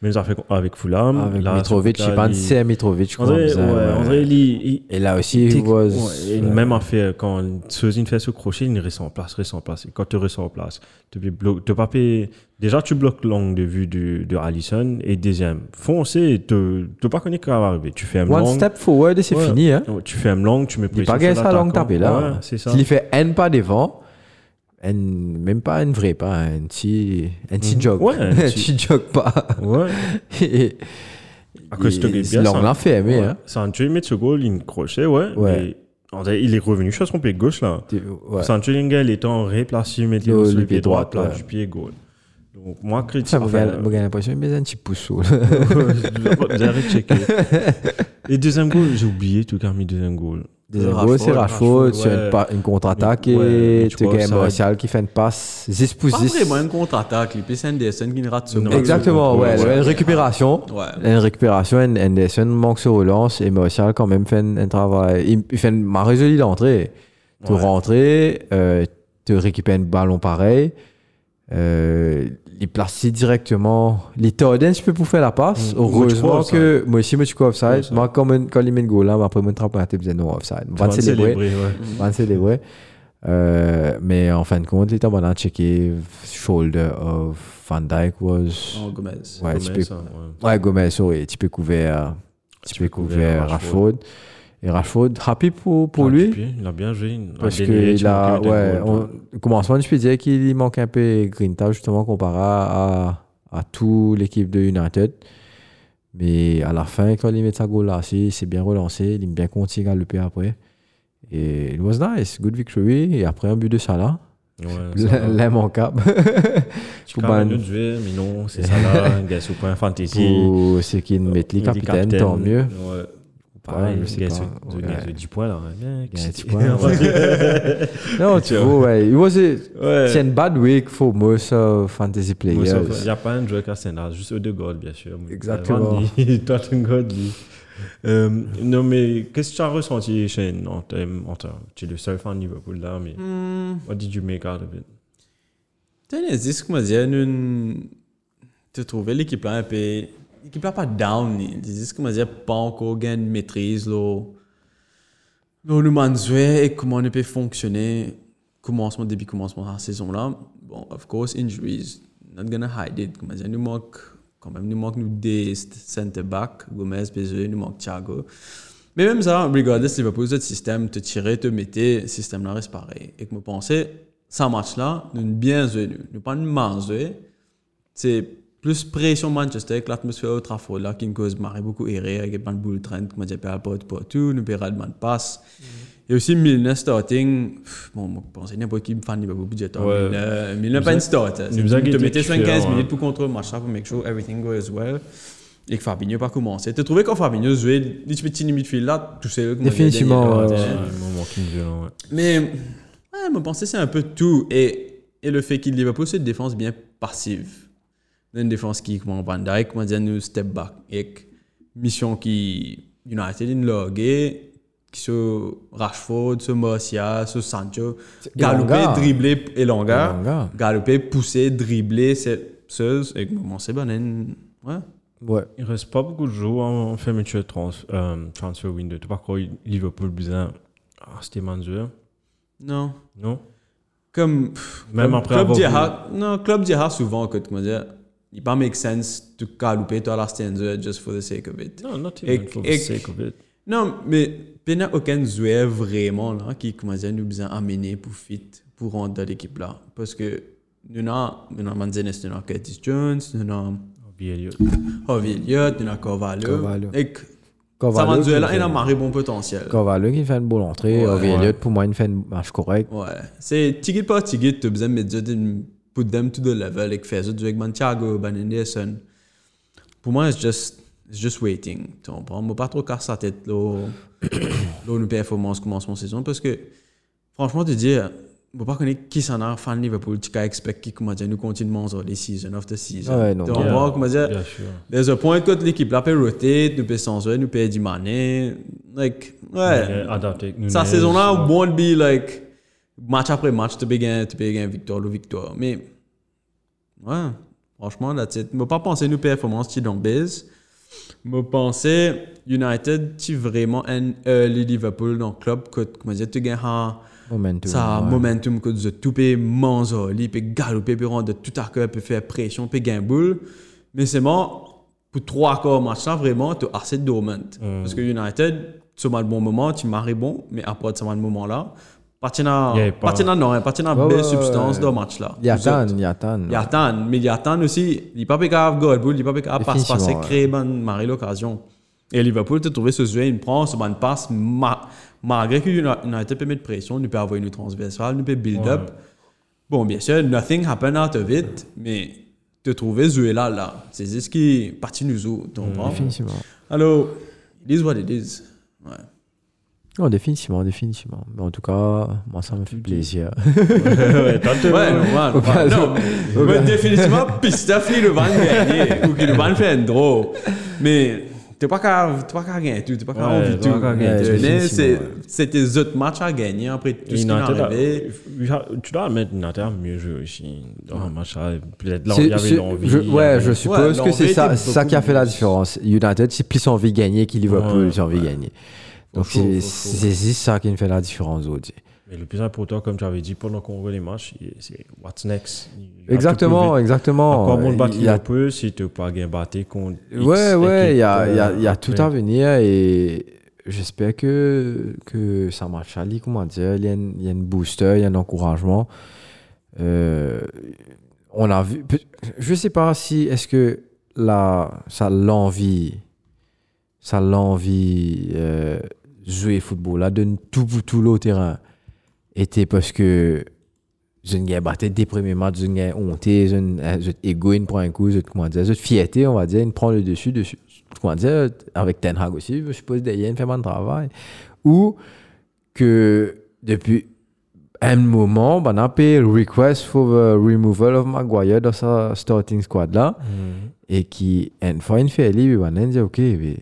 Speaker 2: même ça fait avec Fulham.
Speaker 1: Ah, Avec
Speaker 2: Là,
Speaker 1: Mitrovic,
Speaker 2: ce
Speaker 1: je
Speaker 2: coup-là,
Speaker 1: pense
Speaker 2: il-
Speaker 1: c'est Mitrovic.
Speaker 2: André,
Speaker 1: comme
Speaker 2: ouais,
Speaker 1: ça, ouais.
Speaker 2: André, il- il-
Speaker 1: Et là aussi, il
Speaker 2: Technique,
Speaker 1: was. euh,
Speaker 2: ouais, et
Speaker 1: ouais.
Speaker 2: même en fait, quand Sozine fait ce crochet, il reste en place, reste en place. Et quand tu restes en place, tu peux blo- te papé- déjà tu bloques l'angle de vue de, de Allison. Et deuxième, foncez, tu n'as pas connu qui va arriver. Tu fais un
Speaker 1: One
Speaker 2: long.
Speaker 1: step forward et c'est
Speaker 2: Ouais.
Speaker 1: fini. Hein.
Speaker 2: Ouais, Tu fais un long, tu mets
Speaker 1: Il
Speaker 2: pression.
Speaker 1: pas
Speaker 2: sur
Speaker 1: gagné ça
Speaker 2: l'attaquant.
Speaker 1: langue tapée là.
Speaker 2: Ouais, c'est ça.
Speaker 1: S'il fait un pas devant, un- même pas un vrai pas, un petit, un petit jog.
Speaker 2: Mhm. Ouais,
Speaker 1: *laughs*
Speaker 2: un
Speaker 1: un
Speaker 2: petit-
Speaker 1: petit jog pas.
Speaker 2: Ouais.
Speaker 1: Et-
Speaker 2: À cause
Speaker 1: et-
Speaker 2: de
Speaker 1: c'est l'angle l'a fait, mais. hein.
Speaker 2: Sancho, il met ce goal, il crochet, ouais.
Speaker 1: Ouais.
Speaker 2: Et André, il est revenu sur son pied gauche là.
Speaker 1: Tu- ouais.
Speaker 2: Sancho Lingel étant réplacé, il mettait
Speaker 1: Le-
Speaker 2: sur
Speaker 1: le
Speaker 2: le pied
Speaker 1: pied
Speaker 2: droit,
Speaker 1: droit,
Speaker 2: plat
Speaker 1: ouais.
Speaker 2: du pied gauche. Donc, moi, critique.
Speaker 1: Ça, vous
Speaker 2: enfin,
Speaker 1: avez
Speaker 2: *laughs*
Speaker 1: vous avez l'impression qu'il met un petit pousseau. là.
Speaker 2: J'avais checké.
Speaker 1: *laughs*
Speaker 2: Et deuxième goal, j'ai oublié tout cas mis deuxième goal.
Speaker 1: Des
Speaker 2: Euh,
Speaker 1: gros, c'est
Speaker 2: Rashford,
Speaker 1: Rashford, c'est
Speaker 2: ouais.
Speaker 1: une, pa- une contre-attaque
Speaker 2: Ouais,
Speaker 1: et
Speaker 2: Mitch
Speaker 1: tu as
Speaker 2: Ross,
Speaker 1: Martial qui fait une passe 10 pouces
Speaker 3: Pas
Speaker 1: 10.
Speaker 3: vraiment une contre-attaque, les PC Anderson qui ne rate ce
Speaker 2: Non.
Speaker 3: goal.
Speaker 1: Exactement, ouais,
Speaker 2: Ouais, ouais.
Speaker 1: une récupération.
Speaker 3: Ouais.
Speaker 1: Une récupération, and- Anderson manque sur relance et Martial quand même fait un, un travail. Il, il fait une marée jolie d'entrée. Tu
Speaker 2: Ouais.
Speaker 1: rentres, euh, tu récupères un ballon pareil, euh, il place directement. Les Torden, je peux pour faire la passe.
Speaker 2: Mm.
Speaker 1: Heureusement
Speaker 2: Mitch Ross,
Speaker 1: que moi aussi, moi je suis offside.
Speaker 2: Offside.
Speaker 1: Moi, quand, mon- quand il met le goal là, après, moi, je trappe un type non offside. On va
Speaker 2: Van
Speaker 1: célébrer.
Speaker 2: célébrer, ouais.
Speaker 1: Van célébrer. Euh, mais en fin de compte, l'état bon à checker shoulder of Van Dyke was.
Speaker 3: Oh, Gomez.
Speaker 1: ouais,
Speaker 2: Gomez,
Speaker 1: tu peux-
Speaker 2: ça, ouais.
Speaker 1: ouais, Gomez, sorry, tu peux couvert. Tu peux couvert
Speaker 2: couvert
Speaker 1: Rashford. Et Rashford, happy pour, pour
Speaker 2: Ah,
Speaker 1: lui.
Speaker 2: du pied, Il a bien joué. il a
Speaker 1: Parce
Speaker 2: délié,
Speaker 1: que
Speaker 2: tu
Speaker 1: là,
Speaker 2: marques le
Speaker 1: ouais,
Speaker 2: goal,
Speaker 1: on, au commencement, je peux dire qu'il manque un peu Grinta, justement, comparé à, à toute l'équipe de United. Mais à la fin, quand il met sa goal là, si, c'est bien relancé, il est bien conti à l'EP après. Et it was nice, good victory. Et après, un but de Salah, *laughs*
Speaker 2: Ouais, ça va.
Speaker 1: l'immanquable.
Speaker 2: Tu
Speaker 1: pour
Speaker 2: peux pas
Speaker 1: Ban-
Speaker 2: nous tuer, mais non, c'est ça
Speaker 1: *laughs*
Speaker 2: là. Guess au point fantasy.
Speaker 1: Pour ceux qui ne mettent les
Speaker 2: Il dit
Speaker 1: capitaines, tant mieux.
Speaker 2: Ouais. Pareil,
Speaker 1: je sais
Speaker 2: guess
Speaker 1: pas,
Speaker 2: au-
Speaker 1: ouais.
Speaker 2: guess au 10 points là. Bien,
Speaker 1: Guess
Speaker 2: excité.
Speaker 1: 10 points. Non, tu vois, ouais. It was a,
Speaker 2: *laughs*
Speaker 1: *laughs*
Speaker 2: Ouais.
Speaker 1: C'est une bad week for most of fantasy
Speaker 2: Moi,
Speaker 1: players.
Speaker 2: ça, Il n'y a pas un joueur qui a Senna, juste eux deux goals, bien sûr.
Speaker 1: Exactement.
Speaker 2: Toi, ton goal, lui. *laughs* Euh, non, mais qu'est-ce que tu as ressenti, Shane, en termes- en termes- Tu es le seul fan de Liverpool là, mais. What did you make out of it?
Speaker 3: Tenez, dis comment dire, nous. Tu trouvé l'équipe là un peu. L'équipe là pas down, ils disent comment dire, pas encore gain de maîtrise, là. Là, nous m'en jouer et comment on peut fonctionner. Commencement, début commencement de la saison là. Bon, of course, injuries, not gonna hide it. Comment dire, nous manque, quand même, nous manque nous des center back, Gomez, PSV, nous manque Thiago. Mais même ça, regardless, Liverpool, ce système, te tirer, te mettre, système là reste pareil. Et que me pensais, ça match là, nous bien joué, nous, nous pas nous mal joué. C'est plus pression Manchester que l'atmosphère au Trafford là, qui nous cause marrer beaucoup errer, avec plein de boules trend, comment dire, pas de partout, nous perdons de passe. Et aussi, Milner starting, pff, bon, moi, je pensais n'importe qui fan de Liverpool, budget,
Speaker 2: Ouais.
Speaker 3: Milner, euh, Milner pas une start. hein.
Speaker 2: nous a
Speaker 3: Tu te
Speaker 2: guetté
Speaker 3: mettais
Speaker 2: différent,
Speaker 3: 5-15
Speaker 2: hein.
Speaker 3: minutes pour contrôler le match là, pour make sure everything goes well et que Fabinho pas commencé. Tu trouvé quand Fabinho jouait les petits midfield là, tout seul comme on dit,
Speaker 1: Définitivement,
Speaker 3: dernier
Speaker 1: ouais,
Speaker 2: C'est
Speaker 3: quartier.
Speaker 2: un moment qui me violent, ouais.
Speaker 3: Mais ouais, me penser c'est un peu tout et, et le fait qu'il Liverpool c'est une défense bien passive. Une défense qui comment Van Dijk, comment dire nous step back et que mission qui United in logué qui se Rashford, ce Martial, ce Sancho,
Speaker 1: Elanga.
Speaker 3: galoper, dribbler et longa
Speaker 1: Elanga.
Speaker 3: galoper, pousser, dribbler, c'est seul et comment c'est bon. hein. Ouais.
Speaker 1: Ouais.
Speaker 2: Il reste pas beaucoup de jours en fermeture trans, euh, transfer window. Tu pas quoi, Liverpool besoin. Ah, c'était Manzur.
Speaker 3: Non.
Speaker 2: Non
Speaker 3: Comme. pff,
Speaker 2: Même
Speaker 3: comme
Speaker 2: après
Speaker 3: Club
Speaker 2: avoir
Speaker 3: Dira- Non, Club Dira souvent, que, comment dire, il pas make sense de calouper toi la stanza just for the sake of it.
Speaker 2: Non, not
Speaker 3: Ik-
Speaker 2: even for the
Speaker 3: ik-
Speaker 2: sake of it.
Speaker 3: Non, mais Pena aucun joueur vraiment là, qui commence à nous besoin amener pour fit, pour rentrer dans l'équipe là. Parce que nous avons, nous avons Manzenes, nous avons Curtis Jones, nous avons
Speaker 2: Obi Elliott.
Speaker 3: Harvey Elliott, nous avons Carvalho.
Speaker 1: Carvalho.
Speaker 3: Et que- ça
Speaker 1: Carvalho euh,
Speaker 3: m'a
Speaker 1: qui
Speaker 3: dit, là,
Speaker 1: fait-
Speaker 3: il a marré bon potentiel.
Speaker 1: Carvalho qui fait une bonne entrée.
Speaker 3: Ouais.
Speaker 1: Harvey
Speaker 2: Ouais.
Speaker 1: Elliott, pour moi, il fait une match correcte.
Speaker 3: Ouais. C'est ticket par ticket, tu as besoin de mettre des- put them to the level et faire ça avec Mantiago, Ben Anderson. Pour moi, c'est just, it's just waiting. Tu comprends? Moi, pas trop car sa tête là, *coughs* là, nos performances commencent mon saison parce que, franchement, te dire, je ne pas connaître qui s'en a fan Liverpool, tu expect qui, comment dire, nous continuons sur les season after season.
Speaker 1: Ouais, non.
Speaker 3: Tu
Speaker 1: On
Speaker 2: Yeah,
Speaker 3: comprends? Comment dire,
Speaker 2: Bien sûr.
Speaker 3: there's a point quand l'équipe là peut roter, nous peut s'envoyer, nous peut dimaner. Like, ouais.
Speaker 2: Euh, Adapté.
Speaker 3: Sa
Speaker 2: Nunez,
Speaker 3: saison-là,
Speaker 2: ouais.
Speaker 3: won't be like match après match, tu peux gagner, tu peux gagner victoire ou victoire. Mais, ouais, franchement, là, tu ne pas penser nos performances qui dans base. Je pensais United, tu vraiment un early Liverpool dans le club, que, comment dire, tu gagnes un-
Speaker 1: Momentum.
Speaker 3: ça
Speaker 1: ouais.
Speaker 3: momentum que tu tout peut manzoli, peut galoper, peut rendre tout à cœur, peut faire pression, peut gagner boule. Mais c'est bon, pour trois quarts match là, vraiment, tu as assez de dormant. Parce que United, tu as le bon moment, tu maries bon, mais après ce mal moment là, partina,
Speaker 2: Yeah, pas-
Speaker 3: partina non, hein, partina
Speaker 1: Ouais,
Speaker 3: belle
Speaker 1: ouais,
Speaker 3: substance
Speaker 1: ouais.
Speaker 3: dans le match là.
Speaker 1: Il
Speaker 3: Vous
Speaker 1: attend,
Speaker 3: autres.
Speaker 1: il attend.
Speaker 3: Il attend, mais il attend aussi, il n'est pas capable de goal boule, il n'est pas capable de passe passer,
Speaker 1: Définitivement, ouais.
Speaker 3: créer bonne marie l'occasion. Et Liverpool, tu as trouvé ce jeu, il prend ce bonne passe, ma- malgré que Uni- United peut mettre pression, il peut avoir une transversale, il peut build up.
Speaker 2: Ouais.
Speaker 3: Bon, bien sûr, nothing happened out of it, mais tu as trouvé ce jeu là, là. C'est ce qui est parti nous autres, tu comprends?
Speaker 1: Définitivement.
Speaker 3: Alors, it is what it is. Ouais.
Speaker 1: Non, définitivement, définitivement. Mais en tout cas, moi, ça me fait plaisir.
Speaker 2: Ouais, t'as tout.
Speaker 3: Ouais, normal. normal. Non, mais, mais définitivement, Pistafi le van gagner ou qui le van fait un draw. Mais t'es pas qu'à t'es pas qu'à gagner tout, t'es pas qu'à
Speaker 2: Ouais,
Speaker 3: envie
Speaker 2: t'es
Speaker 3: tout.
Speaker 2: pas qu'à
Speaker 1: gagner tout.
Speaker 3: Mais
Speaker 1: Définitivement,
Speaker 3: c'est-
Speaker 1: ouais.
Speaker 3: C'était les autres matchs à gagner après tout ce qui est
Speaker 2: United a-
Speaker 3: arrivé.
Speaker 2: il a- tu dois mettre United à mieux jouer aussi. Dans un match, là, peut-être là,
Speaker 1: C'est-
Speaker 2: il y avait
Speaker 1: c'est-
Speaker 2: l'envie.
Speaker 1: je-
Speaker 2: il y
Speaker 1: ouais,
Speaker 2: avait-
Speaker 1: je suppose que
Speaker 3: l'envie
Speaker 1: c'est ça,
Speaker 3: était
Speaker 1: ça qui a fait la différence. United, c'est plus envie de gagner que Liverpool, j'ai envie de gagner. Donc,
Speaker 3: Faut chaud,
Speaker 1: c'est
Speaker 3: faut chaud.
Speaker 1: c'est juste ça qui me fait la différence aujourd'hui.
Speaker 2: Mais le plus important, comme tu avais dit, pendant qu'on voit les matchs, c'est what's next. You have to
Speaker 1: Exactement,
Speaker 2: prove it. À
Speaker 1: exactement.
Speaker 2: quoi bon te battre
Speaker 1: Il y a-
Speaker 2: Liverpool si tu n'as pas gagné battu contre. X
Speaker 1: Ouais, ouais, il y a,
Speaker 2: équipe,
Speaker 1: il y a-
Speaker 2: euh,
Speaker 1: il y a tout
Speaker 2: après.
Speaker 1: à venir et j'espère que, que ça marche. Ali, comment dire, il y a une, il y a une booster, il y a un encouragement. Euh, on a vu. peut- Je sais pas si est-ce que la, ça l'envie, ça l'envie euh, jouer football là, donne tout tout le terrain était parce que je ne gagne pas des premiers matchs, je ne gagne honte, je ne euh, je égo, il prend un coup, je comment dire, je fierté, on va dire, il prend le dessus, dessus comment dire, avec Ten Hag aussi, je suppose derrière, il fait bon travail. Ou que depuis un moment, ben, on a payé request for the removal of Maguire dans sa starting squad là,
Speaker 2: Mm.
Speaker 1: et qui, une fois, il fait libre, ben, on dit, ok, mais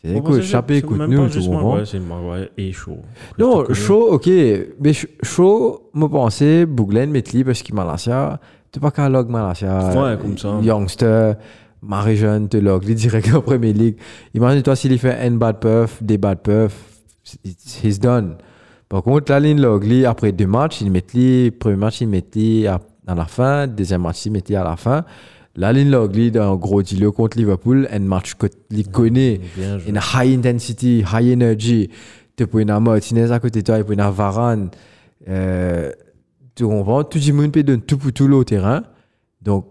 Speaker 1: c'est
Speaker 2: Bon,
Speaker 1: écoute,
Speaker 2: c'est-
Speaker 1: chapeau,
Speaker 2: c'est
Speaker 1: écoute,
Speaker 2: même
Speaker 1: nous,
Speaker 2: pas
Speaker 1: tu
Speaker 2: juste
Speaker 1: comprends.
Speaker 2: Maguire, C'est Maguire et Shaw.
Speaker 1: Non,
Speaker 2: Christophe
Speaker 1: chaud, ok. Mais ch- chaud, me penser, Bouglen, Metli, parce qu'il Malassia, t'es pas qu'à log Malassia.
Speaker 2: Ouais, comme ça.
Speaker 1: Youngster, marie jeune, te log, lui direct en Premier League. Imagine-toi s'il y fait un bad puff, des bad puffs, it's- he's done. Par contre, là, il log, lui, après deux matchs, il met lui, premier match, il met lui à, à la fin, deuxième match, il met lui à la fin. Là, il log, lui, dans un gros deal contre Liverpool, un match que il connaît
Speaker 2: Commune. Bien joué.
Speaker 1: in a high intensity, high energy. Tu peux une Martinez à côté de toi, tu peux une Varane. Euh, tu comprends? Tout le monde peut donner tout pour tout le terrain. Donc,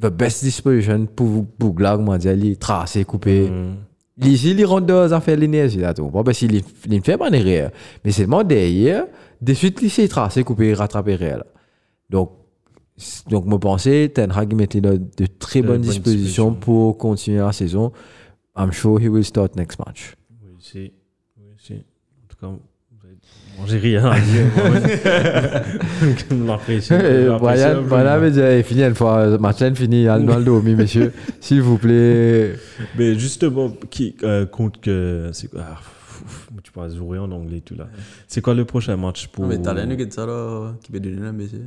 Speaker 1: the best disposition pour vous, pour là, comment dire, les tracer, couper.
Speaker 2: Mhm.
Speaker 1: Les îles, ils rentrent dans les affaires linéaires, c'est là, ben, tu comprends? Parce qu'ils ne font pas derrière. Mais seulement derrière, de suite, ils s'y tracent, couper, rattraper réel. Donc, c'est- donc, me penser, Ten Hag mettait de, de très bonnes
Speaker 2: bonnes
Speaker 1: dispositions
Speaker 2: dispositions.
Speaker 1: pour continuer la saison. I'm sure he will start next match.
Speaker 2: Oui, si. Oui, si. En tout cas, vous avez- moi, j'ai rien à dire. moi. Comme l'apprécie-
Speaker 1: Eh,
Speaker 2: l'apprécie
Speaker 1: Brian,
Speaker 2: absolument.
Speaker 1: Brian avait dit, eh, fini une fois, le match est fini, Aldo mi *laughs* messieurs, s'il vous plaît.
Speaker 2: Mais justement, qui euh, compte que. C'est quoi ah, fou, fou, Tu parles zouré en anglais, tout là. C'est quoi le prochain match pour.
Speaker 3: Non, mais t'as l'air de ça là, qui peut donner un baiser.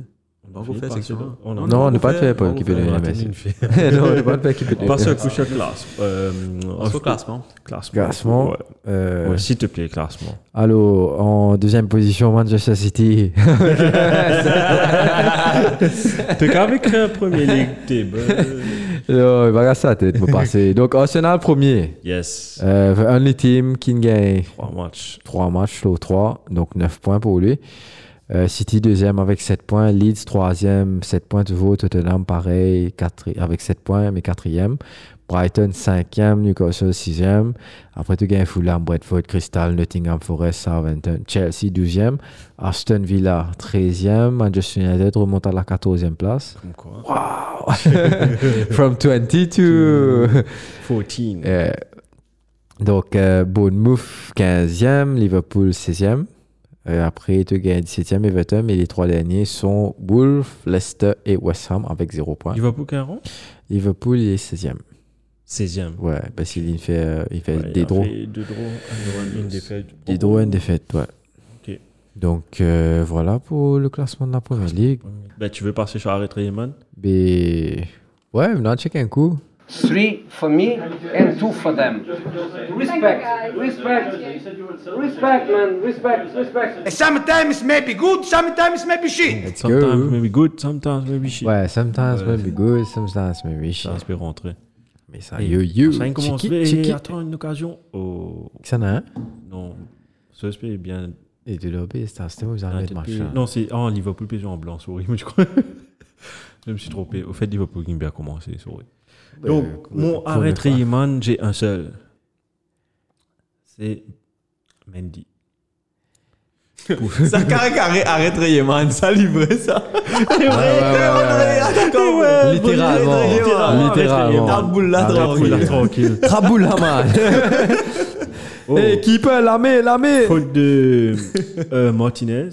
Speaker 3: On va faire
Speaker 2: pas
Speaker 3: section.
Speaker 2: sûr. On a-
Speaker 1: Non, on n'est pas fait pour
Speaker 3: on
Speaker 1: équiper
Speaker 3: va
Speaker 1: de
Speaker 2: on a
Speaker 1: l'université. *laughs*
Speaker 2: terminé une
Speaker 1: *laughs*
Speaker 2: fille.
Speaker 1: non, on n'est pas fait équiper de
Speaker 2: Passe
Speaker 1: l'université.
Speaker 2: à coucher classe. Euh,
Speaker 3: On se au classement.
Speaker 2: Classement.
Speaker 1: Classement.
Speaker 2: Ouais.
Speaker 1: Euh,
Speaker 2: Ouais, S'il te plaît, classement.
Speaker 1: Allô, en deuxième position, Manchester City. *laughs*
Speaker 2: T'es qu'avec un premier league table.
Speaker 1: Non, il va Oh, ça, tête, pour passer. Donc, Arsenal premier.
Speaker 2: Yes.
Speaker 1: Euh, the only team qui gagne
Speaker 2: Trois matchs.
Speaker 1: 3 matchs, l'autre 3, donc 9 points pour lui. Euh, City deuxième avec 7 points, Leeds troisième, 7 points toujours, Tottenham pareil, quatre- avec 7 points, mais quatrième. Brighton cinquième, Newcastle sixième. Après tu gagnes Fulham, Bradford, Crystal, Nottingham Forest, Southampton, Chelsea douzième, Aston Villa treizième, Manchester United remonte à la quatorzième place.
Speaker 2: Comme quoi.
Speaker 1: *laughs* From 20 to
Speaker 2: 14.
Speaker 1: euh, donc, euh, Bournemouth 15e, Liverpool 16e. Euh, après, tu gagnes 17e, Everton. Et les trois derniers sont Wolves, Leicester et West Ham avec 0 points.
Speaker 2: Il va pour 40
Speaker 1: Liverpool est 16e.
Speaker 2: 16e.
Speaker 1: Ouais, parce qu'il fait, euh, il fait
Speaker 2: Ouais, il
Speaker 1: des
Speaker 2: a
Speaker 1: draws.
Speaker 2: fait Des draws, un draw, une défaite.
Speaker 1: Des draws et une défaite, ouais.
Speaker 2: Ok.
Speaker 1: Donc, euh, voilà pour le classement de la Première Ligue.
Speaker 2: Ben, tu veux passer sur Arrête Rayman
Speaker 1: Mais... Ouais, maintenant, check un coup.
Speaker 6: three for me and two for them. Respect, respect, respect, man, respect, respect.
Speaker 4: Sometimes maybe good, sometimes maybe shit.
Speaker 2: Sometimes maybe good, sometimes maybe shit.
Speaker 1: Ouais, sometimes maybe good, sometimes maybe shit.
Speaker 2: Ça se peut rentrer.
Speaker 1: Mais ça, yo, yo,
Speaker 2: Ça a commencé.
Speaker 1: check
Speaker 2: et
Speaker 1: it, check it.
Speaker 2: Attends une occasion. Oh,
Speaker 1: Ça n'a un.
Speaker 2: non. Ça se peut bien.
Speaker 1: Et de l'obé, c'est un système où vous
Speaker 2: Ah,
Speaker 1: arrêtez de
Speaker 2: t'es
Speaker 1: marcher.
Speaker 2: plus- Non, c'est. Ah, Liverpool PSG en blanc, souris, *laughs* moi, je crois. je me suis trompé. Au fait, Liverpool qui a commencé, souris. Donc, mon
Speaker 1: combien
Speaker 2: arrêt
Speaker 1: de fois
Speaker 2: Rayman, j'ai un seul. C'est Mendy.
Speaker 3: Ça carré carré, arrête Rayeman, ça livrait ça.
Speaker 1: Ah
Speaker 3: Ah,
Speaker 1: Littéralement.
Speaker 2: Ah,
Speaker 1: Littéralement.
Speaker 2: Arrête tranquille. *laughs* Oh,
Speaker 1: Traboula, man. Hey, keeper, la main, la main.
Speaker 2: Faute de euh, Martinez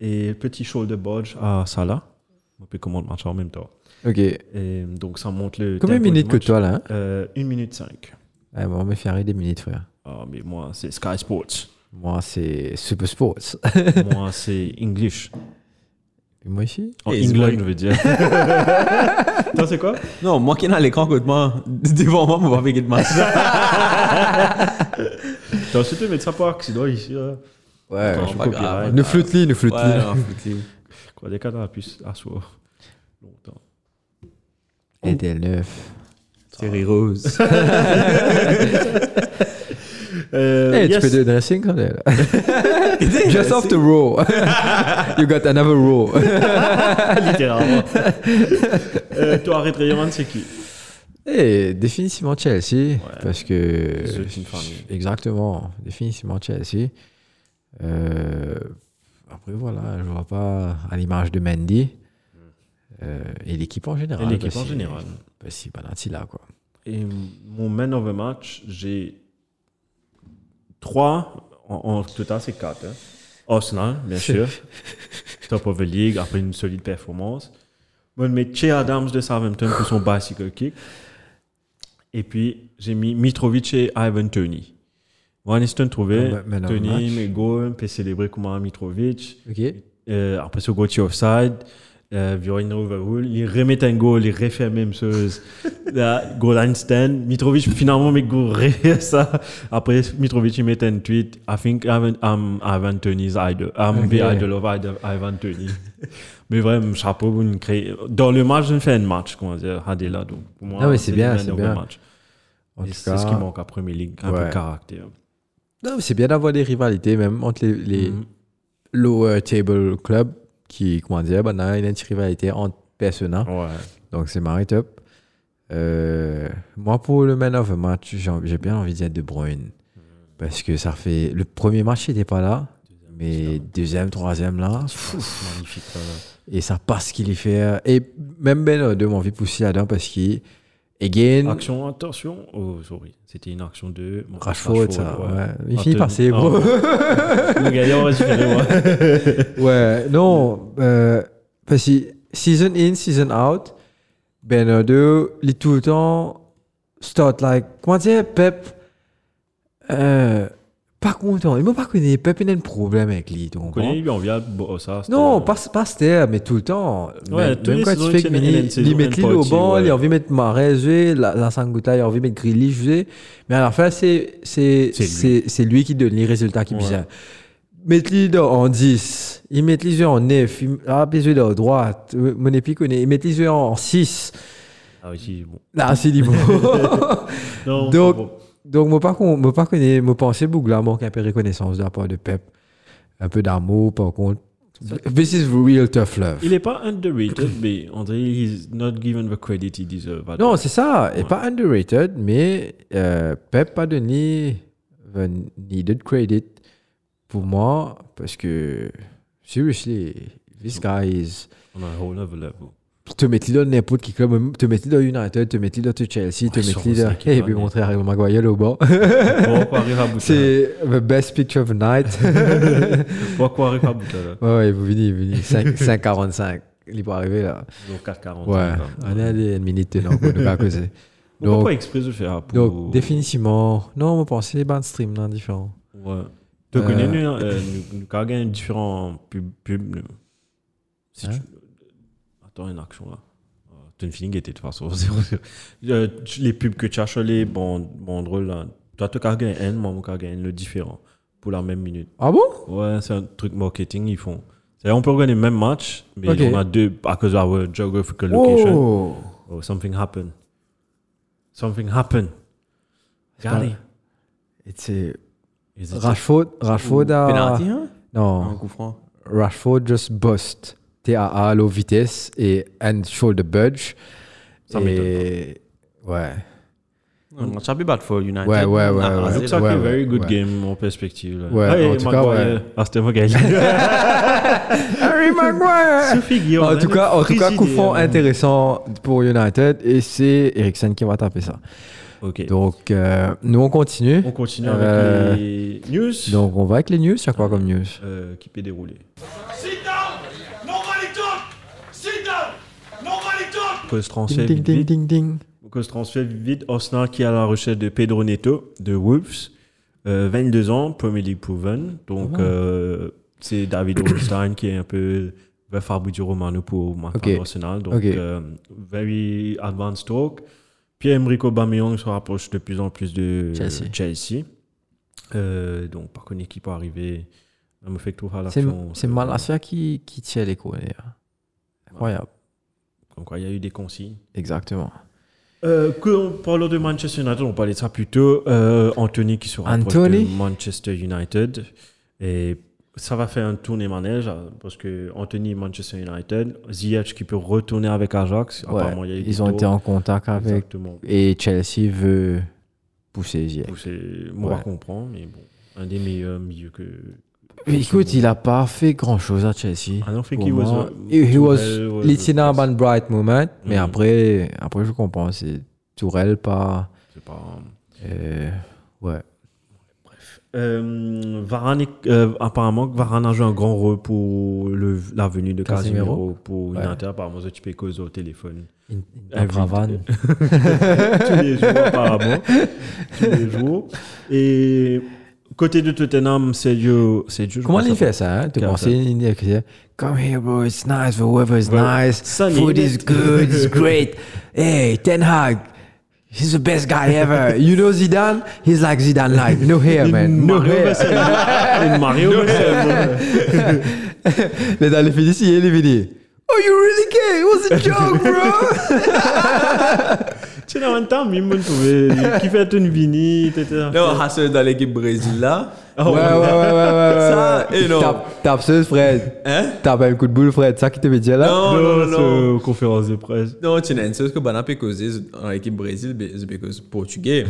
Speaker 2: et petit shoulder bodge à Salah. On peut comment le match en même temps.
Speaker 1: Ok.
Speaker 2: Et donc ça monte le.
Speaker 1: Combien de
Speaker 2: tempo du
Speaker 1: minutes que
Speaker 2: match.
Speaker 1: toi, là hein
Speaker 2: Euh, Une minute cinq.
Speaker 1: Ah, bon, On me fait arrêter des minutes, frère.
Speaker 2: Ah, mais moi, c'est
Speaker 1: *laughs*
Speaker 2: Sky Sports.
Speaker 1: Moi, c'est Super Sports.
Speaker 2: moi, c'est English.
Speaker 1: Et Moi ici
Speaker 2: En
Speaker 3: Et c'est
Speaker 2: England,
Speaker 3: vrai.
Speaker 2: je veux
Speaker 1: *laughs*
Speaker 2: dire. Toi, c'est quoi
Speaker 3: Non, moi qui est dans l'écran contre *laughs* moi, devant moi, on va faire quelque chose.
Speaker 2: T'as ensuite de mettre ça par accident ici. là.
Speaker 1: Ouais.
Speaker 2: Attends,
Speaker 3: je
Speaker 2: je
Speaker 3: pas
Speaker 2: copie,
Speaker 3: grave.
Speaker 2: ouais.
Speaker 1: Nous floute-li, nous floute
Speaker 3: Ouais, non, foutu.
Speaker 2: Quoi, des cadres à puce à soi. Longtemps.
Speaker 1: Et des neuf.
Speaker 3: Thierry *laughs* Rose.
Speaker 2: Euh,
Speaker 1: Hey, Eh, tu
Speaker 2: yes.
Speaker 1: peux do dressing comme
Speaker 2: *laughs*
Speaker 1: ça, là. Just off the row. You got another row. *laughs*
Speaker 2: Littéralement. euh, toi, Red Rayman, c'est qui
Speaker 1: Et Eh, définitivement Chelsea, parce que.
Speaker 2: Ils ont une famille.
Speaker 1: Exactement, définitivement Chelsea. Euh, après, voilà, je vois pas à l'image de Mendy. euh, et l'équipe en général.
Speaker 2: Hmm.
Speaker 1: bah,
Speaker 2: Et l'équipe
Speaker 1: parce
Speaker 2: en
Speaker 1: que-
Speaker 2: général.
Speaker 1: parce que Banati, là, quoi.
Speaker 2: Et mon man of the match, j'ai trois. En, en total, c'est quatre. hein. Arsenal,
Speaker 1: *laughs*
Speaker 2: bien sûr. Top of the league, après une solide performance. Bon, mais Che Adams de Southampton pour son bicycle kick. Et puis, j'ai mis Mitrovic et Ivan Tony. Waniston trouvé,
Speaker 1: Ah, man of the
Speaker 2: Tony,
Speaker 1: match.
Speaker 2: mes goals, puis célébré comme un Mitrovic.
Speaker 1: Ok.
Speaker 2: Euh, après ce goal sur offside, euh, Viorino overrule, il remet un goal, il refait la même chose.
Speaker 1: *laughs*
Speaker 2: Là, goal Einstein, Mitrovic finalement met goal, *laughs* refait ça. Après Mitrovic il met un tweet, I think I'm, I'm Ivan Tony's idol, I'm
Speaker 1: Ok.
Speaker 2: the idol of Ida- Ivan Tony. Mais vraiment, chapeau, vous ne créez. Dans le match, je ne fais un match, comment dire, Hadela. Donc, pour moi,
Speaker 1: Non, mais c'est
Speaker 2: le
Speaker 1: bien,
Speaker 2: man
Speaker 1: c'est
Speaker 2: of the
Speaker 1: bien.
Speaker 2: match.
Speaker 1: En
Speaker 2: Et
Speaker 1: tout
Speaker 2: C'est
Speaker 1: cas,
Speaker 2: ce qui manque à Premier League, un peu
Speaker 1: Ouais.
Speaker 2: de caractère.
Speaker 1: non, mais c'est bien d'avoir des rivalités, même entre les, les
Speaker 2: Mhm.
Speaker 1: lower table clubs qui, comment dire, ben, il y a une petite rivalité entre personnages.
Speaker 2: Ouais.
Speaker 1: Donc c'est marré top. Euh, moi pour le man of the match, j'ai envie- j'ai bien envie d'être De Bruyne. Parce que ça fait... Le premier match, il n'était pas là. Mais deuxième, troisième là.
Speaker 2: C'est magnifique. euh, ça, là.
Speaker 1: Et ça passe qu'il y fait. Et même Ben de m'envie pousser là-dedans parce qu'il... Again...
Speaker 2: Action, attention. Oh, sorry. C'était une action de
Speaker 1: Rashford, ça.
Speaker 2: ouais. Ah,
Speaker 1: ouais. Il finit par
Speaker 2: Anthony-
Speaker 1: ses gros.
Speaker 2: *laughs* Le gars, on va se faire,
Speaker 1: *laughs*
Speaker 2: ouais.
Speaker 1: Ouais, non. euh, parce que season in, season out, Ben 2, il est tout le temps start like. Comment dire, Pep, euh, pas content. Ils m'ont pas connu. Pep, il y a un problème avec lui. Tu
Speaker 2: Connais,
Speaker 1: comprends
Speaker 2: il lui envia bon, oh, ça. c'était-
Speaker 1: Non, pas, pas Ster, mais tout le temps.
Speaker 2: Ouais,
Speaker 1: même,
Speaker 2: tous
Speaker 1: même
Speaker 2: les
Speaker 1: quand
Speaker 2: saisons,
Speaker 1: tu fais
Speaker 2: c'est
Speaker 1: que
Speaker 2: une- une
Speaker 1: Mini-
Speaker 2: saison,
Speaker 1: il met
Speaker 2: une
Speaker 1: l'île au
Speaker 2: partie,
Speaker 1: banc,
Speaker 2: ouais.
Speaker 1: il a envie de mettre Marais jouer, la, la Sanguta, il a envie de mettre Grilly jouer. Mais à la fin, c'est, c'est,
Speaker 2: C'est lui.
Speaker 1: c'est, c'est lui qui donne les résultats qui
Speaker 2: Ouais.
Speaker 1: vient. Mettre-lui dans- en 10, il met les en 9, il ah, met en droite, euh, mon épi connaît, il met les en 6.
Speaker 2: Ah oui, si, bon.
Speaker 1: Là, c'est
Speaker 2: *laughs*
Speaker 1: libre.
Speaker 2: Non,
Speaker 1: Donc-
Speaker 2: bon.
Speaker 1: Donc, moi, par contre, moi, par contre, moi, penser beaucoup là, manque un peu de reconnaissance de la part de Pep. Un peu d'amour, par contre. This is real tough love.
Speaker 2: il est pas underrated,
Speaker 1: *coughs*
Speaker 2: mais on dirait he's not given the credit he deserves. at
Speaker 1: Non,
Speaker 2: all.
Speaker 1: c'est ça. Et
Speaker 2: Ouais.
Speaker 1: pas underrated, mais euh, Pep a donné the needed credit pour moi parce que, seriously, this guy is.
Speaker 2: on a un whole other level.
Speaker 1: Te mettre dans n'importe qui club, te mettre dans United, te mettre dans Chelsea, te
Speaker 2: Ouais, sur
Speaker 1: mettre dans.
Speaker 2: cinq,
Speaker 1: *laughs*
Speaker 2: il
Speaker 1: Et
Speaker 2: va,
Speaker 1: puis
Speaker 2: mais-
Speaker 1: montrer Harry Maguire au bas.
Speaker 2: Pourquoi arrive à
Speaker 1: *laughs*
Speaker 2: bout
Speaker 1: C'est the best picture of the
Speaker 2: *laughs*
Speaker 1: night.
Speaker 2: Pourquoi arrive à bout là
Speaker 1: Ouais, ouais, vous venez, vous venez. 5, 5,45. Il est pas arrivé là.
Speaker 2: Ils ont 4,40.
Speaker 1: Ouais,
Speaker 2: là.
Speaker 1: on est allé une minute non, pour ne pas causer.
Speaker 2: Pourquoi
Speaker 1: Donc-
Speaker 2: pas exprès de faire pour.
Speaker 1: Donc, définitivement, non, on pensait ban stream, non, différent.
Speaker 2: Ouais. Donc, on est nous, euh, nous- nous carguons différents pubs. Pub, nous. si
Speaker 1: Hein?
Speaker 2: tu... Attends, une action là. Euh, T'as une feeling était de toute façon. *laughs* zéro, zéro. Euh, tu- les pubs que tu as les bon, bon drôle là. Toi, tu cargues un, moi, je cargue un, le différent. Pour la même minute.
Speaker 1: Ah bon
Speaker 2: Ouais, c'est un truc marketing, ils font. C'est-à-dire, on peut regarder le même match, mais
Speaker 1: Ok.
Speaker 2: on a deux à cause de our geographical location.
Speaker 1: Oh
Speaker 2: Oh, something happened. Something happened.
Speaker 1: pas-
Speaker 2: Gary.
Speaker 1: Et c'est
Speaker 2: Is it-
Speaker 1: Rashford, Rashford a.
Speaker 3: Penalty, hein Un
Speaker 1: Non,
Speaker 3: coup franc.
Speaker 1: Rashford just bust. TAA, low vitesse et and shoulder budge.
Speaker 2: Ça
Speaker 1: et... Ouais.
Speaker 3: On a chopé Batfall United.
Speaker 1: Ouais, ouais, ouais,
Speaker 3: Ah,
Speaker 1: ouais.
Speaker 3: c'est
Speaker 2: Looks like
Speaker 1: ouais,
Speaker 2: a very good
Speaker 1: ouais.
Speaker 2: game en perspective. là.
Speaker 1: Ouais,
Speaker 2: Ah,
Speaker 1: en
Speaker 2: et
Speaker 1: tout cas,
Speaker 2: Maguire.
Speaker 1: ouais.
Speaker 2: Ah, c'était Maguire.
Speaker 1: Harry
Speaker 2: *laughs*
Speaker 1: Maguire
Speaker 2: Sophie Guillaume. hein.
Speaker 1: En tout
Speaker 2: elle
Speaker 1: cas,
Speaker 2: est
Speaker 1: en tout cas,
Speaker 2: frisidée,
Speaker 1: coup franc
Speaker 2: hein.
Speaker 1: intéressant pour United et c'est Eriksen qui va taper ça.
Speaker 2: Ok.
Speaker 1: Donc, euh, nous on continue.
Speaker 2: on continue
Speaker 1: Euh,
Speaker 2: avec les news
Speaker 1: Donc, on va avec les news. Il y a quoi comme news
Speaker 2: euh, qui peut dérouler.
Speaker 4: Sit down! Nobody talk! Sit down! Nobody talk!
Speaker 2: Qu'on se transfère
Speaker 1: Ding, ding,
Speaker 2: vite,
Speaker 1: ding,
Speaker 2: vite.
Speaker 1: ding, ding.
Speaker 2: Qu'on se transfère vite. Arsenal qui est à la recherche de Pedro Neto de Wolves. Euh, 22 ans, Premier League proven.
Speaker 1: Ah
Speaker 2: Donc, euh,
Speaker 1: *coughs*
Speaker 2: c'est David Holstein qui est un peu le Fabrizio Romano pour ma
Speaker 1: Ok.
Speaker 2: Arsenal. Donc,
Speaker 1: Ok.
Speaker 2: euh, very advanced talk. Pierre-Emerick Aubameyang se rapproche de plus en plus de
Speaker 1: Chelsea.
Speaker 2: Chelsea. Euh, donc, par contre, équipe arrivée, on me fait tout à euh,
Speaker 1: C'est-
Speaker 2: l'action.
Speaker 1: C'est Malasia qui, qui tient les coups. d'ailleurs. Incroyable.
Speaker 2: Comme quoi, il y a eu des consignes.
Speaker 1: Exactement.
Speaker 2: Euh, que- parlons de Manchester United, on parlait de ça plus tôt. Euh, Anthony qui se rapproche
Speaker 1: Anthony.
Speaker 2: de Manchester United. Et ça va faire un tourné manège euh, parce que Anthony et Manchester United, Ziyech qui peut retourner avec Ajax.
Speaker 1: Ouais.
Speaker 2: Apparemment, il y a eu des
Speaker 1: Ils ont été
Speaker 2: tours.
Speaker 1: en contact avec.
Speaker 2: Exactement.
Speaker 1: Et Chelsea veut pousser Ziyech.
Speaker 2: Poussé. Moi,
Speaker 1: Ouais.
Speaker 2: pas comprendre, mais bon. Un des meilleurs milieux que.
Speaker 1: Mais Écoute, il a pas fait grand chose à Chelsea.
Speaker 2: I don't think
Speaker 1: Pour
Speaker 2: he was
Speaker 1: moi.
Speaker 2: a-
Speaker 1: He- he was
Speaker 2: Tourelle euh, was
Speaker 1: lit in
Speaker 2: a-
Speaker 1: a bad bright moment. Mais
Speaker 2: Mhm.
Speaker 1: après, après, je comprends. C'est Tourelle, pas.
Speaker 2: C'est pas. hein.
Speaker 1: euh, ouais.
Speaker 2: Euh, Varane, est- euh, apparemment, Varane a joué un grand rôle pour le, la venue de Casemiro,
Speaker 1: Casemiro.
Speaker 2: pour
Speaker 1: Ouais.
Speaker 2: United. Apparemment, tu peux causer au téléphone.
Speaker 1: Une, une
Speaker 2: Every-
Speaker 1: caravane.
Speaker 2: tous les jours, apparemment. tous
Speaker 3: *laughs*
Speaker 2: les jours. Et côté de Tottenham, Sergio. Sergio je
Speaker 1: Comment
Speaker 2: pense
Speaker 1: il
Speaker 2: que-
Speaker 1: fait ça hein? Tu
Speaker 2: Comme
Speaker 1: penses
Speaker 2: ça.
Speaker 1: il dit que c'est, Come here bro, it's nice, the weather is
Speaker 2: Ouais.
Speaker 1: nice,
Speaker 2: Sunny,
Speaker 1: food is
Speaker 2: isn't it?
Speaker 1: good, *laughs* it's great. Hey, Ten Hag, he's the best guy ever. you know Zidane? He's like Zidane like. No *laughs* hair man, no
Speaker 2: Mario
Speaker 1: hair.
Speaker 2: Vassel. Une Mario
Speaker 3: *laughs*
Speaker 2: Vassel.
Speaker 1: Les gars, les finissent, il est fini. Oh, you really gay? It was a *laughs* joke, bro.
Speaker 2: Tu sais, en même temps, Mimoun trouvait. Qui fait une vini, etc.
Speaker 3: Non, Hassel dans l'équipe Brésil là.
Speaker 1: ouais, ouais, ouais, ouais, ouais. ouais,
Speaker 3: Ça,
Speaker 1: ouais.
Speaker 3: et non.
Speaker 1: Tape, tape ce, Fred. *laughs*
Speaker 3: Hein
Speaker 1: Tape un coup de boule, Fred. Ça qui te veut dire là?
Speaker 3: Non, non, non, non.
Speaker 2: c'est aux conférences de presse.
Speaker 3: Non, tu n'as pas que Bana causé dans l'équipe Brésil, c'est parce que
Speaker 1: *laughs*
Speaker 3: portugais.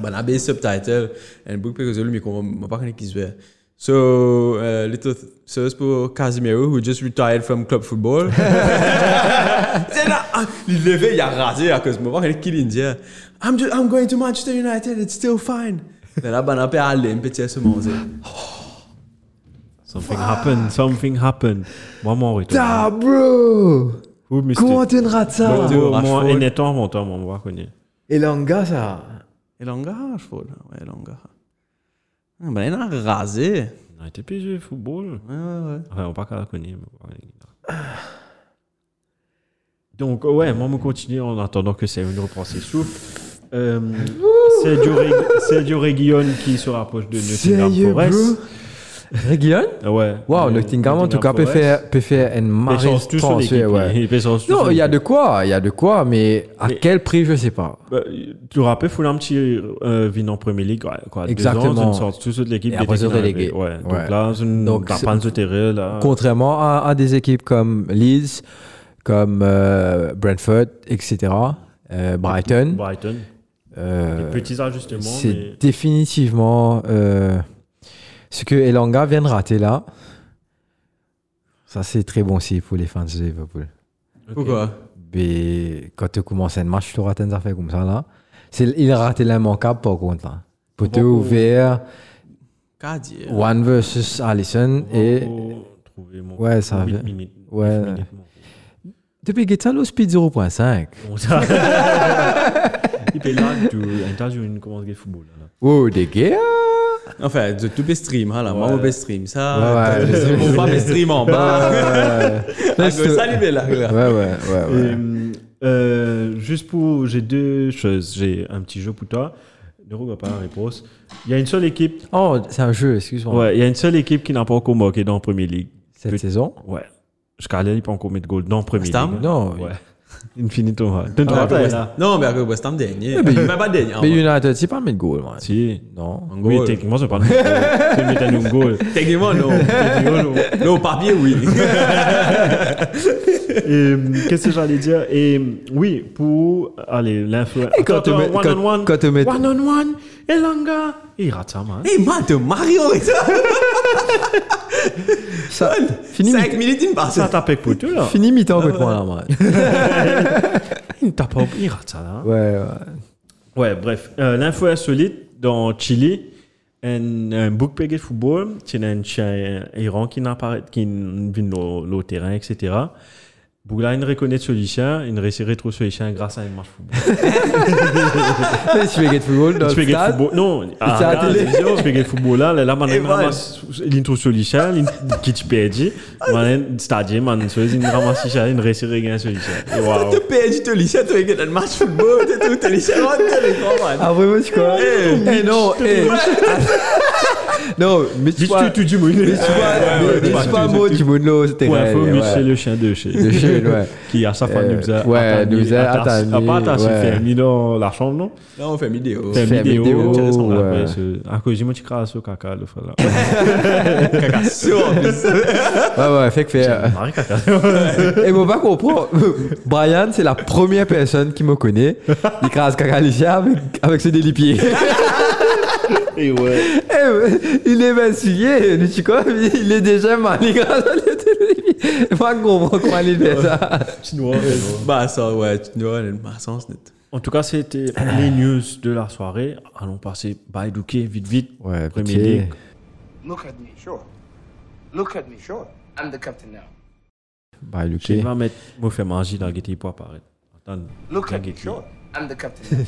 Speaker 3: Bana a subtitle, et beaucoup parce que le micro, je ne sais pas qui c'est. So, euh, little service pour Casemiro, who just retired from club
Speaker 1: *laughs*
Speaker 3: football. C'est là, ah, il levait, il a rasé à cause de moi, qui l'Indien. I'm, ju- I'm going to Manchester United, it's still fine. Mais là, Bana a allé, un petit à se manger.
Speaker 2: Something happened, something happened. Moi, moi, oui.
Speaker 1: Ah, bro.
Speaker 2: Who missed
Speaker 1: Comment
Speaker 2: it?
Speaker 1: tu ne rates ça?
Speaker 2: Moi,
Speaker 3: Rashford.
Speaker 2: moi, et Nathan, mon temps, moi, moi, connais.
Speaker 1: Et l'anga, ça.
Speaker 3: Elanga, je crois, là. Ouais, Elanga. Ah, ben, il a rasé.
Speaker 2: United plus de football.
Speaker 3: Ouais, ouais, ouais.
Speaker 2: Enfin, on parle qu'à la connaître. mais ouais. *sighs* Donc, ouais, moi, on continue en attendant que Seven reprend ses souffles. Euh, Sergio Re- Sergio Reguilón qui se rapproche de Nottingham
Speaker 1: Sérieux,
Speaker 2: Forest.
Speaker 1: Réguillon
Speaker 2: Ouais.
Speaker 1: Wow,
Speaker 2: Euh,
Speaker 1: Nottingham, en tout cas, peut
Speaker 2: Forest.
Speaker 1: faire, peut faire une
Speaker 2: Mais
Speaker 1: marée
Speaker 2: ils sont tous sur l'équipe,
Speaker 1: transfert, ouais.
Speaker 2: ils- ils sont tous
Speaker 1: Non,
Speaker 2: sur
Speaker 1: il y a
Speaker 2: l'équipe.
Speaker 1: de quoi, il y a de quoi, mais à
Speaker 2: Mais-
Speaker 1: quel prix, je sais pas.
Speaker 2: Bah, tu rappelles, Fulham qui euh, vient en Premier League, quoi, quoi
Speaker 1: Exactement.
Speaker 2: deux ans, une sorte toute toute l'équipe
Speaker 1: Et après,
Speaker 2: était
Speaker 1: ils sont
Speaker 2: dans la
Speaker 1: relégués.
Speaker 2: B. Ouais, Donc
Speaker 1: Ouais.
Speaker 2: là, c'est une
Speaker 1: Donc, c'est-
Speaker 2: tapane de terrain, là.
Speaker 1: Contrairement à, à des équipes comme Leeds, comme euh, Brentford, etc., euh, Brighton,
Speaker 2: Brighton.
Speaker 1: euh,
Speaker 2: Petits ajustements,
Speaker 1: c'est
Speaker 2: mais
Speaker 1: définitivement euh, ce que Elanga vient de rater là. Ça, c'est très bon signe pour les fans de Liverpool.
Speaker 3: Pourquoi
Speaker 1: Mais quand tu commences un match, tu rates une affaire comme ça là. C'est, il a raté l'immanquable par contre là. Poteau
Speaker 2: Beaucoup.
Speaker 1: ouvert,
Speaker 3: Qu'à dire
Speaker 1: one versus Allison et.
Speaker 2: Pour trouver mon
Speaker 1: Ouais, ça
Speaker 2: huit
Speaker 1: vient.
Speaker 2: minutes,
Speaker 1: Ouais.
Speaker 2: neuf minutes, mon-
Speaker 1: Depuis Guetzalo, speed 0.5.
Speaker 2: Bon, ça- Il peut là, tu entends une commence de football. là, là.
Speaker 1: Oh, des gars!
Speaker 3: Enfin, de tout mes streams, hein, là. Moi, mon best stream, ça.
Speaker 1: Ouais, ouais.
Speaker 3: Je ne pas mes streams en bas.
Speaker 2: *laughs*
Speaker 3: Ah,
Speaker 1: Laisse-le.
Speaker 3: Salut, là.
Speaker 1: Ouais, ouais, ouais. ouais.
Speaker 2: Et, euh, juste pour, j'ai deux choses. J'ai un petit jeu pour toi. Ne regarde pas la réponse. Il y a une seule équipe.
Speaker 1: Oh, c'est un jeu, excuse-moi.
Speaker 2: Ouais, il y a une seule équipe qui n'a pas encore marqué dans la Premier League.
Speaker 1: Cette saison?
Speaker 2: Ouais. Je calais, il peut encore mettre goal dans le premier.
Speaker 3: Stam?
Speaker 2: league.
Speaker 1: Non.
Speaker 2: Ouais. Infinito. ouais. T'as une
Speaker 3: Ah,
Speaker 2: droite,
Speaker 3: avec West-
Speaker 2: là.
Speaker 3: Non, mais avec West Ham dernier.
Speaker 1: mais-
Speaker 3: Même pas dernier. hein. en
Speaker 1: Mais
Speaker 3: vrai.
Speaker 1: United, c'est pas le mettre goal, man.
Speaker 2: Si.
Speaker 1: Non.
Speaker 3: En
Speaker 2: Oui,
Speaker 3: goal.
Speaker 2: techniquement, c'est pas le même goal. C'est mettre un goal.
Speaker 1: *laughs*
Speaker 3: Techniquement, non.
Speaker 2: Techniquement, non.
Speaker 3: Non, au papier, oui.
Speaker 2: Et, hum, Qu'est-ce que j'allais dire Et hum, oui, pour. Allez, l'influence.
Speaker 1: Et quand
Speaker 2: Attends,
Speaker 1: tu mets-
Speaker 2: attends,
Speaker 1: quand-
Speaker 2: one on one.
Speaker 1: quand tu mets-
Speaker 2: One on one. Elanga. Il rate ça, man.
Speaker 3: Hey, man, te Mario et ça.
Speaker 1: Ça, fini,
Speaker 3: 5
Speaker 1: mi-
Speaker 3: minutes, il me passe.
Speaker 2: Ça tape avec pour tout, là.
Speaker 1: fini
Speaker 2: *laughs*
Speaker 1: mi-temps contre moi, là, man.
Speaker 2: Il tape au- Il rate ça, là.
Speaker 1: Ouais, ouais.
Speaker 2: Ouais, bref. Euh, L'info est solide dans Chili. Un, un book peggy de football, c'est un chien Iran qui n'apparaît, qui n- vient au, au terrain, etc. Bougla, il reconnaît ce chien, il réussit rétro ce chien grâce à un match football.
Speaker 1: Tu fais get football dans le
Speaker 2: Tu fais gay
Speaker 1: stade.
Speaker 2: football, non, ah,
Speaker 1: C'est à la
Speaker 2: là,
Speaker 1: télévision.
Speaker 2: télévision, tu fais gay football hein. là, là, là, man,
Speaker 3: Et
Speaker 2: man,
Speaker 3: voilà.
Speaker 2: ramasse, il trouve ce chien, il- qui te perdit, man, stadier, man, so, il ramasse ce chien, il réussit regagner ce chien. Waouh.
Speaker 3: Te PSG, te lycée, te regarde le match football, te tout, te lycée, man, te les grands, man.
Speaker 1: Ah, vraiment, tu crois? Eh, non, eh. Non, mais tu
Speaker 2: Vite,
Speaker 1: vois. euh,
Speaker 2: tu, tu dis, mon-
Speaker 1: Mais tu vois, mais tu vois, mot du mono, c'était
Speaker 2: Pour info,
Speaker 1: réel,
Speaker 2: Mitch,
Speaker 1: ouais.
Speaker 2: c'est le chien de chez.
Speaker 1: De chez, ouais.
Speaker 2: *laughs* qui à sa fois
Speaker 1: Euh,
Speaker 2: nous a
Speaker 1: ouais,
Speaker 2: atteint-
Speaker 1: nous a
Speaker 2: atteint-
Speaker 1: atteint-
Speaker 2: pas atteint, c'est
Speaker 1: ouais.
Speaker 2: fermé dans la chambre non
Speaker 3: Là, on fait une vidéo.
Speaker 2: Fermé
Speaker 1: fermé
Speaker 2: vidéo,
Speaker 1: vidéo,
Speaker 2: intéressant, là,
Speaker 1: ouais.
Speaker 2: après, ce- à cause du mot qui crasse au caca
Speaker 1: *laughs*
Speaker 2: le frère, là. *laughs*
Speaker 3: Caca, sûr, en plus.
Speaker 1: Ouais, ouais, fait que fait. euh,
Speaker 2: Marie caca.
Speaker 1: Et moi, pas comprendre. *laughs* Brian, c'est la première personne qui me connaît. Il crase Cacalicia avec, avec ses délipiers.
Speaker 2: et ouais
Speaker 1: *laughs* Eh, ouais, il est massillé, le chico, il est déjà mal, il grâce à l'été. Moi, je comprends comment il fait ça.
Speaker 2: chinois ouais.
Speaker 3: Bah, ça, ouais, tu dois aller le maçon, c'est net.
Speaker 2: en tout cas c'était les news de la soirée allons passer by Douké vite vite
Speaker 1: Ouais,
Speaker 2: Premier
Speaker 1: pitié.
Speaker 2: League.
Speaker 7: Look at me, sure. Look at me, sure. I'm the captain now.
Speaker 1: Bah,
Speaker 2: je vais mettre mot fait magie dans Getty pour apparaître Attends,
Speaker 7: Look
Speaker 2: dans
Speaker 7: at me,
Speaker 2: Getty.
Speaker 7: sure. I'm the captain now.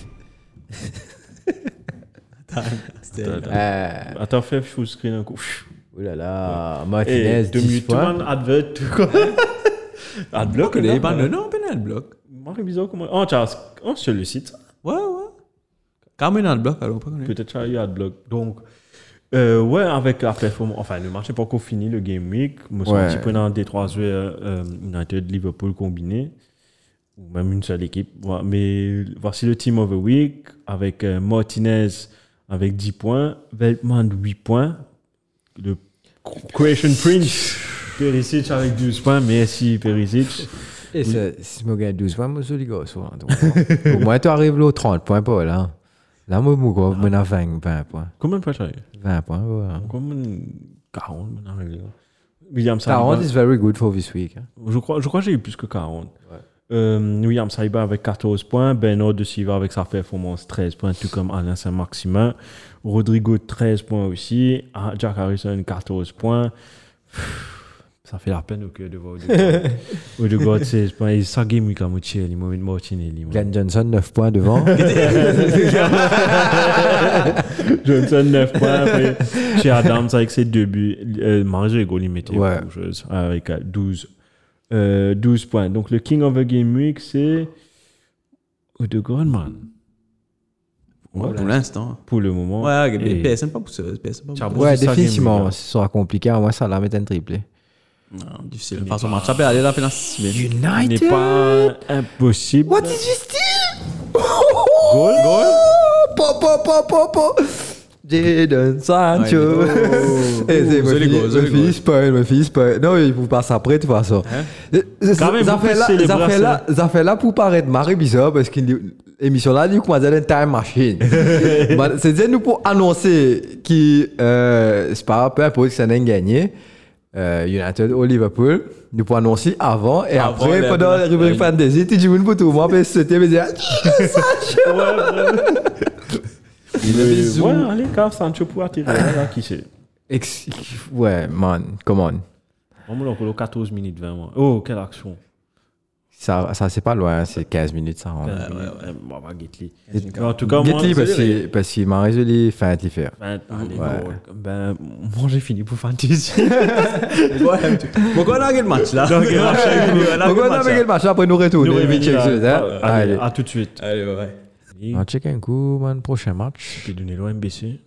Speaker 3: C'était-
Speaker 2: Attends, attends fais full screen un coup Pfff.
Speaker 1: Oulala, là,
Speaker 2: et
Speaker 1: Martinez,
Speaker 2: Eh, deux
Speaker 1: 10
Speaker 2: minutes tout le
Speaker 1: points.
Speaker 2: monde advert tout quoi
Speaker 3: Bloc,
Speaker 2: adblock
Speaker 3: on
Speaker 2: là,
Speaker 3: est pas
Speaker 2: voilà.
Speaker 3: le nom, penal bloc.
Speaker 2: Moi, c'est bizarre comment oh Charles on se le site
Speaker 3: Ouais, ouais. Quand même dans le bloc, alors, pas connu.
Speaker 2: Peut-être ça, il y a de bloc. Donc, euh, ouais, avec la performance, enfin, le match n'est pas encore fini, le game week. Moi, je suis
Speaker 1: Ouais.
Speaker 2: un petit peu dans des trois joueurs euh, United, Liverpool combiné, ou même une seule équipe. Voilà. Mais voici le team of the week avec euh, Martinez avec 10 points, Veltman 8 points, le Croatian Prince. Perisic avec 12 points, merci Perisic.
Speaker 1: Et ça, si je gagne 12 points, moi, je rigole souvent. hein, donc,
Speaker 2: *laughs*
Speaker 1: bon. Au moins, tu arrives au 30 points, Paul. Hein. Là, moi, moi,
Speaker 2: Ah.
Speaker 1: quoi, moi, on a 20, 20 points.
Speaker 2: Combien de points t'as eu
Speaker 1: 20 points, ouais.
Speaker 2: Combien 40, maintenant, les gars. William
Speaker 1: 40
Speaker 2: Saliba.
Speaker 1: is very good for this week. hein.
Speaker 2: Je crois, je crois que j'ai eu plus que 40. Euh, William Saiba avec 14 points, Beno de Silva avec sa performance 13 points, tout comme Alain Saint-Maximin, Rodrigo 13 points aussi, Ah, Jack Harrison 14 points. Pff, Ça fait la peine que de voir Odegaard. Odegaard, c'est c'est pas- il s'agit mieux qu'à moitié, il m'a mis de Martinelli, moi.
Speaker 1: Glenn Johnson, 9 points
Speaker 2: *laughs*
Speaker 1: devant.
Speaker 2: Johnson, 9 points. Après, chez Adams, avec ses deux buts, euh, Marzego, il mettait
Speaker 1: Ouais.
Speaker 2: rougeuse, avec euh, 12, euh, 12 points. Donc, le King of the Game Week, c'est Odegaard, man. Ouais,
Speaker 3: Pour l'instant.
Speaker 2: pour le moment.
Speaker 3: Ouais,
Speaker 2: Et-
Speaker 3: PSN pas pousseuse. PSN pas
Speaker 2: Charbon.
Speaker 3: pousseuse.
Speaker 1: ouais,
Speaker 2: c'est ça, Game
Speaker 1: définitivement,
Speaker 2: Week,
Speaker 1: ce sera compliqué. Moi, ça la met un triplé.
Speaker 3: Non, difficile. Enfin, son match appel, aller là, fait la semaine.
Speaker 2: n'est
Speaker 1: United
Speaker 2: pas impossible.
Speaker 1: What is this team?
Speaker 2: *laughs* Goal, goal.
Speaker 1: Oh, Po, po, po, po, po. Jadon Sancho.
Speaker 3: Ouais,
Speaker 1: *laughs* Eh, c'est
Speaker 3: Oh,
Speaker 1: moi
Speaker 3: joli
Speaker 1: fils-
Speaker 3: goal,
Speaker 1: moi
Speaker 3: joli
Speaker 1: fils
Speaker 3: goal.
Speaker 1: spoil, moi fils spoil. Non, il vous passe après, de toute façon. Eh, c'est-
Speaker 2: Quand même,
Speaker 1: ça
Speaker 2: vous
Speaker 1: fait là-
Speaker 2: poussez les
Speaker 1: ça
Speaker 2: bras,
Speaker 1: fait
Speaker 2: ça.
Speaker 1: là- Ça fait là pour paraître marré bizarre parce que l'émission là dit qu'on va dire une time machine. Bah, C'est dire nous pour annoncer qui, euh, c'est pas peu importe si ça n'a gagné. euh, United ou Liverpool, nous pour annoncer avant et
Speaker 3: Avant
Speaker 1: après,
Speaker 3: la-
Speaker 1: pendant la
Speaker 3: la-
Speaker 1: rubrique
Speaker 3: la-
Speaker 1: fantasy, tu dis, oui, pour tout, moi, mais c'était, mais c'est-
Speaker 2: Ouais, ouais, allez, Carl Sancho pour attirer. Ah, Là, qui c'est
Speaker 1: Ex- Ouais, man, come on.
Speaker 2: On me l'a encore 14 minutes 20. moi. Oh, quelle action.
Speaker 1: Ça, ça c'est pas loin, c'est 15 minutes, ça rentre.
Speaker 2: Ouais, ouais. Bon, bah, Gately. Mais En tout cas, moi,
Speaker 1: Get-li, parce
Speaker 2: c'est-
Speaker 1: que- parce qu'il m'a résolu, enfin, t'y faire.
Speaker 2: Ben, allez,
Speaker 1: bah, Ouais.
Speaker 2: bon, ben, moi j'ai fini pour Fantasy.
Speaker 3: Ouais, tu- Pourquoi on a gagné le match là
Speaker 2: Donc, on a fini, on a
Speaker 1: Donc, on a fait le match, après nous retournons.
Speaker 2: hein. Nous,
Speaker 1: et puis
Speaker 2: Rémi,
Speaker 1: check
Speaker 2: là.
Speaker 1: ce- hein.
Speaker 2: Ah, Allez,
Speaker 1: Allez.
Speaker 2: à tout de suite.
Speaker 3: Allez, ouais.
Speaker 1: On check un coup, man, prochain match.
Speaker 2: Puis donner l'OMBC.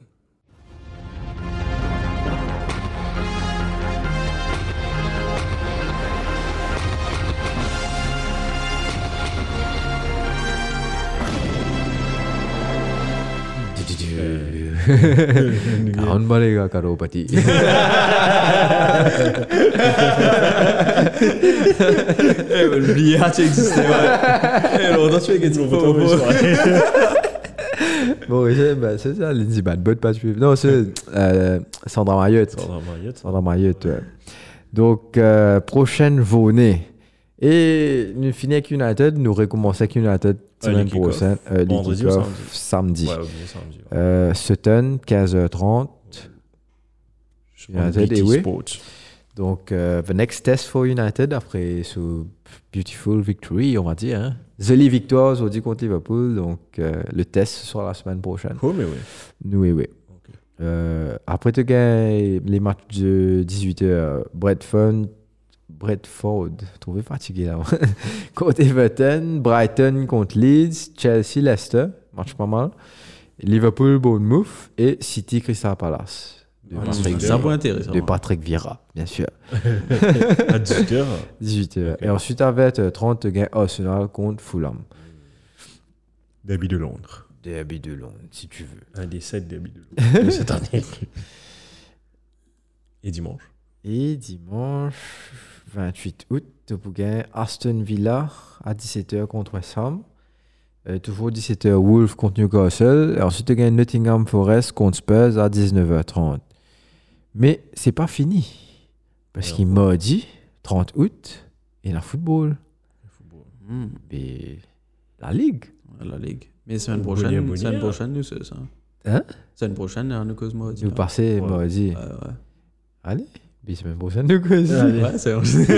Speaker 1: Ah, On ne bat les gars, Caro
Speaker 2: *laughs*
Speaker 1: Pati.
Speaker 3: Eh, ben, le billard, tu existais, ouais. Eh, longtemps, tu es gagné le propos.
Speaker 1: Bon, et c'est bah, c'est ça, Lindsay Bad, bonne passe. Non, c'est euh, Sandra Mayotte.
Speaker 2: Dans la maillette.
Speaker 1: Sandra Mayotte, ouais. Donc, euh, prochaine journée. Et nous finissons avec United, nous recommençons avec United semaine
Speaker 2: les kick-off.
Speaker 1: prochaine. euh, les
Speaker 2: Vendredi ou
Speaker 1: kick-off, samedi.
Speaker 2: samedi Ouais, on est samedi, ouais.
Speaker 1: Euh, Sutton, 15h30.
Speaker 2: Je
Speaker 1: Il y a
Speaker 2: prends
Speaker 1: Zed
Speaker 2: BT
Speaker 1: et Way.
Speaker 2: Sports.
Speaker 1: Donc, euh, the next test for United après ce beautiful victory, on va dire. Hein. Jolie victoire aujourd'hui contre Liverpool. Donc, euh, le test sera la semaine prochaine.
Speaker 2: Oh, mais ouais.
Speaker 1: Nous, oui, oui.
Speaker 2: Ok.
Speaker 1: Euh, après, tu gagnes les matchs de 18h. Brentford, Brentford, trouvé fatigué là. hein. *laughs* contre Everton, Brighton contre Leeds, Chelsea, Leicester, match pas mal. Liverpool, Bournemouth et City, Crystal Palace. De
Speaker 2: Ah,
Speaker 1: Patrick
Speaker 3: C'est un
Speaker 1: Vieira.
Speaker 3: point intéressant.
Speaker 1: De Patrick Vieira, bien sûr.
Speaker 2: À 18h.
Speaker 1: 18h. Et ensuite, avec euh, 30, gain Arsenal contre Fulham.
Speaker 2: Derby de Londres.
Speaker 1: Derby de Londres, si tu veux.
Speaker 2: Un des 7 derbys de *laughs* Londres de cette année. Et dimanche.
Speaker 1: Et dimanche 28 août, Topougain, Aston Villa à 17h contre West Ham. Euh, toujours 17h, Wolves contre Newcastle. Et ensuite, tu gagnes Nottingham Forest contre Spurs à 19h30. Mais c'est pas fini. Parce
Speaker 2: Alors,
Speaker 1: qu'il m'a dit, 30 août, il y a le football.
Speaker 3: Hmm,
Speaker 1: Et la Ligue.
Speaker 3: la Ligue. Mais semaine
Speaker 2: Bonne
Speaker 3: prochaine,
Speaker 2: bonne
Speaker 3: semaine
Speaker 2: bonne
Speaker 3: prochaine, nous, c'est ça.
Speaker 1: Hein
Speaker 3: Semaine prochaine, on nous cause moi aussi.
Speaker 1: Nous passez,
Speaker 2: Ouais.
Speaker 1: m'a dit,
Speaker 3: Ouais, ouais.
Speaker 1: allez, puis semaine prochaine, Newcastle.
Speaker 3: Ouais, c'est vrai.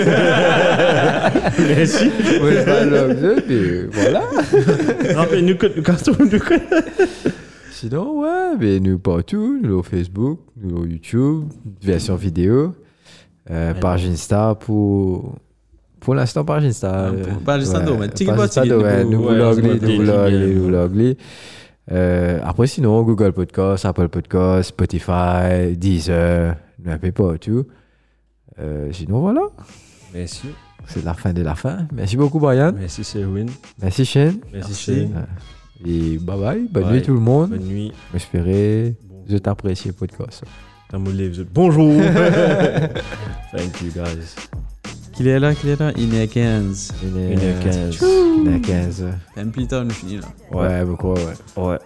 Speaker 2: Merci.
Speaker 1: Ouais, bah, le jeu, puis voilà.
Speaker 2: Rappelez-nous que nous cassons du coup.
Speaker 1: Sinon, ouais, mais nous partout, nous au Facebook, nous au YouTube, version vidéo, euh, page Insta pour. Pour l'instant, page Insta.
Speaker 3: Ouais,
Speaker 1: euh,
Speaker 3: pour- page Insta,
Speaker 1: ouais,
Speaker 3: ouais. Ticket
Speaker 1: page
Speaker 3: bot,
Speaker 1: Insta,
Speaker 3: ticket,
Speaker 1: ouais,
Speaker 3: nous,
Speaker 1: nous
Speaker 2: ouais,
Speaker 1: vlog,
Speaker 2: nous
Speaker 1: nous
Speaker 2: vlog,
Speaker 1: vlog,
Speaker 2: nous
Speaker 1: nous
Speaker 2: vlog.
Speaker 1: vlog, nous. Euh, après, sinon, Google Podcast, Apple Podcast, Spotify, Deezer, nous un peu partout. Euh, sinon, voilà,
Speaker 2: Merci.
Speaker 1: c'est la fin de la fin. Merci beaucoup, Brian.
Speaker 2: Merci, Selwyn.
Speaker 1: Merci, Shane.
Speaker 2: Merci,
Speaker 3: Merci.
Speaker 2: Shane.
Speaker 1: Et bye bye. Bonne
Speaker 2: Bye.
Speaker 1: nuit, tout le monde.
Speaker 2: Bonne nuit.
Speaker 1: J'espérais
Speaker 2: Bon.
Speaker 1: je t'apprécie, podcast.
Speaker 2: I'm gonna leave it. *laughs* Bonjour. Thank you guys.
Speaker 3: Qu'il est là, qu'il est là. Il est à 15.
Speaker 1: Il
Speaker 2: Une
Speaker 1: est
Speaker 2: heure quinze.
Speaker 1: il est 15.
Speaker 3: Même plus tard, on finit là.
Speaker 1: Ouais, beaucoup, ouais.
Speaker 2: Ouais.